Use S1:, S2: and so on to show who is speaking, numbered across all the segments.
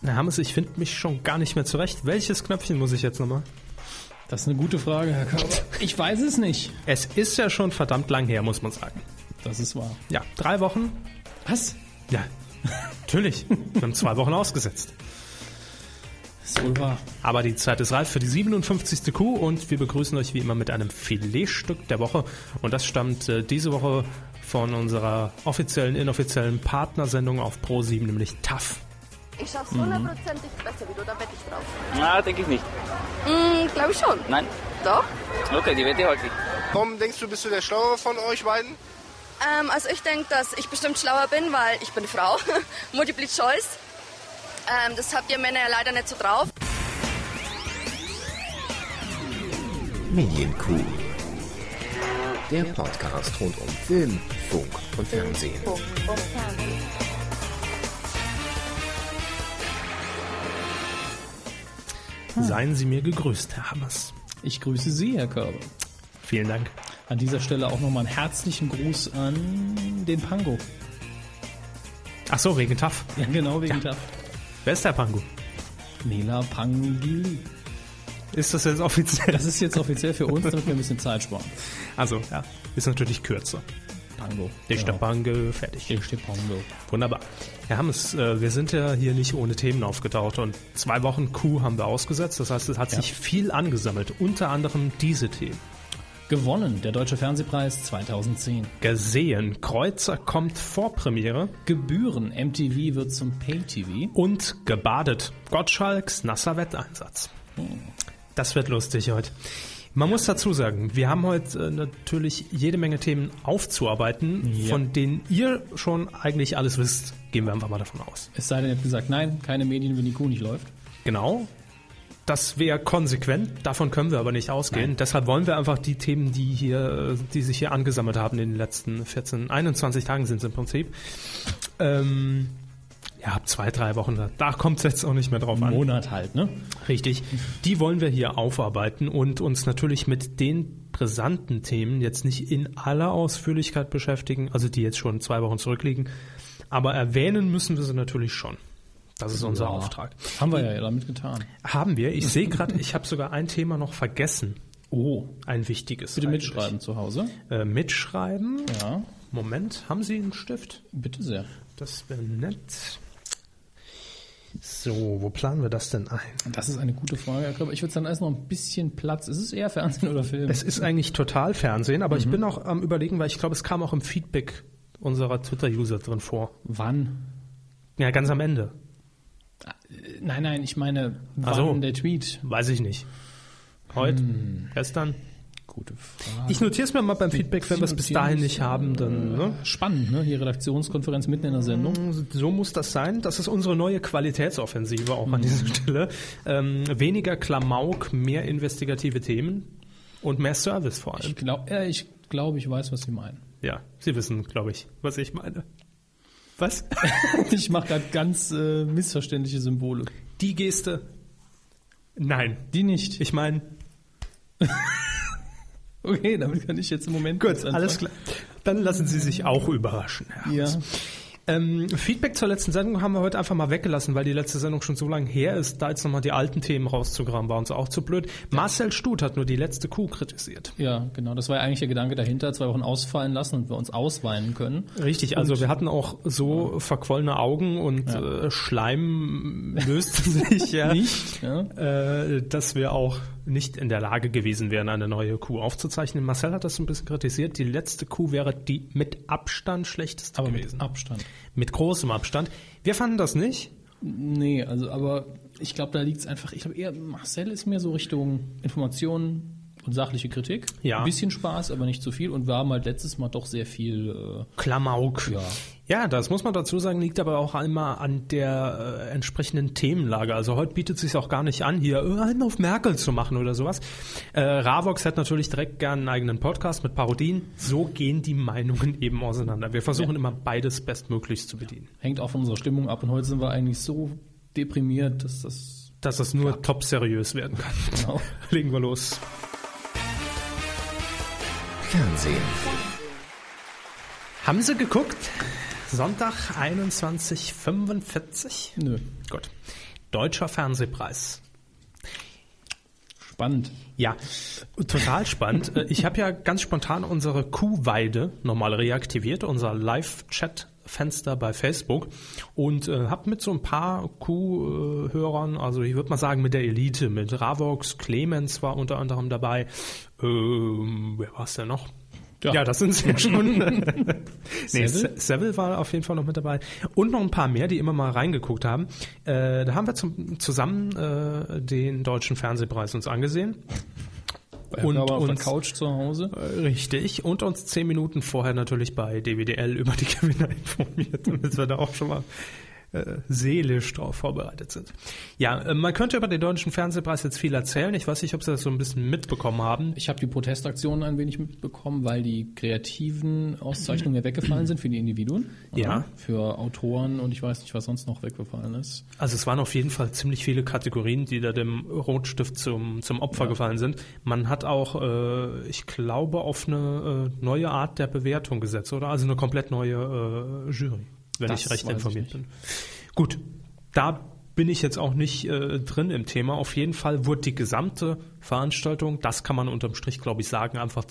S1: Na, Hammes, ich finde mich schon gar nicht mehr zurecht. Welches Knöpfchen muss ich jetzt nochmal?
S2: Das ist eine gute Frage, Herr Körber. Ich weiß es nicht.
S1: Es ist ja schon verdammt lang her, muss man sagen.
S2: Das ist wahr.
S1: Ja, drei Wochen.
S2: Was?
S1: Ja, natürlich. Wir haben zwei Wochen ausgesetzt.
S2: Ist wohl wahr.
S1: Aber die Zeit ist reif für die 57. Kuh und wir begrüßen euch wie immer mit einem Filetstück der Woche. Und das stammt äh, diese Woche von unserer offiziellen, inoffiziellen Partnersendung auf Pro7, nämlich TAF.
S3: Ich schaff's hundertprozentig besser wie du, da wette ich drauf.
S4: Na, denke ich nicht.
S3: Hm, glaube ich schon.
S4: Nein?
S3: Doch.
S4: Okay, die Wette halt nicht.
S5: Tom, denkst du, bist du der Schlauere von euch beiden?
S3: Ähm, also ich denke, dass ich bestimmt schlauer bin, weil ich bin Frau. Multiple Choice. Ähm, das habt ihr Männer ja leider nicht so drauf.
S6: Medienkuh. Der Podcast rund um Film, Funk und Fernsehen.
S1: Seien Sie mir gegrüßt, Herr Hammers.
S2: Ich grüße Sie, Herr Körber.
S1: Vielen Dank.
S2: An dieser Stelle auch nochmal einen herzlichen Gruß an den Pango.
S1: Ach so, wegen TAF.
S2: Ja, genau wegen ja.
S1: Wer ist der Pangu?
S2: Nela Pangili.
S1: Ist das jetzt offiziell?
S2: Das ist jetzt offiziell für uns, damit wir ein bisschen Zeit sparen.
S1: Also, ja, ist natürlich kürzer.
S2: Pango.
S1: Ich der Pangu, fertig.
S2: Hier steht Pango.
S1: Wunderbar. Herr Hammes, äh, wir sind ja hier nicht ohne Themen aufgetaucht und zwei Wochen Kuh haben wir ausgesetzt. Das heißt, es hat
S2: Ja.
S1: sich viel angesammelt, unter anderem diese Themen.
S2: Gewonnen, der Deutsche Fernsehpreis 2010.
S1: Gesehen, Kreuzer kommt vor Premiere
S2: Gebühren, MTV wird zum Pay-TV.
S1: und gebadet. Gottschalks nasser Wetteinsatz. Das wird lustig heute. Man muss dazu sagen, wir haben heute äh, natürlich jede Menge Themen aufzuarbeiten,
S2: Ja.
S1: von denen ihr schon eigentlich alles wisst. Gehen wir einfach mal davon aus.
S2: Es sei denn, ihr habt gesagt, nein, keine Medien, wenn die Kuh nicht läuft.
S1: Genau. Das wäre konsequent, davon können wir aber nicht ausgehen. Deshalb wollen wir einfach die Themen, die hier, äh, die sich hier angesammelt haben in den letzten 14, 21 Tagen sind es im Prinzip. Ähm, ja, ab zwei, drei Wochen, da- da kommt es jetzt auch nicht mehr drauf an.
S2: Monat halt, ne?
S1: Richtig. Die wollen wir hier aufarbeiten und uns natürlich mit den brisanten Themen jetzt nicht in aller Ausführlichkeit beschäftigen, also die jetzt schon zwei Wochen zurückliegen, aber erwähnen müssen wir sie natürlich schon. Das ist unser
S2: Ja.
S1: Auftrag.
S2: Haben wir ja damit getan.
S1: Haben wir, ich sehe gerade, ich habe sogar ein Thema noch vergessen.
S2: Oh,
S1: Ein wichtiges.
S2: bitte
S1: eigentlich.
S2: mitschreiben zu Hause.
S1: Äh, mitschreiben.
S2: Ja,
S1: Moment, haben Sie einen Stift?
S2: bitte sehr.
S1: Das wäre nett. So, wo planen wir das denn ein?
S2: Das ist eine gute Frage, Herr Körber. Ich würde sagen, da ist noch ein bisschen Platz. Ist es eher Fernsehen oder Film?
S1: Es ist eigentlich total Fernsehen, aber ich bin auch am überlegen, weil ich glaube, es kam auch im Feedback unserer Twitter-User drin vor.
S2: wann?
S1: Ja, ganz am Ende.
S2: Äh, Nein, nein, ich meine, wann
S1: Ach so.
S2: der Tweet?
S1: Weiß ich nicht. Heute? Gestern?
S2: Gute Frage.
S1: Ich notiere es mir mal beim Feedback, wenn wir es bis dahin nicht haben, dann... Ne?
S2: Spannend, ne? Hier Redaktionskonferenz mitten in der Sendung.
S1: So muss das sein. Das ist unsere neue Qualitätsoffensive auch an
S2: Mhm.
S1: dieser Stelle. Ähm, weniger Klamauk, mehr investigative Themen und mehr Service vor allem.
S2: Ich glaube, ja, ich, glaub, ich weiß, was Sie meinen.
S1: Ja, Sie wissen, glaube ich, was ich meine. Was?
S2: Ich mache gerade ganz äh, missverständliche Symbole.
S1: Die Geste? Nein.
S2: Die nicht.
S1: Ich meine,
S2: okay, damit kann ich jetzt im Moment
S1: gut,
S2: nichts anfangen.
S1: alles klar. Dann lassen Sie sich auch überraschen. Herr
S2: Ja.
S1: Haas. Ähm, Feedback zur letzten Sendung haben wir heute einfach mal weggelassen, weil die letzte Sendung schon so lange her ist. Da jetzt nochmal die alten Themen rauszugraben, war uns auch zu blöd. Marcel Stut hat nur die letzte Kuh kritisiert.
S2: ja, genau. Das war ja eigentlich der Gedanke dahinter. Zwei Wochen ausfallen lassen und wir uns ausweinen können.
S1: Richtig, also wir hatten auch so verquollene Augen und äh, Schleim löste sich ja,
S2: Nicht? Ja?
S1: Äh, dass wir auch nicht in der Lage gewesen wären, eine neue Kuh aufzuzeichnen. Marcel hat das ein bisschen kritisiert. Die letzte Kuh wäre die mit Abstand schlechteste
S2: Aber
S1: gewesen.
S2: mit Abstand.
S1: mit großem Abstand. Wir fanden das nicht.
S2: Nee, also aber ich glaube, da liegt es einfach, ich glaube eher, Marcel ist mehr so Richtung Informationen und sachliche Kritik.
S1: Ja.
S2: Ein bisschen Spaß, aber nicht zu viel. Und wir haben halt letztes Mal doch sehr viel äh,
S1: Klamauk.
S2: Ja.
S1: Ja, das muss man dazu sagen, liegt aber auch einmal an der äh, entsprechenden Themenlage. Also heute bietet es sich auch gar nicht an, hier äh, einen auf Merkel zu machen oder sowas. Äh, Ravox hat natürlich direkt gern einen eigenen Podcast mit Parodien. So gehen die Meinungen eben auseinander. Wir versuchen immer beides bestmöglichst zu bedienen.
S2: hängt auch von unserer Stimmung ab. Und heute sind wir eigentlich so deprimiert, dass das
S1: Dass es nur top seriös werden kann.
S2: Genau.
S1: Legen wir los.
S6: Fernsehen.
S1: Haben Sie geguckt? Sonntag 21.45.
S2: Nö.
S1: Gut. Deutscher Fernsehpreis.
S2: Spannend.
S1: Ja, total spannend. Äh, Ich habe ja ganz spontan unsere Kuhweide nochmal reaktiviert, unser Live-Chat. Fenster bei Facebook und äh, habe mit so ein paar Kuhhörern, also ich würde mal sagen mit der Elite, mit Ravox, Clemens war unter anderem dabei, ähm, wer war es denn noch? Ja.
S2: Ja.
S1: das sind sehr schon. nee,
S2: Seville?
S1: Se- Seville war auf jeden Fall noch mit dabei. Und noch ein paar mehr, die immer mal reingeguckt haben. Äh, da haben wir zum, zusammen äh, den deutschen Fernsehpreis uns angesehen. Und
S2: Und auf der
S1: uns-
S2: Couch zu Hause.
S1: Richtig. Und uns zehn Minuten vorher natürlich bei DWDL über die Gewinner informiert, damit wir da auch schon mal äh, seelisch drauf vorbereitet sind. Ja, äh, man könnte über den deutschen Fernsehpreis jetzt viel erzählen. Ich weiß nicht, ob Sie das so ein bisschen mitbekommen haben.
S2: Ich habe die Protestaktionen ein wenig mitbekommen, weil die kreativen Auszeichnungen ja weggefallen sind für die Individuen.
S1: Ja.
S2: Für Autoren und ich weiß nicht, was sonst noch weggefallen ist.
S1: Also es waren auf jeden Fall ziemlich viele Kategorien, die da dem Rotstift zum, zum Opfer gefallen sind. Man hat auch, äh, ich glaube, auf eine äh, neue Art der Bewertung gesetzt, oder? Also eine komplett neue äh, Jury, wenn
S2: Das
S1: ich recht
S2: weiß ich
S1: informiert
S2: nicht.
S1: bin. Gut, da bin ich jetzt auch nicht äh, drin im Thema. Auf jeden Fall wurde die gesamte Veranstaltung, das kann man unterm Strich, glaube ich, sagen, einfach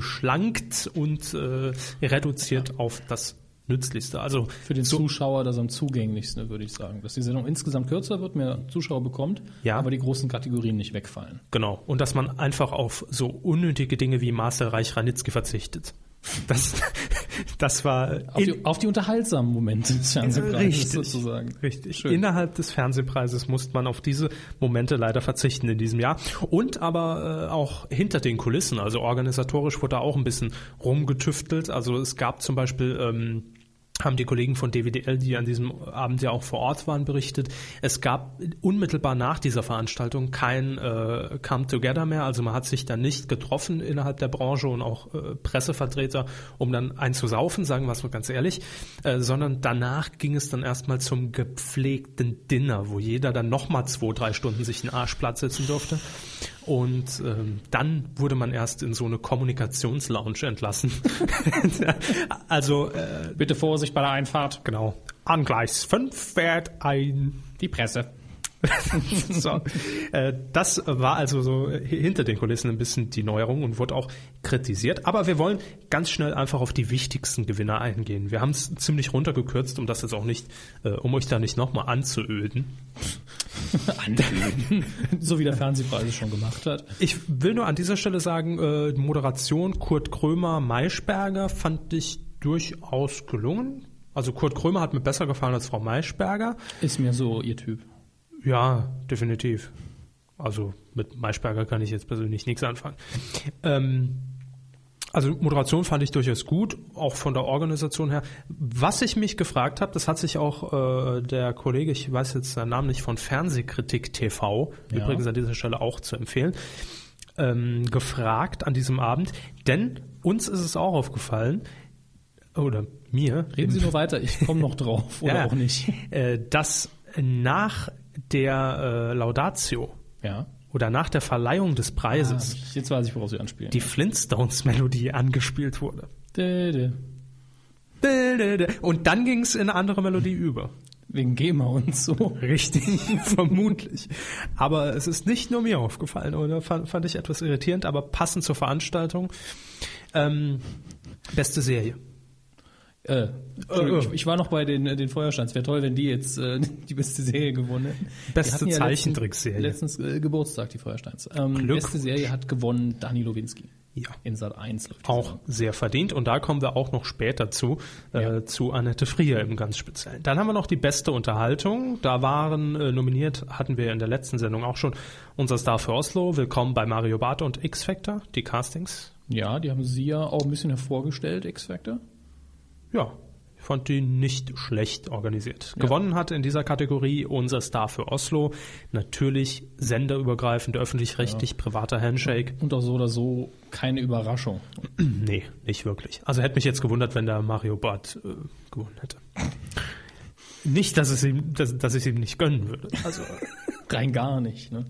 S1: zusammengeschlankt und äh, reduziert auf das Nützlichste. Also
S2: Für den Zuschauer das am zugänglichsten, würde ich sagen. Dass die Sendung insgesamt kürzer wird, mehr Zuschauer bekommt,
S1: Ja.
S2: aber die großen Kategorien nicht wegfallen.
S1: Genau. Und dass man einfach auf so unnötige Dinge wie Marcel Reich-Ranitzky verzichtet. Das, das war
S2: Auf, die, auf die unterhaltsamen Momente des Fernsehpreises
S1: Richtig.
S2: sozusagen.
S1: Richtig.
S2: Schön.
S1: Innerhalb des Fernsehpreises musste man auf diese Momente leider verzichten in diesem Jahr. Und aber äh, auch hinter den Kulissen, also organisatorisch wurde da auch ein bisschen rumgetüftelt. Also es gab zum Beispiel ähm, haben die Kollegen von DWDL, die an diesem Abend ja auch vor Ort waren, berichtet. Es gab unmittelbar nach dieser Veranstaltung kein äh, Come Together mehr. Also man hat sich dann nicht getroffen innerhalb der Branche und auch äh, Pressevertreter, um dann einzusaufen, sagen wir es mal ganz ehrlich, äh, sondern danach ging es dann erstmal zum gepflegten Dinner, wo jeder dann nochmal zwei, drei Stunden sich einen Arschplatz setzen durfte. Und ähm, dann wurde man erst in so eine Kommunikationslounge entlassen. also äh,
S2: Bitte Vorsicht bei der Einfahrt.
S1: Genau. An Gleis 5 fährt ein.
S2: Die Presse.
S1: So. Äh, das war also so hinter den Kulissen ein bisschen die Neuerung und wurde auch kritisiert. Aber wir wollen ganz schnell einfach auf die wichtigsten Gewinner eingehen. Wir haben es ziemlich runtergekürzt, um das jetzt auch nicht, äh, um euch da nicht nochmal anzuöden.
S2: so wie der Fernsehpreis es schon gemacht hat.
S1: Ich will nur an dieser Stelle sagen, äh, Moderation Kurt Krömer Maischberger fand ich durchaus gelungen. Also Kurt Krömer hat mir besser gefallen als Frau Maischberger.
S2: Ist mir so ihr Typ.
S1: Ja, definitiv. Also mit Maischberger kann ich jetzt persönlich nichts anfangen. Ähm, also Moderation fand ich durchaus gut, auch von der Organisation her. Was ich mich gefragt habe, das hat sich auch äh, der Kollege, ich weiß jetzt seinen Namen nicht, von Fernsehkritik TV,
S2: Ja.
S1: übrigens an dieser Stelle auch zu empfehlen, ähm, gefragt an diesem Abend. Denn uns ist es auch aufgefallen, oder mir,
S2: Reden
S1: im
S2: Sie nur weiter, ich komme noch drauf oder
S1: Ja.
S2: auch nicht.
S1: äh, dass nach der äh, Laudatio
S2: Ja.
S1: oder nach der Verleihung des
S2: Ah,
S1: Preises
S2: jetzt weiß ich, worauf Sie anspielen.
S1: die Flintstones-Melodie angespielt wurde.
S2: Dä, dä.
S1: Und dann ging es in eine andere Melodie über.
S2: Wegen GEMA und so.
S1: Richtig, vermutlich. Aber es ist nicht nur mir aufgefallen, oder? Fand, fand ich etwas irritierend, aber passend zur Veranstaltung. Ähm, beste Serie.
S2: Äh, Entschuldigung,
S1: Äh, äh.
S2: ich, ich war noch bei den, äh, den Feuersteins. Wäre toll, wenn die jetzt äh, die beste Serie gewonnen hätten. Die
S1: Beste
S2: hatten
S1: Zeichentrickserie.
S2: Letztens, letztens äh, Geburtstag, die Feuersteins. Ähm,
S1: Glückwunsch.
S2: beste Serie hat gewonnen Dani Lowinski.
S1: Ja.
S2: In Sat 1 läuft die
S1: auch
S2: Sendung.
S1: sehr verdient. Und da kommen wir auch noch später zu, äh, zu Annette Frier im ganz Speziellen. Dann haben wir noch die beste Unterhaltung. Da waren äh, nominiert, hatten wir in der letzten Sendung auch schon, unser Star für Oslo, Willkommen bei Mario Barth und X-Factor, die Castings.
S2: Ja, die haben sie ja auch ein bisschen hervorgestellt, X-Factor.
S1: Ja, ich fand die nicht schlecht organisiert. Gewonnen hat in dieser Kategorie unser Star für Oslo. Natürlich senderübergreifend, öffentlich-rechtlich, privater Handshake.
S2: Und auch so oder so keine Überraschung.
S1: Nee, nicht wirklich. Also hätte mich jetzt gewundert, wenn der Mario Barth äh, gewonnen hätte. Nicht, dass, es ihm, dass, dass ich es ihm nicht gönnen würde.
S2: Also rein gar nicht. Ne?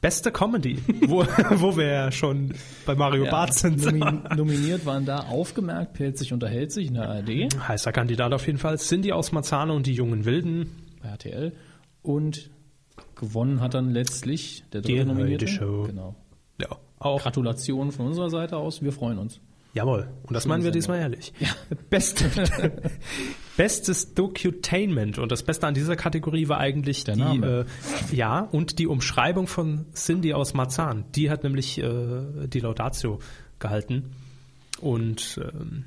S1: Beste Comedy, wo, wo wir ja schon bei Mario Barth sind.
S2: Nomin nominiert waren da aufgemerkt, Pelzig unterhält sich in der ARD,
S1: Heißer Kandidat auf jeden Fall. Cindy aus Marzahn und die jungen Wilden.
S2: bei RTL. Und gewonnen hat dann letztlich der dritte
S1: Die
S2: Nominierte.
S1: Heute Show.
S2: Genau.
S1: Ja, auch.
S2: Gratulation von unserer Seite aus, wir freuen uns.
S1: Jawohl. Und das meinen wir diesmal ehrlich. Beste, bestes Docutainment. Und das Beste an dieser Kategorie war eigentlich
S2: Der
S1: die,
S2: Name.
S1: Äh, ja, und die Umschreibung von Cindy aus Marzahn. Die hat nämlich äh, die Laudatio gehalten. Und ähm,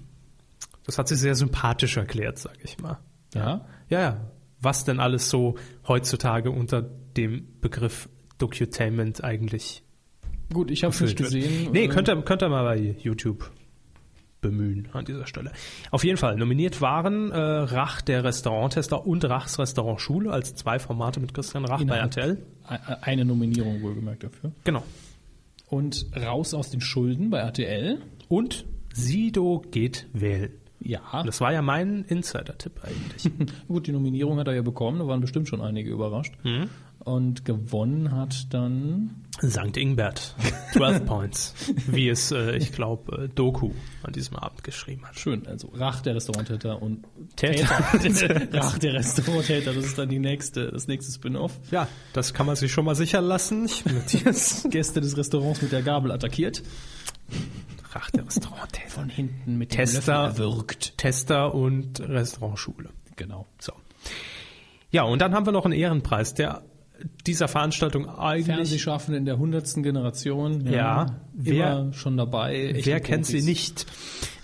S1: das hat sie sehr sympathisch erklärt, sag ich mal.
S2: Ja?
S1: Ja, ja. Was denn alles so heutzutage unter dem Begriff Docutainment eigentlich
S2: Gut, ich habe es nicht
S1: gefüllt wird.
S2: gesehen.
S1: Nee,
S2: Äh,
S1: könnt ihr, könnt ihr mal bei YouTube bemühen an dieser Stelle. Auf jeden Fall, nominiert waren äh, Rach der Restauranttester und Rachs Restaurant Schule als zwei Formate mit Christian Rach bei
S2: Innerhalb-
S1: RTL.
S2: e- Eine Nominierung wohlgemerkt dafür.
S1: Genau.
S2: Und raus aus den Schulden bei RTL.
S1: Und Sido geht wählen.
S2: Ja.
S1: Das war ja mein Insider-Tipp eigentlich.
S2: Gut, die Nominierung hat er ja bekommen, da waren bestimmt schon einige überrascht.
S1: Mhm.
S2: Und gewonnen hat dann.
S1: Sankt Ingbert, 12 Points, wie es, äh, ich glaube, äh, Doku an diesem Abend geschrieben hat.
S2: Schön, also Rach der Restauranttäter und
S1: Täter.
S2: Rach der Restauranttäter, das ist dann die nächste, das nächste Spin-off.
S1: Ja, das kann man sich schon mal sichern lassen. Ich, Matthias,
S2: Gäste des Restaurants mit der Gabel attackiert.
S1: Rach der Restauranttäter.
S2: Von hinten mit
S1: Tester.
S2: Tester wirkt.
S1: Tester und Restaurantschule.
S2: Genau.
S1: So. Ja, und dann haben wir noch einen Ehrenpreis, der dieser Veranstaltung eigentlich.
S2: Fernsehschaffende in der hundertsten Generation.
S1: Ja.
S2: immer
S1: Wer-
S2: schon dabei. echte
S1: äh, Wer kennt sie
S2: Profis.
S1: nicht?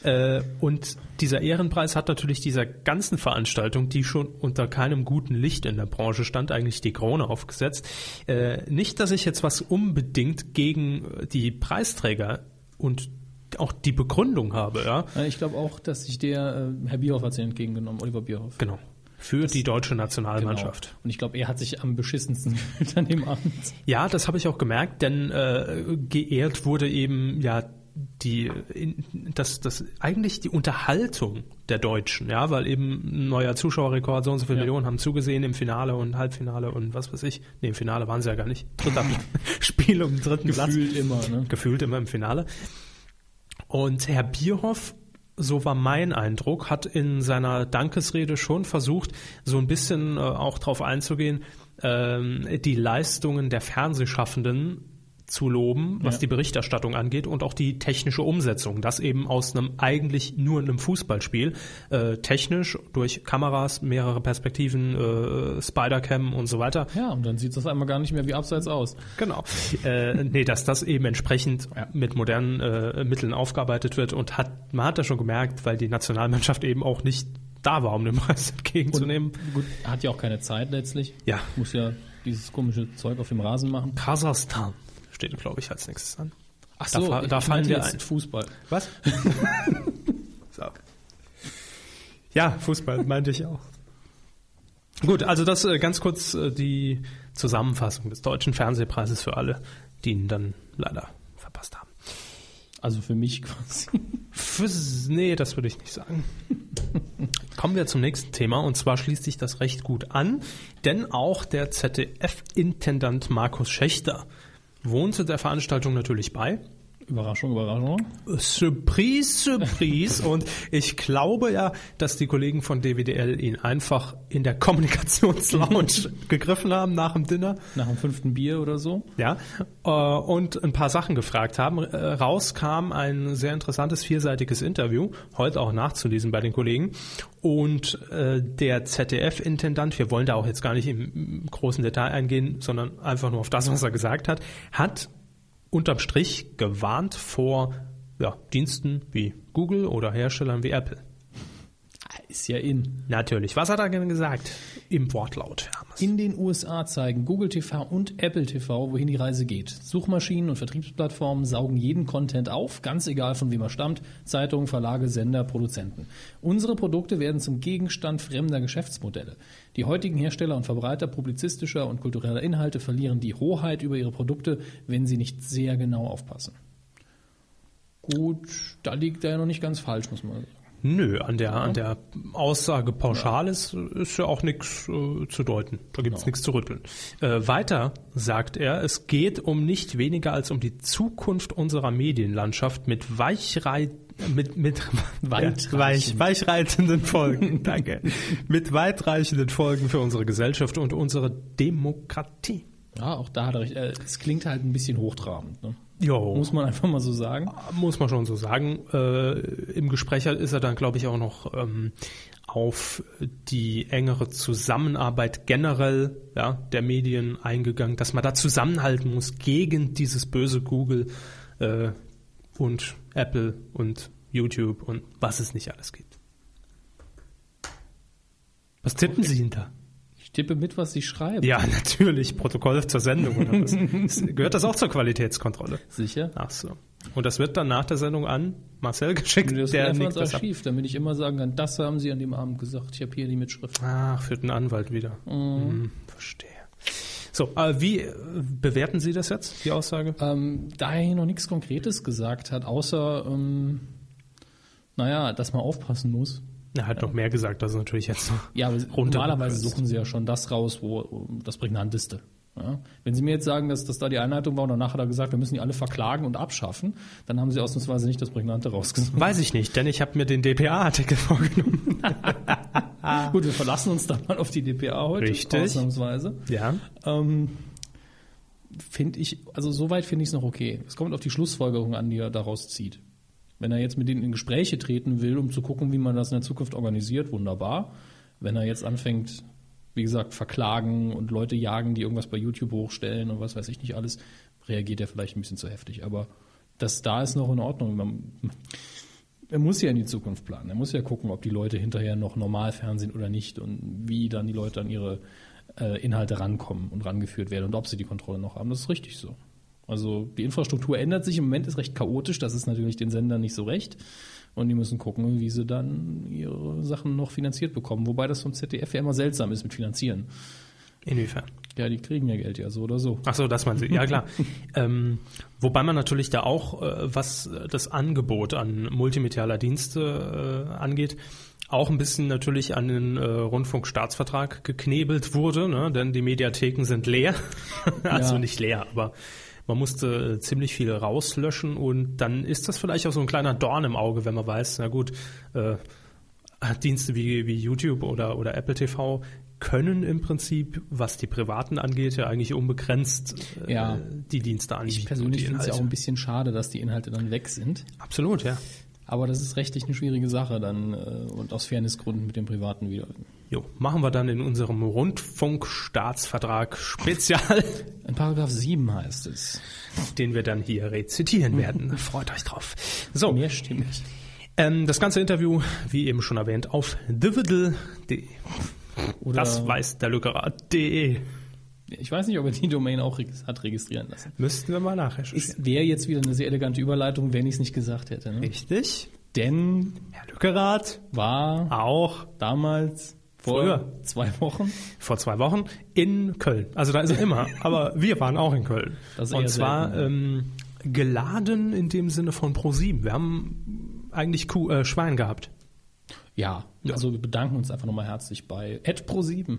S1: Äh, Und dieser Ehrenpreis hat natürlich dieser ganzen Veranstaltung, die schon unter keinem guten Licht in der Branche stand, eigentlich die Krone aufgesetzt. Äh, Nicht, dass ich jetzt was unbedingt gegen äh, die Preisträger und auch die Begründung habe, ja.
S2: Ja, Ich glaube auch, dass sich der äh, Herr Bierhoff hat sie entgegengenommen, Oliver Bierhoff.
S1: Genau. Für die deutsche
S2: Genau.
S1: Nationalmannschaft.
S2: Und ich glaube, er hat sich am beschissensten gefühlt an dem Abend.
S1: Ja, das habe ich auch gemerkt, denn äh, geehrt wurde eben ja die in, das das eigentlich die Unterhaltung der Deutschen, ja, weil eben ein neuer Zuschauerrekord, so und so viele
S2: Ja.
S1: Millionen haben zugesehen im Finale und Halbfinale und was weiß ich. Nee, im Finale waren sie ja gar nicht. Dritter Spiel um den dritten Platz.
S2: Gefühlt immer, ne?
S1: Gefühlt immer im Finale. Und Herr Bierhoff, so war mein Eindruck, hat in seiner Dankesrede schon versucht, so ein bisschen äh, auch darauf einzugehen, ähm, die Leistungen der Fernsehschaffenden zu loben, was
S2: Ja.
S1: die Berichterstattung angeht und auch die technische Umsetzung, dass eben aus einem eigentlich nur einem Fußballspiel äh, technisch durch Kameras, mehrere Perspektiven, äh, Spider-Cam und so weiter
S2: Ja, und dann sieht das einmal gar nicht mehr wie abseits aus.
S1: Genau. äh, nee, dass das eben entsprechend
S2: Ja.
S1: mit modernen äh, Mitteln aufgearbeitet wird und hat, man hat das schon gemerkt, weil die Nationalmannschaft eben auch nicht da war, um den Preis entgegenzunehmen.
S2: Gut, er hat ja auch keine Zeit letztlich.
S1: Ja.
S2: Muss ja dieses komische Zeug auf dem Rasen machen.
S1: Kasachstan steht, glaube ich, als nächstes an.
S2: Ach
S1: so,
S2: da,
S1: ich
S2: da fallen
S1: meinte
S2: wir
S1: jetzt
S2: ein. Fußball.
S1: Was? so. Ja, Fußball meinte ich auch. Gut, also das äh, ganz kurz äh, die Zusammenfassung des deutschen Fernsehpreises für alle, die ihn dann leider verpasst haben.
S2: Also für mich quasi.
S1: Fizz- Nee, das würde ich nicht sagen. Kommen wir zum nächsten Thema und zwar schließt sich das recht gut an, denn auch der ZDF-Intendant Markus Schächter wohnte der Veranstaltung natürlich bei.
S2: Überraschung, Überraschung.
S1: Surprise, Surprise. Und ich glaube ja, dass die Kollegen von DWDL ihn einfach in der Kommunikationslounge gegriffen haben nach dem Dinner.
S2: Nach dem fünften Bier oder so.
S1: Ja, äh, und ein paar Sachen gefragt haben. Äh, Raus kam ein sehr interessantes vierseitiges Interview, heute auch nachzulesen bei den Kollegen. Und äh, der ZDF-Intendant, wir wollen da auch jetzt gar nicht im großen Detail eingehen, sondern einfach nur auf das, was er gesagt hat, hat unterm Strich gewarnt vor ja, Diensten wie Google oder Herstellern wie Apple.
S2: Ah, Ist ja in.
S1: Natürlich. Was hat er denn gesagt? Im Wortlaut, Hermes.
S2: In den USA zeigen Google TV und Apple TV, wohin die Reise geht. Suchmaschinen und Vertriebsplattformen saugen jeden Content auf, ganz egal von wem er stammt, Zeitungen, Verlage, Sender, Produzenten. Unsere Produkte werden zum Gegenstand fremder Geschäftsmodelle. Die heutigen Hersteller und Verbreiter publizistischer und kultureller Inhalte verlieren die Hoheit über ihre Produkte, wenn sie nicht sehr genau aufpassen. Gut, da liegt er ja noch nicht ganz falsch, muss man sagen.
S1: Nö, an der, an der Aussage pauschal ist, ist ja auch nichts äh, zu deuten. Da gibt's nichts zu rütteln. Äh, weiter sagt er, es geht um nicht weniger als um die Zukunft unserer Medienlandschaft mit weichrei mit, mit
S2: Weitreichend.
S1: weich, weichreitenden Folgen. Danke. mit weitreichenden Folgen für unsere Gesellschaft und unsere Demokratie.
S2: Ja, auch da hat er recht. Äh, Es klingt halt ein bisschen hochtrabend. Ne?
S1: Jo.
S2: Muss man einfach mal so sagen.
S1: muss man schon so sagen. Äh, Im Gespräch ist er dann, glaube ich, auch noch ähm, auf die engere Zusammenarbeit generell ja, der Medien eingegangen, dass man da zusammenhalten muss gegen dieses böse Google äh, und Apple und YouTube und was es nicht alles gibt. Was tippen Sie hinter?
S2: Ich tippe mit, was sie schreiben.
S1: Ja, natürlich, Protokoll zur Sendung oder was. Gehört das auch zur Qualitätskontrolle?
S2: Sicher.
S1: Ach so. Und das wird dann nach der Sendung an Marcel geschickt,
S2: Das
S1: der
S2: einfach
S1: nickt
S2: ins
S1: das ab.
S2: Archiv, damit ich immer sagen kann, das haben sie an dem Abend gesagt. Ich habe hier die Mitschrift.
S1: Ach, für den Anwalt wieder.
S2: Mhm.
S1: Hm, verstehe. So, äh, wie äh, bewerten Sie das jetzt, die Aussage?
S2: Ähm, da er hier noch nichts Konkretes gesagt hat, außer, ähm, naja, dass man aufpassen muss.
S1: Er hat noch mehr gesagt, das ist natürlich jetzt noch
S2: Ja, aber
S1: runter-
S2: normalerweise suchen sie ja schon das raus, wo um, das Prägnanteste. Ja? Wenn sie mir jetzt sagen, dass das da die Einleitung war und danach hat er gesagt, wir müssen die alle verklagen und abschaffen, dann haben sie ausnahmsweise nicht das Prägnante rausgesucht.
S1: Weiß ich nicht, denn ich habe mir den DPA-Artikel vorgenommen.
S2: Gut, wir verlassen uns dann mal auf die DPA heute.
S1: Ah. Richtig.
S2: Ausnahmsweise.
S1: Ja.
S2: Ähm, finde ich, also soweit finde ich es noch okay. Es kommt auf die Schlussfolgerung an, die er daraus zieht. Wenn er jetzt mit denen in Gespräche treten will, um zu gucken, wie man das in der Zukunft organisiert, wunderbar. Wenn er jetzt anfängt, wie gesagt, verklagen und Leute jagen, die irgendwas bei YouTube hochstellen und was weiß ich nicht alles, reagiert er vielleicht ein bisschen zu heftig. Aber das da ist noch in Ordnung. Man, er muss ja in die Zukunft planen. Er muss ja gucken, ob die Leute hinterher noch normal fernsehen oder nicht und wie dann die Leute an ihre äh, Inhalte rankommen und rangeführt werden und ob sie die Kontrolle noch haben. Das ist richtig so. Also die Infrastruktur ändert sich im Moment, ist recht chaotisch. Das ist natürlich den Sendern nicht so recht. Und die müssen gucken, wie sie dann ihre Sachen noch finanziert bekommen. Wobei das vom ZDF ja immer seltsam ist mit Finanzieren.
S1: Inwiefern?
S2: Ja, die kriegen ja Geld ja so oder so.
S1: Ach so, das meinen Sie. Ja, klar. ähm, wobei man natürlich da auch, äh, was das Angebot an multimedialer Dienste äh, angeht, auch ein bisschen natürlich an den äh, Rundfunkstaatsvertrag geknebelt wurde, ne? denn die Mediatheken sind leer. also
S2: Ja.
S1: nicht leer, aber man musste äh, ziemlich viel rauslöschen und dann ist das vielleicht auch so ein kleiner Dorn im Auge, wenn man weiß, na gut, äh, Dienste wie, wie YouTube oder, oder Apple TV können im Prinzip, was die privaten angeht, ja eigentlich unbegrenzt äh,
S2: Ja.
S1: die Dienste anbieten.
S2: Ich persönlich
S1: die
S2: finde es ja auch ein
S1: Inhalte.
S2: bisschen schade, dass die Inhalte dann weg sind.
S1: Absolut, ja.
S2: Aber das ist rechtlich eine schwierige Sache dann äh, und aus Fairnessgründen mit dem Privaten wieder.
S1: Jo, machen wir dann in unserem Rundfunkstaatsvertrag Spezial,
S2: In Paragraph 7 heißt es.
S1: den wir dann hier rezitieren werden. Freut euch drauf. So,
S2: Mehrstimmig.
S1: ähm, das ganze Interview, wie eben schon erwähnt, auf thewiddle.de.
S2: Oder
S1: Das weiß der Lückerer.de.
S2: ich weiß nicht, ob er die Domain auch regis- hat registrieren lassen.
S1: Müssten wir mal nachrecherchieren.
S2: Es wäre jetzt wieder eine sehr elegante Überleitung, wenn ich es nicht gesagt hätte. Ne?
S1: Richtig.
S2: Denn
S1: Herr Lückerath
S2: war
S1: auch
S2: damals vor
S1: Früher.
S2: zwei Wochen
S1: vor zwei Wochen in Köln. Also da ist er immer, aber wir waren auch in Köln.
S2: Das ist eher
S1: Und zwar ähm,
S2: selten,
S1: geladen in dem Sinne von ProSieben. Wir haben eigentlich Kuh, äh, Schwein gehabt.
S2: Ja, also wir bedanken uns einfach nochmal herzlich bei @pro7.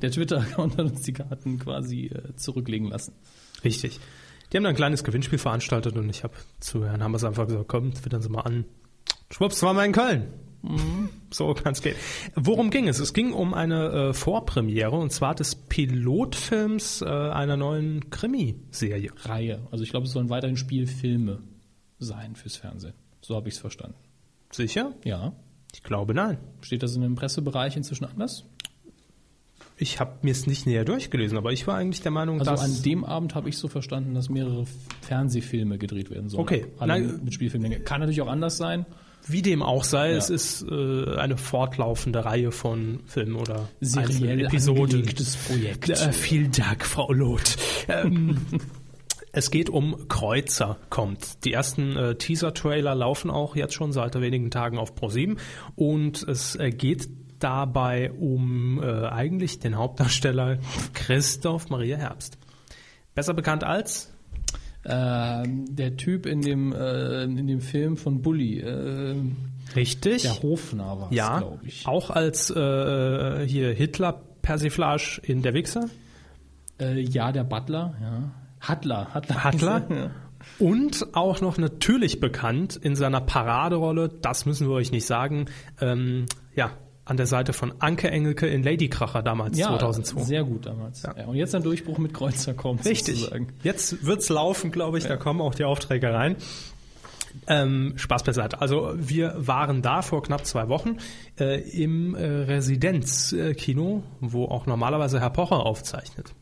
S2: Der Twitter-Account hat uns die Karten quasi äh, zurücklegen lassen.
S1: Richtig. Die haben da ein kleines Gewinnspiel veranstaltet und ich habe zu Herrn Hammers einfach gesagt, komm, twittern Sie mal an. Schwupps, waren wir in Köln.
S2: Mhm.
S1: So kann's gehen. Worum ging es? Es ging um eine äh, Vorpremiere und zwar des Pilotfilms äh, einer neuen Krimi-Serie.
S2: Reihe. Also ich glaube, es sollen weiterhin Spielfilme sein fürs Fernsehen. So habe ich es verstanden.
S1: Sicher?
S2: Ja.
S1: Ich glaube nein.
S2: Steht das in dem Pressebereich inzwischen anders?
S1: Ich habe mir es nicht näher durchgelesen, aber ich war eigentlich der Meinung,
S2: Also
S1: dass
S2: an dem Abend habe ich so verstanden, dass mehrere Fernsehfilme gedreht werden sollen.
S1: Okay.
S2: Alle
S1: Nein.
S2: mit Spielfilmlänge. Kann natürlich auch anders sein.
S1: wie dem auch sei,
S2: Ja.
S1: es ist äh, eine fortlaufende Reihe von Filmen oder
S2: Seriell
S1: Episoden.
S2: angelegtes Projekt.
S1: Äh, vielen Dank, Frau Loth. ähm, es geht um Kreuzer kommt. Die ersten äh, Teaser-Trailer laufen auch jetzt schon seit wenigen Tagen auf ProSieben und es äh, geht dabei um äh, eigentlich den Hauptdarsteller Christoph Maria Herbst. Besser bekannt als
S2: Ähm, der Typ in dem, äh, in dem Film von Bully. ähm,
S1: Richtig.
S2: Der Hofner war
S1: ja,
S2: glaube ich.
S1: auch als äh, hier Hitler-Persiflage in Der Wichser.
S2: Äh, ja, der Butler, ja. Hattler, Hattler.
S1: Hattler.
S2: Ja.
S1: Und auch noch natürlich bekannt in seiner Paraderolle, das müssen wir euch nicht sagen, ähm, ja, an der Seite von Anke Engelke in Ladykracher damals,
S2: Ja,
S1: 2002.
S2: sehr gut damals. Ja. und jetzt ein Durchbruch mit Kreuzer kommt
S1: Richtig.
S2: sozusagen.
S1: Jetzt wird's laufen, glaube ich. Da kommen auch die Aufträge rein. Ähm, Spaß beiseite. Also wir waren da vor knapp zwei Wochen äh, im äh, Residenzkino, wo auch normalerweise Herr Pocher aufzeichnet.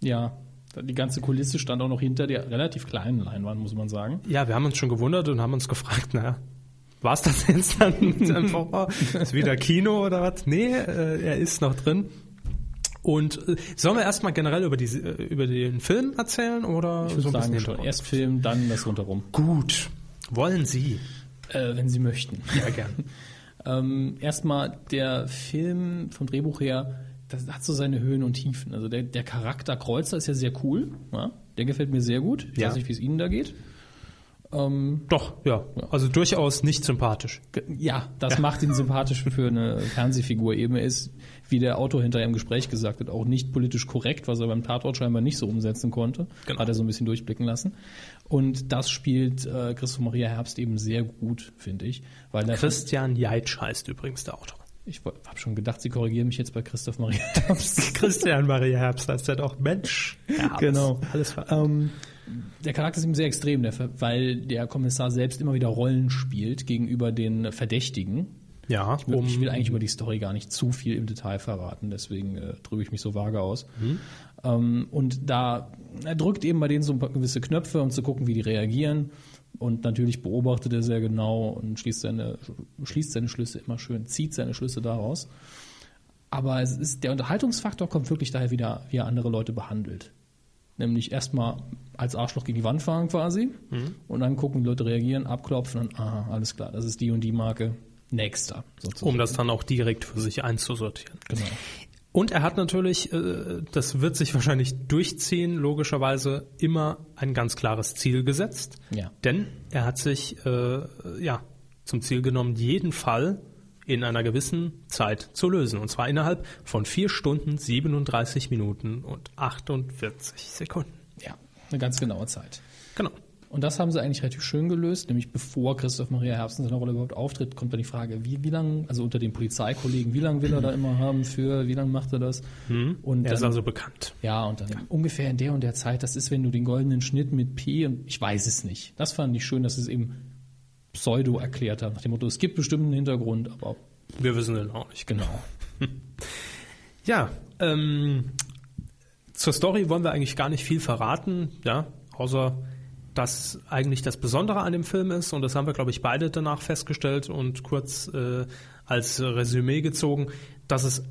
S2: Ja, die ganze Kulisse stand auch noch hinter der relativ kleinen Leinwand, muss man sagen.
S1: Ja, wir haben uns schon gewundert und haben uns gefragt, naja, war's das jetzt dann mit Herrn Pocher? Ist wieder Kino oder was? Nee, äh, er ist noch drin. Und äh, sollen wir erstmal generell über, die, äh, über den Film erzählen oder
S2: Ich würde sagen, schon.
S1: Hintergrund?
S2: Erst Film, dann das rundherum.
S1: Gut. Wollen Sie?
S2: Äh, wenn Sie möchten.
S1: Ja, gern.
S2: Ähm, erstmal, der Film vom Drehbuch her, das hat so seine Höhen und Tiefen. Also der, der Charakter Kreuzer ist ja sehr cool. Ja? Der gefällt mir sehr gut. Ich
S1: Ja.
S2: weiß nicht, wie es Ihnen da geht. Ähm,
S1: Doch, ja. Also durchaus nicht sympathisch.
S2: Ge- Ja, das macht ihn sympathisch für eine Fernsehfigur eben. Er ist, wie der Autor hinterher im Gespräch gesagt hat, auch nicht politisch korrekt, was er beim Tatort scheinbar nicht so umsetzen konnte.
S1: Genau.
S2: Hat er so ein bisschen durchblicken lassen. Und das spielt äh, Christoph Maria Herbst eben sehr gut, finde ich. Weil er,
S1: Christian Jeitsch heißt übrigens der Autor.
S2: ich habe schon gedacht, Sie korrigieren mich jetzt bei Christoph Maria Herbst.
S1: Christian Maria Herbst heißt er doch. Mensch. Herbst.
S2: Genau.
S1: Alles ver
S2: Ähm, der Charakter ist ihm sehr extrem, der, Ver- weil der Kommissar selbst immer wieder Rollen spielt gegenüber den Verdächtigen,
S1: Ja,
S2: Um,
S1: um,
S2: ich will eigentlich über die Story gar nicht zu viel im Detail verraten, deswegen äh, drücke ich mich so vage aus. Ähm, und da er drückt eben bei denen so ein paar gewisse Knöpfe, um zu gucken, wie die reagieren. Und natürlich beobachtet er sehr genau und schließt seine, schließt seine Schlüsse immer schön, zieht seine Schlüsse daraus. Aber es ist, der Unterhaltungsfaktor kommt wirklich daher, wie, der, wie er andere Leute behandelt. Nämlich erstmal als Arschloch gegen die Wand fahren quasi und dann gucken, wie Leute reagieren, abklopfen und aha, alles klar, das ist die und die Marke. Nächster, sozusagen.
S1: um das dann auch direkt für sich einzusortieren.
S2: Genau.
S1: Und er hat natürlich, äh, das wird sich wahrscheinlich durchziehen, logischerweise immer ein ganz klares Ziel gesetzt.
S2: Ja.
S1: Denn er hat sich äh, ja, zum Ziel genommen, jeden Fall in einer gewissen Zeit zu lösen. Und zwar innerhalb von 4 Stunden, 37 Minuten und 48 Sekunden.
S2: Ja, eine ganz genaue Zeit.
S1: Genau.
S2: Und das haben sie eigentlich relativ schön gelöst, nämlich bevor Christoph Maria Herbst in seiner Rolle überhaupt auftritt, kommt dann die Frage, wie, wie lange, also unter den Polizeikollegen, wie lange will er da immer haben für, wie lange macht er das? Und
S1: Er ist
S2: dann,
S1: also bekannt.
S2: ja, und dann ungefähr in der und der Zeit, das ist, wenn du den goldenen Schnitt mit P und ich weiß es nicht. Das fand ich schön, dass sie es eben pseudo erklärt haben, nach dem Motto, es gibt bestimmt einen Hintergrund, aber
S1: Wir wissen den auch nicht.
S2: genau.
S1: Ja, ähm, zur Story wollen wir eigentlich gar nicht viel verraten, ja, außer dass eigentlich das Besondere an dem Film ist und das haben wir, glaube ich, beide danach festgestellt und kurz äh, als Resümee gezogen, dass es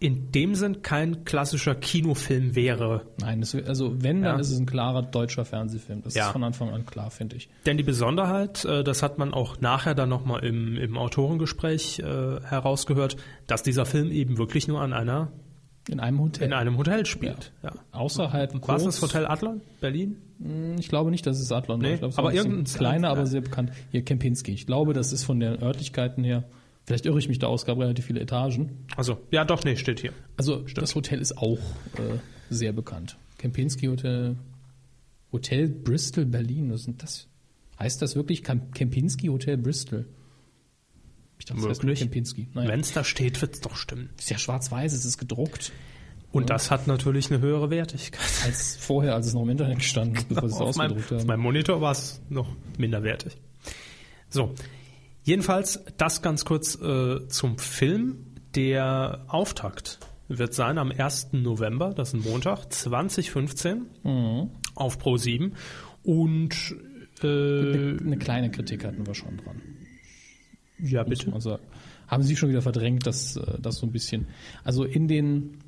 S1: in dem Sinn kein klassischer Kinofilm wäre.
S2: Nein, das, also wenn, dann
S1: Ja.
S2: ist es ein klarer deutscher Fernsehfilm. Das
S1: Ja.
S2: ist von Anfang an klar, finde ich.
S1: Denn die Besonderheit, äh, das hat man auch nachher dann nochmal im, im Autorengespräch äh, herausgehört, dass dieser Film eben wirklich nur an einer,
S2: In einem Hotel.
S1: in einem Hotel spielt. Ja.
S2: Außerhalb
S1: War es
S2: kurz-
S1: das Hotel Adler, Berlin?
S2: Ich glaube nicht, dass es Adlon war.
S1: Nee,
S2: ich glaube, es
S1: aber
S2: war ein bisschen
S1: irgendein-
S2: kleiner,
S1: ja.
S2: aber sehr bekannt. Hier Kempinski. Ich glaube, das ist von den Örtlichkeiten her. Vielleicht irre ich mich da aus, gab relativ viele Etagen.
S1: Also, ja, doch, nee, steht hier.
S2: Also das Hotel ist auch äh, sehr bekannt. Kempinski Hotel, Hotel Bristol Berlin. Was sind das? Heißt das wirklich Kamp- Kempinski Hotel Bristol? Ich dachte, das heißt nur
S1: Wirklich?
S2: Kempinski. Naja.
S1: Wenn es da steht, wird es doch stimmen.
S2: ist ja schwarz-weiß, es ist gedruckt.
S1: Und das hat natürlich eine höhere Wertigkeit.
S2: Als vorher, als es noch im Internet gestanden ist, bevor sie es
S1: Genau, auf, meinem,
S2: ausgedruckt
S1: auf
S2: haben.
S1: meinem Monitor war es noch minderwertig. So, jedenfalls das ganz kurz äh, zum Film. Der Auftakt wird sein am 1. November, das ist ein Montag, 2015
S2: Mhm.
S1: auf Pro 7. Und äh,
S2: Eine kleine Kritik hatten wir schon dran.
S1: ja,
S2: muss
S1: bitte.
S2: man sagen. Haben Sie schon wieder verdrängt, dass äh, das so ein bisschen, also in den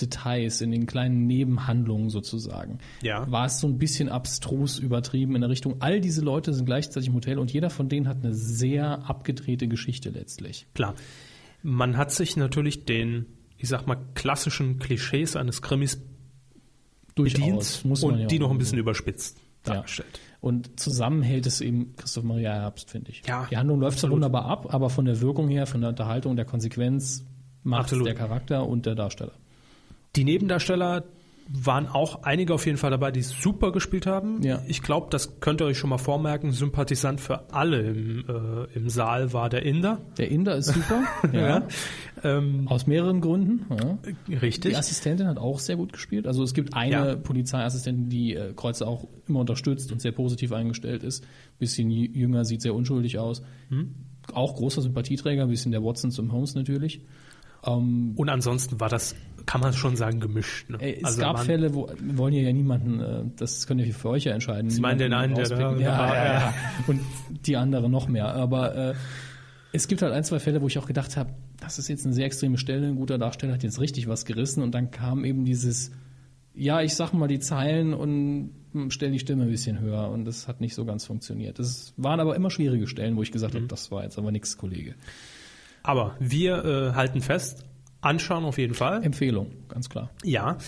S2: Details, in den kleinen Nebenhandlungen sozusagen,
S1: Ja.
S2: war es so ein bisschen abstrus übertrieben in der Richtung, all diese Leute sind gleichzeitig im Hotel und jeder von denen hat eine sehr abgedrehte Geschichte letztlich.
S1: Klar. Man hat sich natürlich den, ich sag mal, klassischen Klischees eines Krimis
S2: Durchaus.
S1: bedient
S2: muss man
S1: und
S2: ja
S1: die
S2: auch
S1: noch ein
S2: sagen.
S1: bisschen überspitzt. dargestellt.
S2: Und zusammen hält es eben Christoph Maria Herbst, finde ich.
S1: Ja,
S2: Die Handlung läuft zwar
S1: absolut.
S2: wunderbar ab, aber von der Wirkung her, von der Unterhaltung, der Konsequenz macht
S1: Absolut.
S2: der Charakter und der Darsteller.
S1: Die Nebendarsteller waren auch einige auf jeden Fall dabei, die super gespielt haben.
S2: Ja.
S1: Ich glaube, das könnt ihr euch schon mal vormerken. Sympathisant für alle im, äh, im Saal war der Inder.
S2: Der Inder ist super, ja,
S1: Ähm,
S2: aus mehreren Gründen. Ja.
S1: richtig.
S2: Die Assistentin hat auch sehr gut gespielt. Also es gibt eine
S1: Ja.
S2: Polizeiassistentin, die äh, Kreuze auch immer unterstützt und sehr positiv eingestellt ist. Bisschen jü- jünger, sieht sehr unschuldig aus. Auch großer Sympathieträger, ein bisschen der Watson zum Holmes natürlich.
S1: Und ansonsten war das, kann man schon sagen, gemischt. Ne?
S2: Äh, Es
S1: Also
S2: gab
S1: waren-
S2: Fälle, wo wir wollen hier ja niemanden, äh, das könnt ihr für euch ja entscheiden. Sie
S1: meinen den einen, der da- da
S2: ja,
S1: war,
S2: ja, ja,
S1: ja.
S2: ja. Und die andere noch mehr. Aber äh, es gibt halt ein, zwei Fälle, wo ich auch gedacht habe, das ist jetzt eine sehr extreme Stelle, ein guter Darsteller hat jetzt richtig was gerissen und dann kam eben dieses, ja, ich sag mal die Zeilen und hm, stell die Stimme ein bisschen höher und das hat nicht so ganz funktioniert. Das waren aber immer schwierige Stellen, wo ich gesagt
S1: Mhm.
S2: habe, das war jetzt aber nix, Kollege.
S1: Aber wir äh, halten fest, anschauen auf jeden Fall.
S2: Empfehlung, ganz klar.
S1: Ja.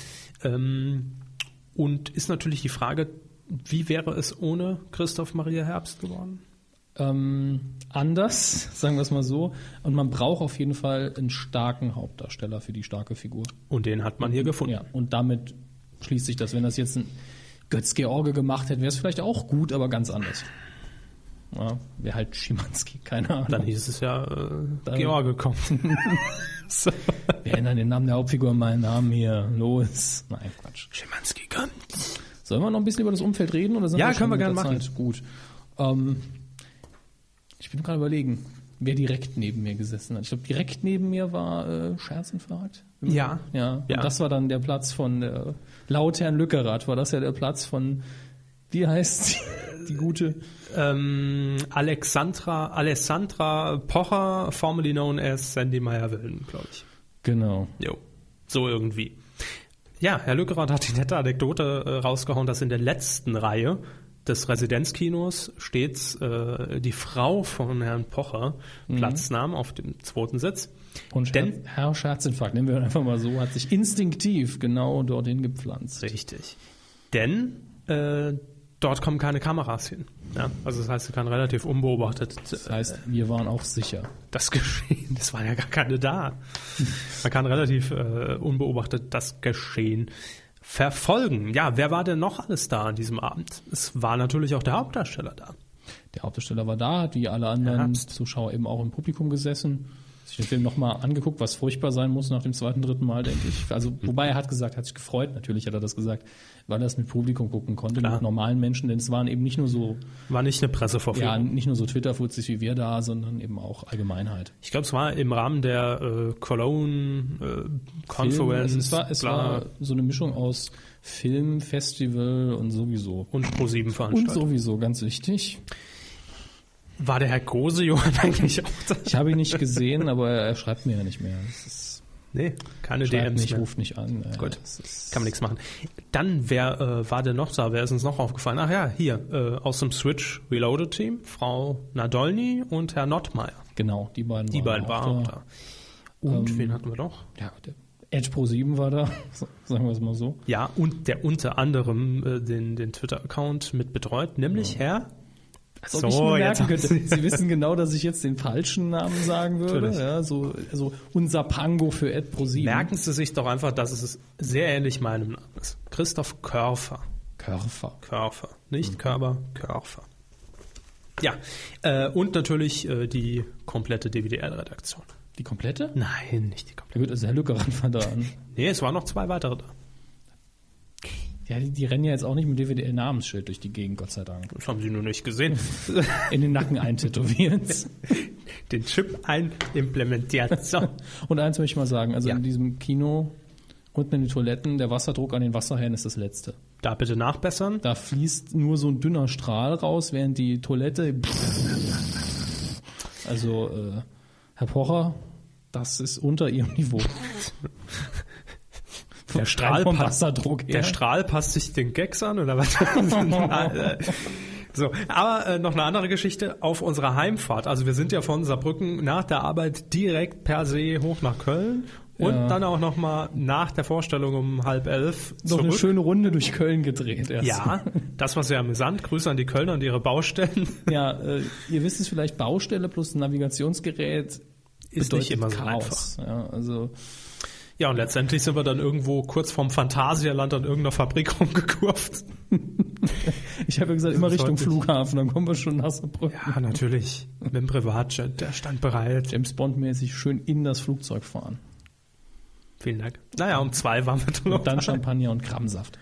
S1: Ähm, und ist natürlich die Frage, wie wäre es ohne Christoph Maria Herbst geworden?
S2: ähm, anders, sagen wir es mal so. Und man braucht auf jeden Fall einen starken Hauptdarsteller für die starke Figur.
S1: Und den hat man hier gefunden.
S2: Ja, und damit schließt sich das. Wenn das jetzt ein Götz-George gemacht hätte, wäre es vielleicht auch gut, aber ganz anders. Ja, wäre halt Schimanski, keine Ahnung.
S1: Dann hieß es ja, äh, George kommt. so.
S2: Wir ändern den Namen der Hauptfigur in meinen Namen hier. Los. Nein, Quatsch.
S1: Schimanski kommt.
S2: Sollen wir noch ein bisschen über das Umfeld reden? Oder sind
S1: Ja,
S2: wir schon
S1: können wir
S2: mit der
S1: gerne machen.
S2: Zeit? Gut. Ähm, ich bin gerade überlegen, wer direkt neben mir gesessen hat. Ich glaube, direkt neben mir war äh, Scherzenfahrt.
S1: Ja.
S2: Ja,
S1: Ja.
S2: und das war dann der Platz von äh, laut Herrn Lückerath, war das ja der Platz von, wie heißt die, die gute?
S1: Ähm, Alexandra, Alessandra Pocher, formerly known as Sandy Meyer-Wilden, glaube ich.
S2: Genau.
S1: Jo, so irgendwie. Ja, Herr Lückerath hat die nette Anekdote äh, rausgehauen, dass in der letzten Reihe des Residenzkinos stets äh, die Frau von Herrn Pocher Platz nahm auf dem zweiten Sitz.
S2: Und Scherz,
S1: Denn-
S2: Herr Scherzinfarkt, nennen wir ihn einfach mal so, hat sich instinktiv genau dorthin gepflanzt.
S1: Richtig. Denn äh, dort kommen keine Kameras hin. Ja, also das heißt, sie kann relativ unbeobachtet äh,
S2: Das heißt, wir waren auch sicher.
S1: das Geschehen. Es waren ja gar keine da. Man kann relativ äh, unbeobachtet das Geschehen verfolgen. Ja, wer war denn noch alles da an diesem Abend? Es war natürlich auch der Hauptdarsteller da.
S2: Der Hauptdarsteller war da, hat wie alle anderen
S1: Herbst.
S2: Zuschauer eben auch im Publikum gesessen, sich den Film nochmal angeguckt, was furchtbar sein muss nach dem zweiten, dritten Mal, denke ich. Also,
S1: Mhm.
S2: wobei er hat gesagt, hat sich gefreut, natürlich hat er das gesagt, weil er es mit Publikum gucken konnte,
S1: Klar.
S2: mit normalen Menschen, denn es waren eben nicht nur so,
S1: War nicht eine
S2: ja,
S1: Presseverführung.
S2: nicht nur so Twitter-Fuzis wie wir da, sondern eben auch halt. Allgemeinheit.
S1: Ich glaube, es war im Rahmen der äh, Cologne äh, Conference
S2: Film, also es war, es
S1: bla,
S2: war so eine Mischung aus Film, Festival und sowieso.
S1: und Pro7
S2: Und
S1: Veranstaltung.
S2: sowieso, ganz wichtig.
S1: War der Herr Grosejohann eigentlich auch da?
S2: Ich habe ihn nicht gesehen, aber er schreibt mir ja nicht mehr. Es ist,
S1: Nee, keine
S2: schreibt
S1: DMs
S2: nicht,
S1: mehr.
S2: ruft nicht an. Äh,
S1: Gut.
S2: es ist-
S1: Kann man nichts machen. Dann, wer äh, war denn noch da? Wer ist uns noch aufgefallen? Ach ja, hier, äh, aus dem Switch Reloaded Team, Frau Nadolny und Herr Nottmeier.
S2: Genau, die beiden
S1: Die beiden waren auch da. Und
S2: Ähm.
S1: wen hatten wir noch?
S2: Ja, der Edge Pro 7 war da, sagen wir es mal so.
S1: Ja, und der unter anderem äh, den, den Twitter-Account mit betreut, nämlich Herr.
S2: Als ob ich mir merken könnte. Sie wissen genau, dass ich jetzt den falschen Namen sagen würde.
S1: Natürlich.
S2: Ja, so, also unser Pango für Ed Pro 7.
S1: merken Sie sich doch einfach, dass es sehr ähnlich meinem Namen ist. Christoph Körfer.
S2: Körfer.
S1: Körfer. Nicht Körper, Körfer. Ja, äh, und natürlich äh, die komplette DVDL-Redaktion.
S2: Die komplette?
S1: Nein, nicht die komplette.
S2: Da wird also Herr Lückerath war da an.
S1: Nee, es waren noch zwei weitere da.
S2: Ja, die, die rennen ja jetzt auch nicht mit DWDL-Namensschild durch die Gegend, Gott sei Dank.
S1: Das haben sie nur nicht gesehen.
S2: In den Nacken eintätowiert.
S1: Den Chip einimplementiert. So.
S2: Und eins möchte ich mal sagen, also
S1: Ja.
S2: in diesem Kino unten in den Toiletten, der Wasserdruck an den Wasserhähnen ist das Letzte.
S1: Da bitte nachbessern.
S2: Da fließt nur so ein dünner Strahl raus, während die Toilette. Also, äh, Herr Pocher, das ist unter Ihrem Niveau. Der
S1: Strahl
S2: vom
S1: passt-
S2: Wasserdruck her.
S1: Der Strahl passt sich den Gags an oder was? Nein, äh, so, aber äh, noch eine andere Geschichte auf unserer Heimfahrt. Also wir sind ja von Saarbrücken nach der Arbeit direkt per se hoch nach Köln Und dann auch nochmal nach der Vorstellung um halb elf
S2: Noch eine
S1: zurück.
S2: schöne Runde durch Köln gedreht. erst.
S1: ja, das war sehr amüsant. Grüße an die Kölner und ihre Baustellen.
S2: Ja, äh, ihr wisst es vielleicht, Baustelle plus ein Navigationsgerät
S1: Ist
S2: bedeutet
S1: nicht immer so
S2: Chaos. Ja, also
S1: Ja, und letztendlich sind wir dann irgendwo kurz vorm Phantasialand an irgendeiner Fabrik rumgekurvt.
S2: ich habe ja gesagt, immer
S1: Das ist
S2: Richtung
S1: deutlich.
S2: Flughafen, dann kommen wir schon nach Saarbrücken.
S1: Ja, natürlich. Mit dem Privatjet, der stand bereit.
S2: James Bond-mäßig schön in das Flugzeug fahren.
S1: Vielen Dank. Naja, um zwei waren wir dann noch.
S2: Und dann Champagner und Kramsaft.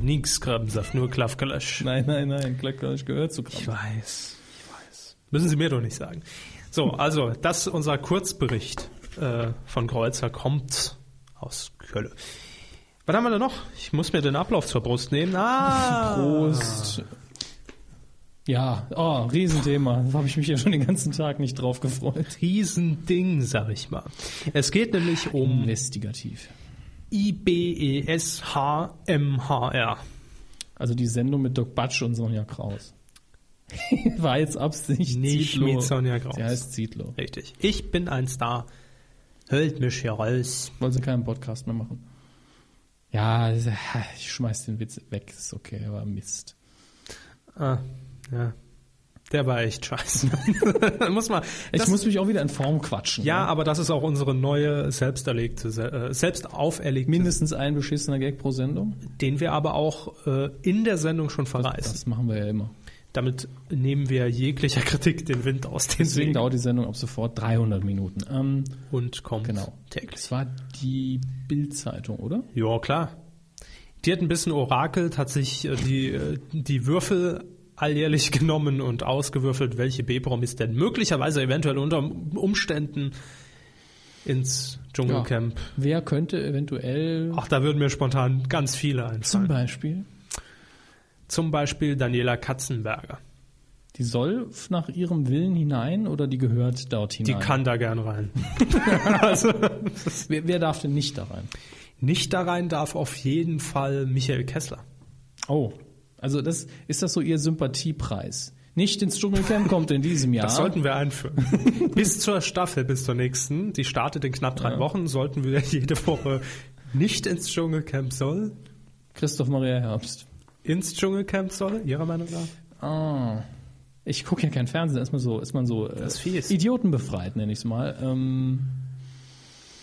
S1: Nix Krabbensaft, nur Klaffgelasch.
S2: Nein, nein, nein, Glöcklich gehört zu Kram.
S1: Ich weiß, ich weiß. Müssen Sie mir doch nicht sagen. So, also, das ist unser Kurzbericht äh, von Kreuzer kommt aus Köln. Was haben wir denn noch? Ich muss mir den Ablauf zur Brust nehmen. Ah!
S2: Prost. Ja, oh, Riesenthema. Da habe ich mich ja schon den ganzen Tag nicht drauf gefreut.
S1: Riesending, sag ich mal. Es geht nämlich um E
S2: Investigativ.
S1: IBESHMHR.
S2: Also die Sendung mit Doc Batsch und Sonja Kraus. War jetzt Absicht.
S1: Nicht
S2: Zietlow.
S1: mit Sonja Kraus.
S2: Sie heißt Zietlow.
S1: Richtig. Ich bin ein Star. Hält mich hier raus.
S2: Wollen sie keinen Podcast mehr machen. Ja, also, ich schmeiß den Witz weg. Ist okay, aber Mist.
S1: Ah, ja. Der war echt scheiße. muss man.
S2: Ich
S1: das-
S2: muss mich auch wieder in Form quatschen.
S1: ja,
S2: ne?
S1: aber das ist auch unsere neue selbst erlegte, äh, selbst auferlegte,
S2: Mindestens ein beschissener Gag pro Sendung.
S1: den wir aber auch äh, in der Sendung schon verreißen.
S2: Das machen wir ja immer.
S1: Damit nehmen wir jeglicher Kritik den Wind aus den
S2: Deswegen
S1: Segeln
S2: dauert die Sendung ab sofort 300 Minuten. Ähm,
S1: und kommt
S2: genau.
S1: täglich.
S2: Das war die Bild-Zeitung, oder?
S1: Ja, klar. Die hat ein bisschen orakelt, hat sich äh, die, äh, die Würfel alljährlich genommen und ausgewürfelt, welche B-Promis denn möglicherweise eventuell unter Umständen ins Dschungelcamp.
S2: Wer könnte eventuell
S1: Ach, da würden mir spontan ganz viele
S2: zum
S1: einfallen.
S2: Beispiel,
S1: Zum Beispiel Daniela Katzenberger.
S2: die soll nach ihrem Willen hinein oder die gehört dort
S1: Die
S2: hinein?
S1: kann da gern rein. also,
S2: Wer, wer darf denn nicht da rein?
S1: nicht da rein darf auf jeden Fall Michael Kessler.
S2: Oh, also das ist das so ihr Sympathiepreis? Nicht ins Dschungelcamp kommt in diesem Jahr.
S1: Das sollten wir einführen. bis zur Staffel, bis zur nächsten, die startet in knapp drei Wochen, sollten wir jede Woche nicht ins Dschungelcamp soll,
S2: Christoph Maria Herbst.
S1: ins Dschungelcamp soll, Ihrer Meinung nach?
S2: Ah. Ich gucke ja kein Fernsehen, ist man so, ist man so äh,
S1: ist fies.
S2: idiotenbefreit, nenne ich es mal. Ähm,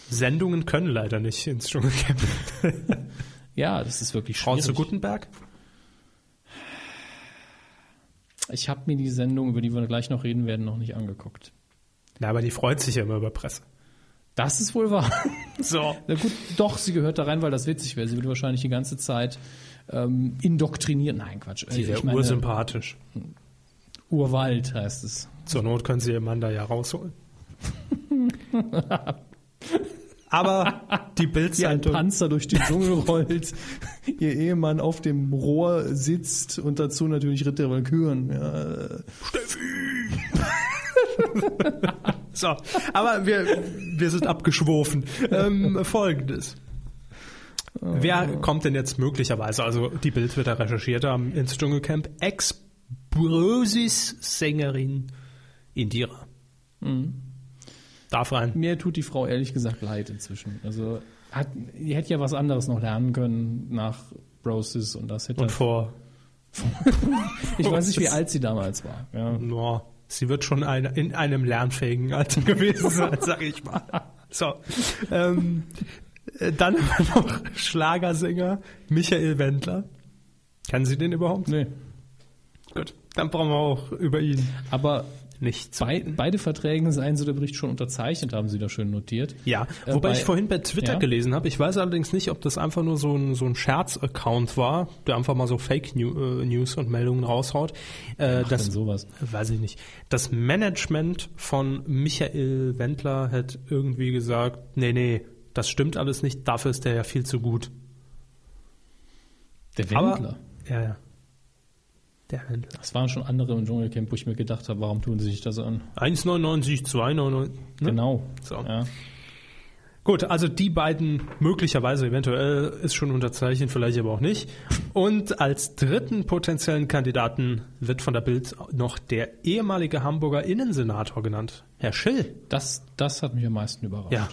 S1: Sendungen können leider nicht ins Dschungelcamp.
S2: ja, das ist wirklich
S1: Frau
S2: schwierig.
S1: zu Gutenberg?
S2: Ich habe mir die Sendung, über die wir gleich noch reden werden, noch nicht angeguckt.
S1: Na, aber die freut sich ja immer über Presse.
S2: Das ist wohl wahr.
S1: So.
S2: Na gut, doch, sie gehört da rein, weil das witzig wäre. Sie würde wahrscheinlich die ganze Zeit ähm, indoktrinieren. Nein, Quatsch.
S1: Die
S2: Äh,
S1: ist
S2: ich
S1: ja
S2: meine,
S1: ursympathisch.
S2: Urwald heißt es.
S1: Zur Not können Sie Ihren Mann da ja rausholen. aber die
S2: Wie ein
S1: Bildzeitung.
S2: Panzer durch den Dschungel rollt, ihr Ehemann auf dem Rohr sitzt und dazu natürlich Ritter Valkyren. Ja, äh,
S1: So, aber wir, wir sind abgeschworfen. Ähm, Folgendes. Wer kommt denn jetzt möglicherweise, also die Bild wird da recherchiert haben, ins Dschungelcamp? Ex-Brosis-Sängerin Indira. Darf rein.
S2: Mir tut die Frau ehrlich gesagt leid inzwischen. Also hat, die hätte ja was anderes noch lernen können nach Broses und das hätte. halt-
S1: Und vor,
S2: ich weiß nicht, wie alt sie damals war. Ja.
S1: no, sie wird schon ein, in einem lernfähigen Alter gewesen sein, sag ich mal. So, ähm, äh, dann haben wir noch Schlagersänger Michael Wendler. Kennen Sie den überhaupt?
S2: Nee.
S1: Gut, dann brauchen wir auch über ihn
S2: Aber
S1: nicht zu.
S2: bei, beide Verträge seien so der Bericht schon unterzeichnet, haben sie da schön notiert.
S1: Ja,
S2: Äh,
S1: wobei
S2: bei-
S1: ich vorhin bei Twitter
S2: Ja?
S1: gelesen habe. Ich weiß allerdings nicht, ob das einfach nur so ein, so ein Scherz-Account war, der einfach mal so Fake New, äh, News und Meldungen raushaut. Äh,
S2: Denn
S1: das
S2: sowas.
S1: weiß ich nicht. Das Management von Michael Wendler hat irgendwie gesagt, nee, nee, das stimmt alles nicht, dafür ist der ja viel zu gut.
S2: Der
S1: Aber
S2: Wendler.
S1: ja, ja. Der Wendler.
S2: Das waren schon andere im Dschungelcamp, wo ich mir gedacht habe, warum tun sie sich das an?
S1: 1,99, 2,99. Ne?
S2: Genau.
S1: So.
S2: Ja.
S1: Gut, also die beiden möglicherweise, eventuell ist schon unterzeichnet, vielleicht aber auch nicht. Und als dritten potenziellen Kandidaten wird von der Bild noch der ehemalige Hamburger Innensenator genannt, Herr Schill.
S2: Das, das hat mich am meisten überrascht.
S1: Ja,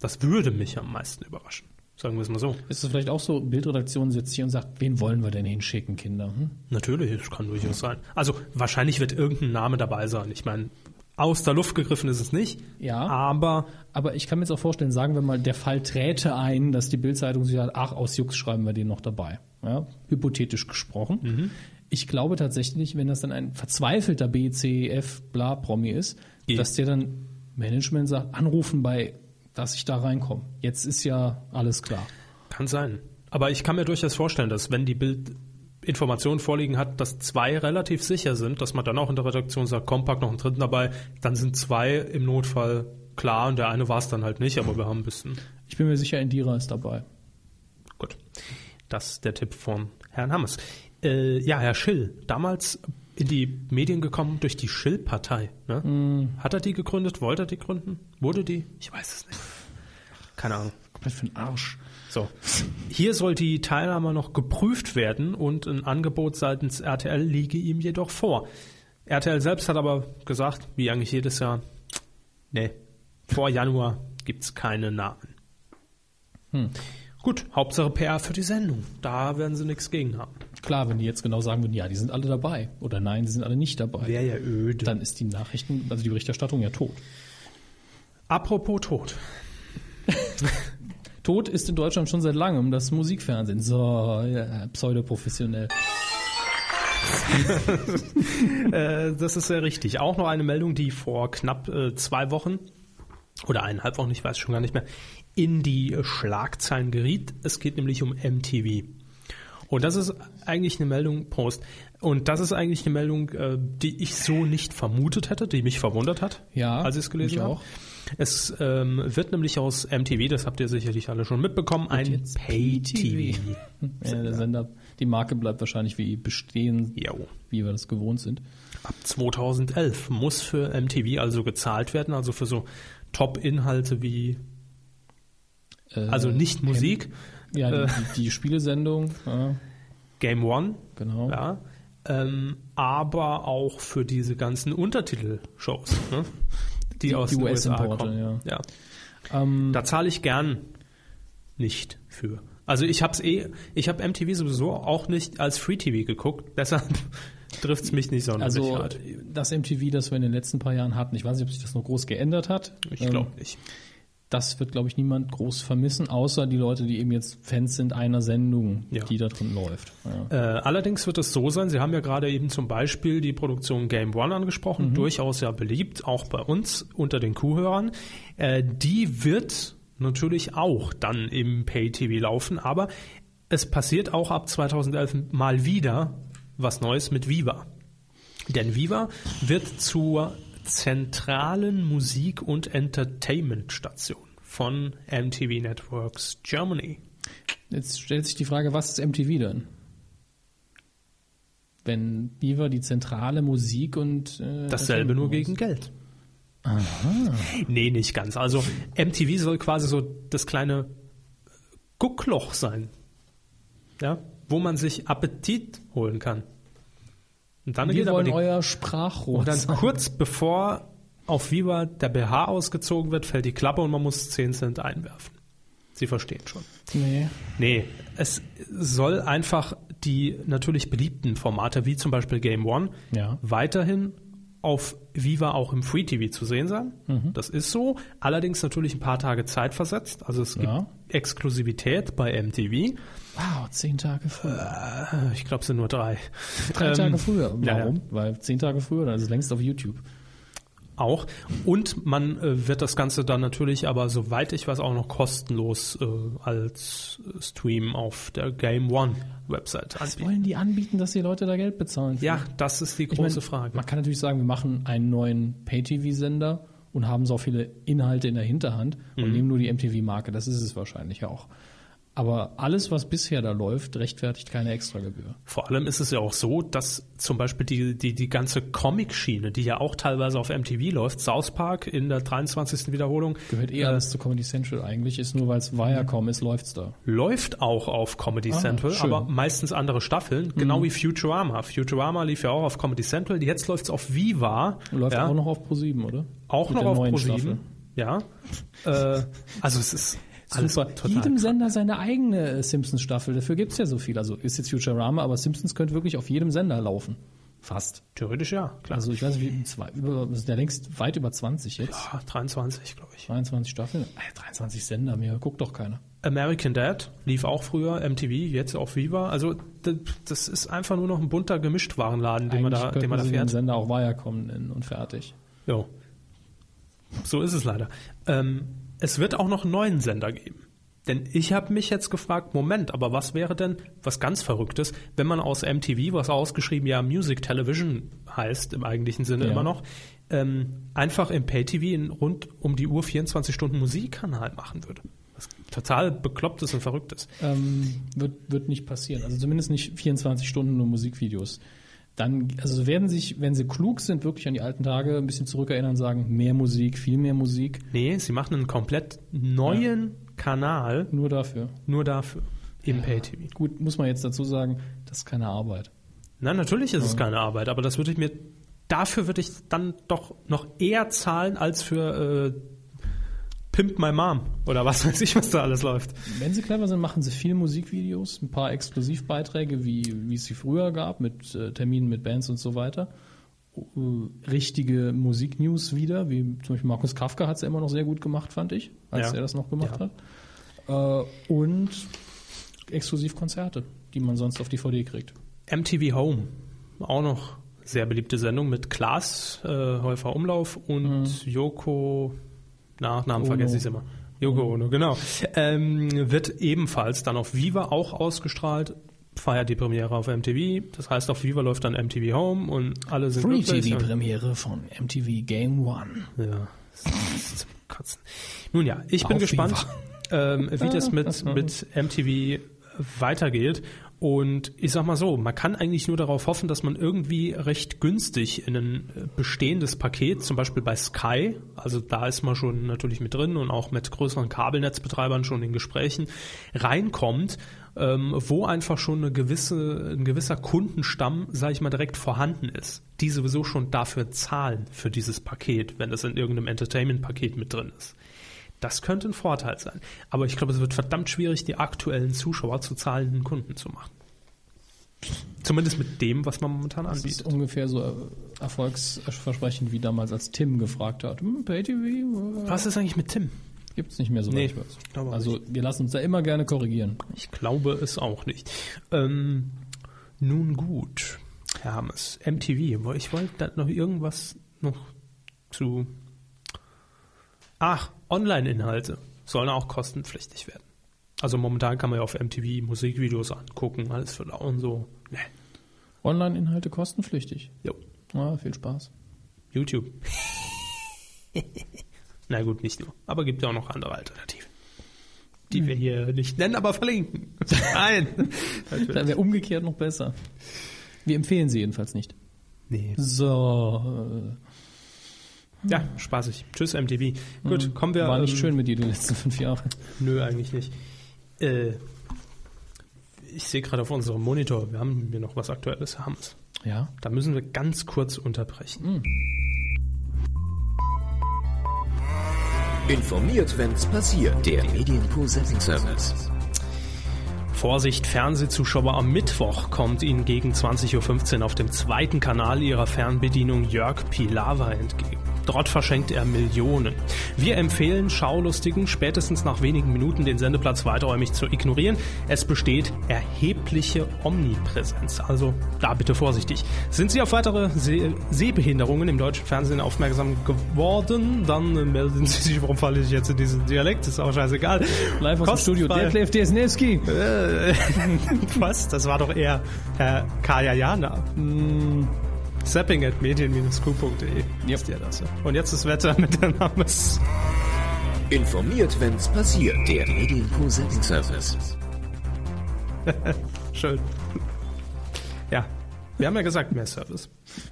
S1: Das würde mich am meisten überraschen. Sagen wir es mal so.
S2: Ist es vielleicht auch so, Bildredaktion sitzt hier und sagt, wen wollen wir denn hinschicken, Kinder? Hm?
S1: Natürlich, das kann durchaus sein. Also wahrscheinlich wird irgendein Name dabei sein. Ich meine, aus der Luft gegriffen ist es nicht.
S2: Ja.
S1: Aber
S2: Aber ich kann mir jetzt auch vorstellen, sagen wir mal, der Fall träte ein, dass die Bildzeitung sich sagt, ach, aus Jux schreiben wir den noch dabei. Ja, hypothetisch gesprochen. Ich glaube tatsächlich, wenn das dann ein verzweifelter BCF bla Promi ist,
S1: Geht.
S2: dass der dann Management sagt, anrufen bei, dass ich da reinkomme. Jetzt ist ja alles klar.
S1: kann sein. Aber ich kann mir durchaus vorstellen, dass wenn die Bild Informationen vorliegen hat, dass zwei relativ sicher sind, dass man dann auch in der Redaktion sagt, komm, pack noch einen dritten dabei, dann sind zwei im Notfall klar und der eine war es dann halt nicht, aber wir haben ein bisschen.
S2: Ich bin mir sicher, Indira ist dabei.
S1: Gut. Das ist der Tipp von Herrn Hammes. Äh, ja, Herr Schill, damals in die Medien gekommen durch die Schill-Partei. Ne? Hat er die gegründet? Wollte er die gründen? Wurde die? Ich weiß es nicht. Keine Ahnung.
S2: Komplett für den Arsch.
S1: So. Hier soll die Teilnahme noch geprüft werden und ein Angebot seitens RTL liege ihm jedoch vor. RTL selbst hat aber gesagt, wie eigentlich jedes Jahr, nee, vor Januar gibt's keine Namen. Hm. Gut, Hauptsache PR für die Sendung. Da werden sie nichts gegen haben.
S2: Klar, wenn die jetzt genau sagen würden, ja, die sind alle dabei. Oder nein, die sind alle nicht dabei.
S1: Wäre ja öde.
S2: Dann ist die Nachrichten, also die Berichterstattung ja tot.
S1: Apropos Tod.
S2: Tot ist in Deutschland schon seit langem das Musikfernsehen. So, ja, pseudoprofessionell.
S1: Äh, Das ist sehr richtig. Auch noch eine Meldung, die vor knapp äh, zwei Wochen oder eineinhalb Wochen, ich weiß schon gar nicht mehr, in die äh, Schlagzeilen geriet. Es geht nämlich um MTV. Und das ist eigentlich eine Meldung, Prost. Und das ist eigentlich eine Meldung, äh, die ich so nicht vermutet hätte, die mich verwundert hat,
S2: Ja,
S1: als ich es gelesen
S2: mich
S1: habe.
S2: auch.
S1: Es ähm, wird nämlich aus MTV, das habt ihr sicherlich alle schon mitbekommen, ein
S2: jetzt
S1: Pay-TV.
S2: Ja, der Sender, die Marke bleibt wahrscheinlich wie bestehen,
S1: Jo.
S2: wie wir das gewohnt sind.
S1: Ab 2011 muss für MTV also gezahlt werden, also für so Top-Inhalte wie,
S2: Äh,
S1: also nicht Musik,
S2: Ja,
S1: äh.
S2: die, die, die Spielesendung, ja,
S1: Game One,
S2: genau.
S1: ja, ähm, aber auch für diese ganzen Untertitel-Shows, ne? die,
S2: Die-
S1: aus
S2: die
S1: den USA
S2: US-Importe,
S1: kommen.
S2: ja.
S1: Ähm, da zahle ich gern nicht für. Also ich hab's eh, ich habe MTV sowieso auch nicht als Free TV geguckt, deshalb trifft's mich nicht sonderlich
S2: Also
S1: hart.
S2: das MTV, das wir in den letzten paar Jahren hatten, ich weiß nicht, ob sich das noch groß geändert hat.
S1: Ich
S2: Ähm,
S1: glaube nicht.
S2: Das wird, glaube ich, niemand groß vermissen, außer die Leute, die eben jetzt Fans sind einer Sendung,
S1: Ja.
S2: die da drin läuft. Ja.
S1: Äh, allerdings wird es so sein, Sie haben ja gerade eben zum Beispiel die Produktion Game One angesprochen, durchaus ja beliebt, auch bei uns unter den Kuhhörern. Äh, die wird natürlich auch dann im Pay-TV laufen, aber es passiert auch ab 2011 mal wieder was Neues mit Viva. Denn Viva wird zur zentralen Musik- und Entertainment-Station von MTV Networks Germany.
S2: Jetzt stellt sich die Frage, was ist MTV denn? Wenn Beaver die zentrale Musik und äh,
S1: Dasselbe nur gegen Geld. Aha. Nee, nicht ganz. Also MTV soll quasi so das kleine Guckloch sein. Ja, wo man sich Appetit holen kann. Und dann
S2: wir
S1: geht aber
S2: wollen
S1: die,
S2: euer Sprachrohr.
S1: und dann
S2: sein.
S1: kurz bevor auf Viva der BH ausgezogen wird, fällt die Klappe und man muss 10 Cent einwerfen. Sie verstehen schon.
S2: nee.
S1: Nee, es soll einfach die natürlich beliebten Formate, wie zum Beispiel Game One,
S2: Ja.
S1: weiterhin auf Viva auch im Free TV zu sehen sein.
S2: Mhm.
S1: Das ist so. Allerdings natürlich ein paar Tage Zeit versetzt. Also es gibt
S2: Ja.
S1: Exklusivität bei MTV.
S2: Wow, zehn Tage früher.
S1: Äh, Ich glaube, es sind nur drei.
S2: Drei
S1: ähm,
S2: Tage früher. Warum?
S1: ja, ja.
S2: Weil zehn Tage früher, dann ist es längst auf YouTube.
S1: Auch. Und man äh, wird das Ganze dann natürlich aber, soweit ich weiß, auch noch kostenlos äh, als Stream auf der Game One Website
S2: Was
S1: anbieten.
S2: wollen die anbieten, dass die Leute da Geld bezahlen? für?
S1: Ja, das ist die
S2: Ich meine,
S1: große Frage.
S2: Man kann natürlich sagen, wir machen einen neuen Pay-TV-Sender und haben so viele Inhalte in der Hinterhand
S1: Mhm.
S2: und nehmen nur die MTV-Marke. Das ist es wahrscheinlich auch. Aber alles, was bisher da läuft, rechtfertigt keine Extragebühr.
S1: Vor allem ist es ja auch so, dass zum Beispiel die, die, die ganze Comic-Schiene, die ja auch teilweise auf MTV läuft, South Park in der 23. Wiederholung, äh,
S2: Gehört eh alles zu Comedy Central eigentlich. Ist nur, weil es Viacom ist, läuft's da.
S1: läuft auch auf Comedy Central,
S2: Ah, schön. Mhm.
S1: aber meistens andere Staffeln, genau wie Futurama. Futurama lief ja auch auf Comedy Central, jetzt läuft es auf Viva.
S2: Läuft
S1: ja,
S2: auch noch auf Pro7, oder?
S1: Auch
S2: Mit
S1: noch
S2: der
S1: auf
S2: neuen
S1: ProSieben.
S2: Staffel.
S1: Ja. äh, also es ist alles
S2: Super.
S1: total
S2: Jedem
S1: krass.
S2: Sender seine eigene äh, Simpsons-Staffel. Dafür gibt's ja so viel. Also ist jetzt Futurama, aber Simpsons könnte wirklich auf jedem Sender laufen. Fast.
S1: Theoretisch ja, klar.
S2: Also ich weiß nicht, wie zwei, über, das sind ja längst weit über 20 jetzt.
S1: Ah, 23, glaube ich.
S2: 23 Staffeln, äh, 23 Sender, mir guckt doch keiner.
S1: American Dad lief auch früher, MTV, jetzt auf Viva. Also d- das ist einfach nur noch ein bunter Gemischtwarenladen, den man da,
S2: könnten
S1: den man da
S2: sie den
S1: fährt.
S2: Sender auch Viacom nennen und fertig.
S1: Jo. So ist es leider. Ähm, es wird auch noch einen neuen Sender geben. Denn ich habe mich jetzt gefragt, Moment, aber was wäre denn was ganz Verrücktes, wenn man aus MTV, was ausgeschrieben ja Music Television heißt, im eigentlichen Sinne
S2: Ja.
S1: immer noch, ähm, einfach im Pay-TV in rund um die Uhr 24 Stunden Musikkanal machen würde. Was total beklopptes und verrücktes.
S2: Ähm, wird, wird nicht passieren. Also zumindest nicht 24 Stunden nur Musikvideos. Dann, also werden sich, wenn sie klug sind, wirklich an die alten Tage ein bisschen zurückerinnern und sagen, mehr Musik, viel mehr Musik,
S1: Nee, sie machen einen komplett neuen Kanal
S2: nur dafür.
S1: nur dafür im Pay-TV.
S2: Gut, muss man jetzt dazu sagen, das ist keine Arbeit.
S1: Na, natürlich ist es keine Arbeit, aber das würde ich mir, dafür würde ich dann doch noch eher zahlen als für äh, Pimp My Mom oder was weiß ich, was da alles läuft.
S2: Wenn sie clever sind, machen sie viel Musikvideos, ein paar Exklusivbeiträge, wie, wie es sie früher gab, mit äh, Terminen mit Bands und so weiter. Äh, richtige Musiknews wieder, wie zum Beispiel Markus Kafka hat es ja immer noch sehr gut gemacht, fand ich, als
S1: Ja.
S2: er das noch gemacht
S1: Ja.
S2: hat. Äh, und Exklusivkonzerte, die man sonst auf DVD kriegt.
S1: MTV Home, auch noch sehr beliebte Sendung mit Klaas, äh, Häufer Umlauf und Joko, Nachnamen vergesse ich immer. Joko Ono, genau. Ähm, wird ebenfalls dann auf Viva auch ausgestrahlt. Feiert die Premiere auf MTV. Das heißt, auf Viva läuft dann MTV Home und alle sind glücklich und-
S2: Premiere von MTV Game One.
S1: Ja, das ist zum Kotzen. Nun ja, ich bin
S2: Auf
S1: gespannt, ähm, wie das mit,
S2: Ah, das war-
S1: mit MTV weitergeht. Und ich sag mal so, man kann eigentlich nur darauf hoffen, dass man irgendwie recht günstig in ein äh, bestehendes Paket, zum Beispiel bei Sky, also da ist man schon natürlich mit drin und auch mit größeren Kabelnetzbetreibern schon in Gesprächen, reinkommt, ähm, wo einfach schon eine gewisse, ein gewisser Kundenstamm, sage ich mal, direkt vorhanden ist, die sowieso schon dafür zahlen für dieses Paket, wenn das in irgendeinem Entertainment-Paket mit drin ist. Das könnte ein Vorteil sein. Aber ich glaube, es wird verdammt schwierig, die aktuellen Zuschauer zu zahlenden Kunden zu machen. Zumindest mit dem, was man momentan
S2: Das ist
S1: anbietet.
S2: ungefähr so äh, erfolgsversprechend wie damals, als Tim gefragt hat, hm, PayTV, äh,
S1: Was ist eigentlich mit Tim?
S2: Gibt es nicht mehr so
S1: Nee,
S2: weit ich weiß.
S1: ich glaube auch
S2: Also wir lassen uns da immer gerne korrigieren.
S1: Ich glaube es auch nicht. Ähm, nun gut, Hermes, MTV. wo- Ich wollte da noch irgendwas noch zu. Ach, Online-Inhalte sollen auch kostenpflichtig werden. Also momentan kann man ja auf MTV Musikvideos angucken, alles wird auch und so. Ne.
S2: Online-Inhalte kostenpflichtig.
S1: Jo.
S2: Ah, viel Spaß.
S1: YouTube. Na gut, nicht nur. Aber gibt ja auch noch andere Alternativen. Die wir hier nicht nennen, aber verlinken. Nein.
S2: Da wäre umgekehrt noch besser. Wir empfehlen sie jedenfalls nicht.
S1: Nee.
S2: So, äh,
S1: Ja, spaßig. Tschüss, MTV. Gut, kommen
S2: äh,
S1: wir.
S2: war nicht
S1: ähm,
S2: schön mit dir die letzten fünf Jahre.
S1: Nö, eigentlich nicht. Äh, ich sehe gerade auf unserem Monitor, wir haben hier noch was Aktuelles, haben es.
S2: Ja.
S1: Da müssen wir ganz kurz unterbrechen.
S6: Informiert, wenn's passiert. Der Medienpool Setting Service.
S1: Vorsicht, Fernsehzuschauer, am Mittwoch kommt Ihnen gegen 20.15 Uhr auf dem zweiten Kanal Ihrer Fernbedienung Jörg Pilawa entgegen. Dort verschenkt er Millionen. Wir empfehlen Schaulustigen spätestens nach wenigen Minuten den Sendeplatz weiträumig zu ignorieren. Es besteht erhebliche Omnipräsenz. Also da bitte vorsichtig. Sind Sie auf weitere Seh Sehbehinderungen im deutschen Fernsehen aufmerksam geworden? Dann äh, melden Sie sich. Warum falle ich jetzt in diesen Dialekt? Ist auch scheißegal.
S2: Live aus dem Studio.
S1: Kostenfrei.
S2: Detlef Desnevsky.
S1: Äh, was? Das war doch eher Herr Kajajana. Zapping at medien-q.de. Wisst ihr das? ja? Und jetzt das Wetter mit der Name. ist-
S6: Informiert, wenn's passiert. Der Medienpool Setting Service.
S1: Schön. Ja, wir haben ja gesagt, mehr Service.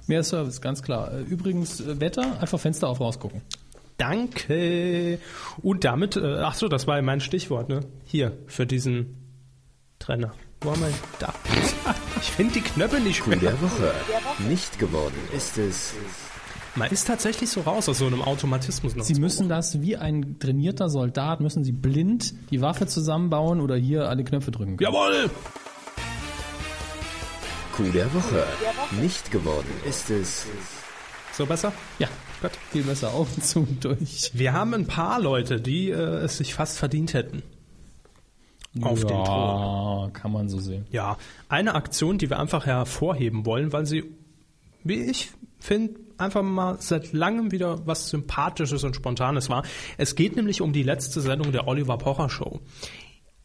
S2: Mehr Service, ganz klar. Äh, Übrigens, äh, Wetter, einfach Fenster auf rausgucken.
S1: Danke. Und damit, äh, ach so, das war ja mein Stichwort, ne? Hier, für diesen Trenner. Wo haben wir ihn? Da. Ich finde die Knöpfe nicht
S6: Kuh
S1: mehr.
S6: der Woche. Nicht geworden ist es
S1: Man ist tatsächlich so raus aus so einem Automatismus. Noch
S2: Sie müssen das wie ein trainierter Soldat, müssen Sie blind die Waffe zusammenbauen oder hier alle Knöpfe drücken. Können.
S1: Jawohl!
S6: Coup der Woche. Nicht geworden ist es
S1: So besser?
S2: Ja, Gott, viel besser Augen zu und durch.
S1: Wir haben ein paar Leute, die äh, es sich fast verdient hätten. Auf
S2: ja,
S1: den Thron.
S2: kann man so sehen.
S1: Ja, eine Aktion, die wir einfach hervorheben wollen, weil sie, wie ich finde, einfach mal seit langem wieder was Sympathisches und Spontanes war. Es geht nämlich um die letzte Sendung der Oliver Pocher Show.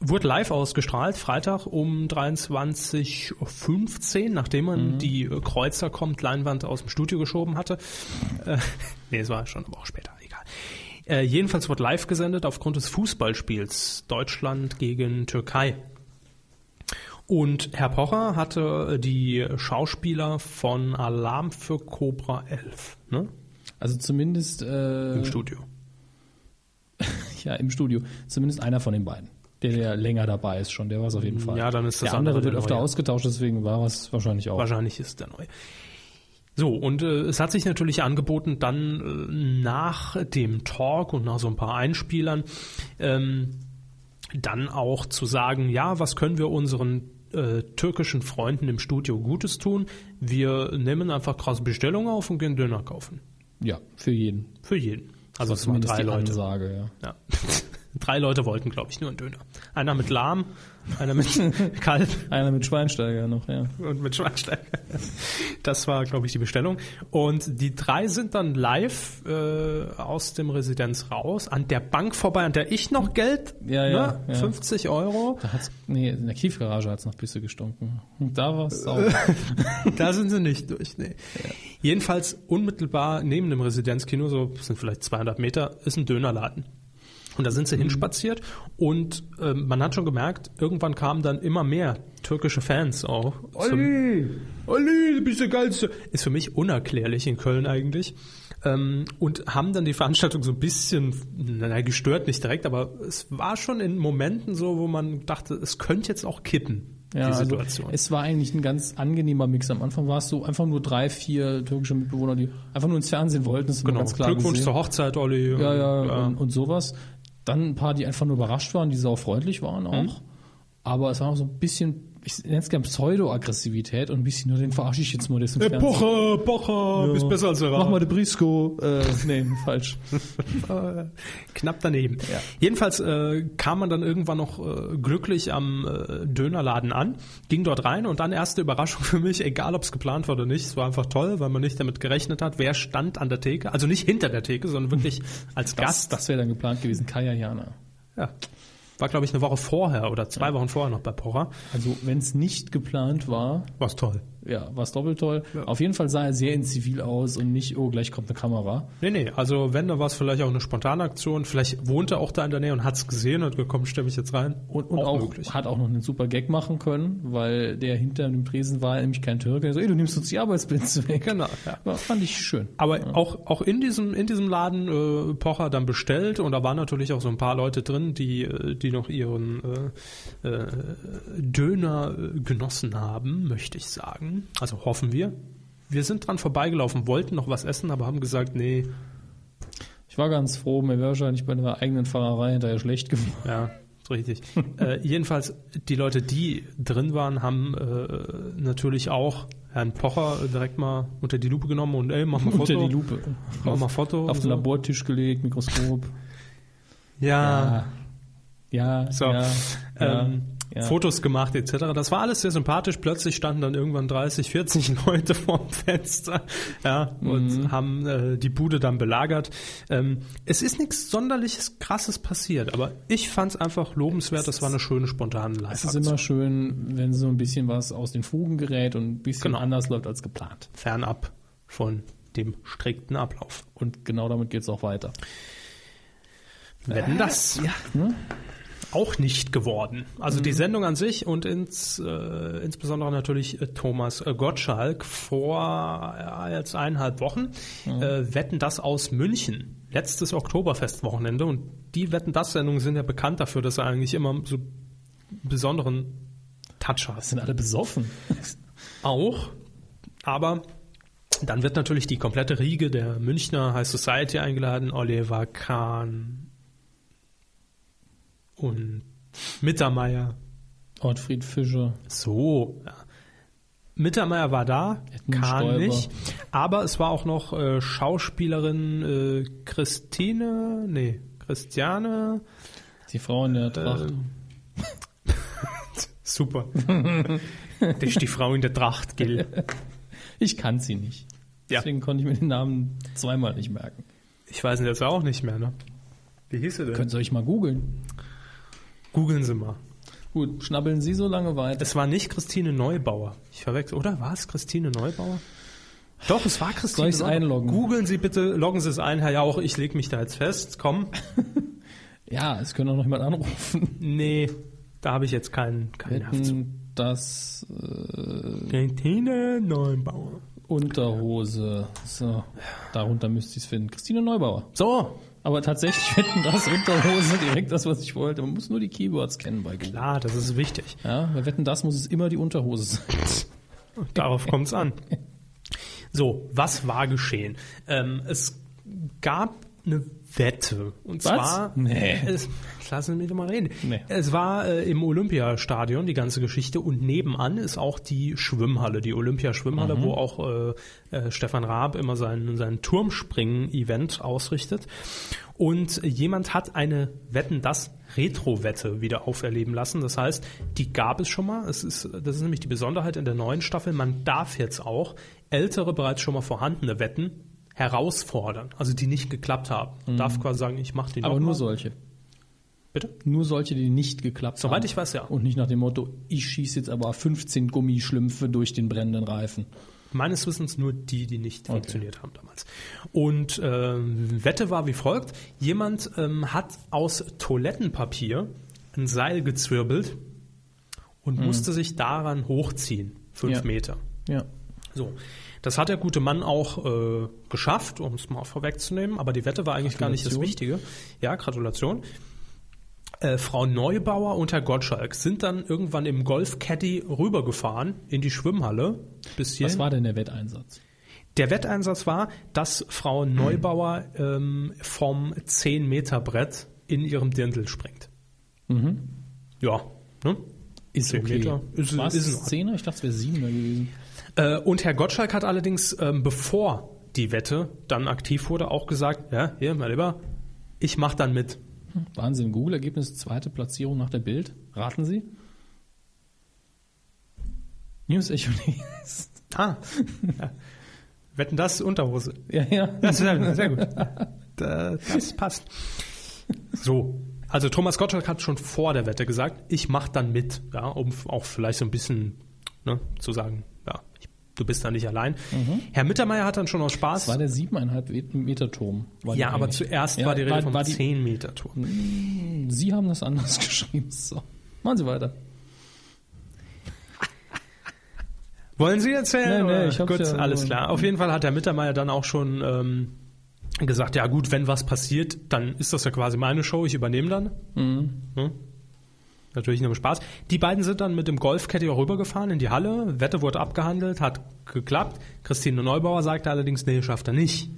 S1: Wurde live ausgestrahlt, Freitag um 23.15 Uhr, nachdem man die äh, Kreuzer kommt Leinwand aus dem Studio geschoben hatte. Äh, nee, es war schon eine Woche später, egal. Äh, jedenfalls wurde live gesendet aufgrund des Fußballspiels Deutschland gegen Türkei. Und Herr Pocher hatte äh, die Schauspieler von Alarm für Cobra 11 ne?
S2: Also zumindest äh,
S1: im Studio.
S2: Ja, im Studio. Zumindest einer von den beiden. Der, der länger dabei ist schon, der war es auf jeden Fall.
S1: Ja, dann ist das
S2: der andere,
S1: andere
S2: wird
S1: der
S2: öfter
S1: Neue.
S2: ausgetauscht, deswegen war es wahrscheinlich auch.
S1: Wahrscheinlich ist der neu. So, und äh, es hat sich natürlich angeboten, dann äh, nach dem Talk und nach so ein paar Einspielern ähm, dann auch zu sagen, ja, was können wir unseren äh, türkischen Freunden im Studio Gutes tun? Wir nehmen einfach krasse Bestellungen auf und gehen Döner kaufen.
S2: Ja, für jeden.
S1: Für jeden. Also es waren
S2: zumindest
S1: drei
S2: die
S1: Leute.
S2: Ansage, ja.
S1: Ja. Drei Leute wollten, glaube ich, nur einen Döner. Einer mit Lahm, einer mit Kalb
S2: Einer mit Schweinsteiger noch, ja.
S1: und mit Schweinsteiger. Das war, glaube ich, die Bestellung. Und die drei sind dann live äh, aus dem Residenz raus, an der Bank vorbei, an der ich noch Geld,
S2: Ja, ja, ja.
S1: 50 Euro.
S2: Da hat's, nee, in der Kiefgarage hat es nach Büsse gestunken. Und da war es sauber.
S1: Da sind sie nicht durch, nee. Jedenfalls unmittelbar neben dem Residenzkino, so sind vielleicht 200 Meter, ist ein Dönerladen. Und da sind sie hinspaziert und ähm, man hat schon gemerkt, irgendwann kamen dann immer mehr türkische Fans auch. Olli! Olli, du bist der Geilste! Ist für mich unerklärlich in Köln eigentlich. Ähm, und haben dann die Veranstaltung so ein bisschen, naja, gestört nicht direkt, aber es war schon in Momenten so, wo man dachte, es könnte jetzt auch kippen, die
S2: also
S1: Situation.
S2: es war eigentlich ein ganz angenehmer Mix. Am Anfang war es so einfach nur drei, vier türkische Mitbewohner, die einfach nur ins Fernsehen wollten. Das
S1: Genau.
S2: ganz klar
S1: Glückwunsch
S2: gesehen.
S1: zur Hochzeit, Olli.
S2: Ja,
S1: Und,
S2: ja, Und, und sowas. Dann ein paar, die einfach nur überrascht waren, die saufreundlich waren
S1: Mhm.
S2: auch. Aber es war auch so ein bisschen, ich nenne es gerne Pseudo-Aggressivität und ein bisschen nur den verarsche ich jetzt mal das im
S1: Äh,
S2: Fernsehen.
S1: Pocher, Pocher, bist besser als der
S2: Mach mal
S1: Raab.
S2: de Brisco. Äh, nee, falsch.
S1: Knapp daneben. Jedenfalls äh, kam man dann irgendwann noch äh, glücklich am äh, Dönerladen an, ging dort rein und dann erste Überraschung für mich, egal ob es geplant war oder nicht, es war einfach toll, weil man nicht damit gerechnet hat, wer stand an der Theke, also nicht hinter der Theke, sondern wirklich als
S2: Das,
S1: Gast.
S2: das wäre dann geplant gewesen. Kaya Jana.
S1: Ja. War, glaube ich, eine Woche vorher oder zwei Wochen vorher noch bei Pocher.
S2: Also, wenn es nicht geplant war,
S1: War's toll.
S2: ja, war es doppelt toll. Auf jeden Fall sah er sehr in Zivil aus und nicht, oh, gleich kommt eine Kamera.
S1: Nee, nee, also wenn, da war es vielleicht auch eine spontane Aktion. Vielleicht wohnte er auch da in der Nähe und hat es gesehen und hat gekommen, stelle mich jetzt rein.
S2: Und, und auch, hat auch noch einen super Gag machen können, weil der hinter dem Tresen war nämlich kein Türke. Er so, ey, du nimmst uns die Arbeitsplätze weg.
S1: Genau, ja.
S2: Ja, fand ich schön.
S1: Aber auch, auch in, diesem, in diesem Laden äh, Pocher dann bestellt und da waren natürlich auch so ein paar Leute drin, die, äh, die noch ihren äh, äh, Döner äh, genossen haben, möchte ich sagen. Also hoffen wir. Wir sind dran vorbeigelaufen, wollten noch was essen, aber haben gesagt, nee,
S2: Ich war ganz froh, mir wäre wahrscheinlich bei einer eigenen Fahrerei hinterher schlecht geworden.
S1: Ja, ist richtig. äh, jedenfalls, die Leute, die drin waren, haben äh, natürlich auch Herrn Pocher direkt mal unter die Lupe genommen und ey, mach mal Foto.
S2: Unter die Lupe.
S1: Mach mal Foto.
S2: Auf
S1: und
S2: den Labortisch gelegt, Mikroskop.
S1: Ja,
S2: Ja,
S1: Ah. so.
S2: ja,
S1: ähm,
S2: ja, ja.
S1: Fotos gemacht etc. Das war alles sehr sympathisch. Plötzlich standen dann irgendwann 30, 40 Leute vorm Fenster ja, und
S2: Mhm.
S1: haben äh, die Bude dann belagert. Ähm, es ist nichts sonderliches Krasses passiert, aber ich fand es einfach lobenswert. Das war eine schöne spontane
S2: Es ist
S1: Live-Aktion.
S2: immer schön, wenn so ein bisschen was aus den Fugen gerät und ein bisschen
S1: Genau.
S2: anders läuft als geplant.
S1: fernab von dem strikten Ablauf.
S2: Und genau damit geht es auch weiter.
S1: Wenn das hm? auch nicht geworden. Also die Sendung an sich und ins, äh, insbesondere natürlich äh, Thomas äh, Gottschalk vor äh, jetzt eineinhalb Wochen äh, wetten das aus München. Letztes Oktoberfestwochenende und die Wetten das Sendungen sind ja bekannt dafür, dass sie eigentlich immer so besonderen Touch haben.
S2: Sind alle besoffen.
S1: auch, aber Dann wird natürlich die komplette Riege der Münchner High Society eingeladen. Oliver Kahn und Mittermeier.
S2: Ortfried Fischer.
S1: So. ja. Mittermeier war da,
S2: Edmund
S1: Kahn
S2: Stoiber.
S1: nicht. Aber es war auch noch äh, Schauspielerin äh, Christine, nee, Christiane.
S2: Die Frau in
S1: Äh,
S2: der Tracht.
S1: Super. das ist die Frau in der Tracht, gell?
S2: Ich kann sie nicht.
S1: Ja.
S2: Deswegen konnte ich mir den Namen zweimal nicht merken.
S1: Ich weiß ihn jetzt auch nicht mehr, ne? Wie hieß sie denn?
S2: Könnt ihr euch mal googeln.
S1: Googeln Sie mal.
S2: Gut, schnabbeln Sie so lange weiter.
S1: Es war nicht Christine Neubauer. Ich verwechsel, oder war es Christine Neubauer? Doch, es war Christine
S2: Soll ich's
S1: Neubauer.
S2: einloggen?
S1: Googeln Sie bitte, loggen Sie es ein, Herr Jauch, ich leg mich da jetzt fest. Komm.
S2: Ja, es können auch noch jemand anrufen.
S1: Nee, da habe ich jetzt keinen, keinen Nerv zu.
S2: Hätten das äh,
S1: Christine Neubauer.
S2: Unterhose. So, darunter müsste ich es finden. Christine Neubauer.
S1: So,
S2: Aber tatsächlich hätten das Unterhose direkt das, was ich wollte. Man muss nur die Keywords kennen bei Google.
S1: klar, das ist wichtig.
S2: Ja, bei Wetten, das muss es immer die Unterhose sein.
S1: Darauf kommt es an. So, was war geschehen? Ähm, es gab eine Wette. Und
S2: Was?
S1: zwar.
S2: Nee.
S1: Es, lassen Sie mich doch mal reden.
S2: Nee.
S1: Es war äh, im Olympiastadion die ganze Geschichte und nebenan ist auch die Schwimmhalle, die Olympiaschwimmhalle,
S2: Mhm.
S1: wo auch äh, äh, Stefan Raab immer sein, sein Turmspringen-Event ausrichtet. Und jemand hat eine Wetten, das Retro-Wette wieder auferleben lassen. Das heißt, die gab es schon mal. Es ist, das ist nämlich die Besonderheit in der neuen Staffel. Man darf jetzt auch ältere, bereits schon mal vorhandene Wetten herausfordern, also die nicht geklappt haben. Man darf quasi sagen, ich mache die
S2: Mhm. Aber
S1: noch
S2: nur
S1: mal.
S2: solche.
S1: Bitte?
S2: Nur solche, die nicht geklappt haben.
S1: Soweit ich weiß, ja.
S2: Und nicht nach dem Motto, ich schieße jetzt aber 15 Gummischlümpfe durch den brennenden Reifen.
S1: Meines Wissens nur die, die nicht funktioniert haben damals. Und ähm, Wette war wie folgt: Jemand ähm, hat aus Toilettenpapier ein Seil gezwirbelt und musste sich daran hochziehen, fünf
S2: Ja.
S1: Meter.
S2: Ja.
S1: So, das hat der gute Mann auch äh, geschafft, um es mal vorwegzunehmen, aber die Wette war eigentlich gar nicht das Wichtige. Ja, Gratulation. Äh, Frau Neubauer und Herr Gottschalk sind dann irgendwann im Golf-Caddy rübergefahren in die Schwimmhalle. Bis
S2: Was
S1: hierhin.
S2: war denn der Wetteinsatz?
S1: Der Wetteinsatz war, dass Frau Neubauer ähm, vom 10-Meter-Brett in ihrem Dirndl springt. Ja, ne?
S2: Ist
S1: Zehn Meter. Ist-
S2: Ist, war es
S1: ist in Ordnung.
S2: 10er? Ich dachte, es wäre 7er gewesen.
S1: Äh, und Herr Gottschalk hat allerdings, ähm, bevor die Wette dann aktiv wurde, auch gesagt, ja, hier, mein Lieber, ich mach dann mit.
S2: Wahnsinn. Google-Ergebnis, zweite Platzierung nach der Bild. Raten Sie? News Echo News.
S1: Ah, ja. wetten das Unterhose.
S2: Ja, ja.
S1: Das ist sehr gut. Das, passt. So. Also Thomas Gottschalk hat schon vor der Wette gesagt, ich mach dann mit, ja, um f- auch vielleicht so ein bisschen ne, zu sagen, ja, ich, du bist da nicht allein. Herr Mittermeier hat dann schon aus Spaß.
S2: Mhm. Das war der siebeneinhalb Meter Turm. War die
S1: ja, aber
S2: eigentlich.
S1: zuerst
S2: Ja,
S1: war die Rede vom
S2: war die-
S1: 10 Meter Turm.
S2: Sie haben das anders geschrieben. So. Machen Sie weiter.
S1: Wollen Sie erzählen?
S2: Nein, nein,
S1: oder?
S2: ich hab's
S1: gut,
S2: ja-
S1: alles klar. Auf jeden Fall hat der Mittermeier dann auch schon ähm, gesagt, ja gut, wenn was passiert, dann ist das ja quasi meine Show, ich übernehme dann.
S2: Mhm.
S1: Hm? Natürlich nur im Spaß. Die beiden sind dann mit dem Golfcaddy auch rübergefahren in die Halle. Wette wurde abgehandelt, hat geklappt. Christine Neubauer sagte allerdings, nee, schafft er nicht.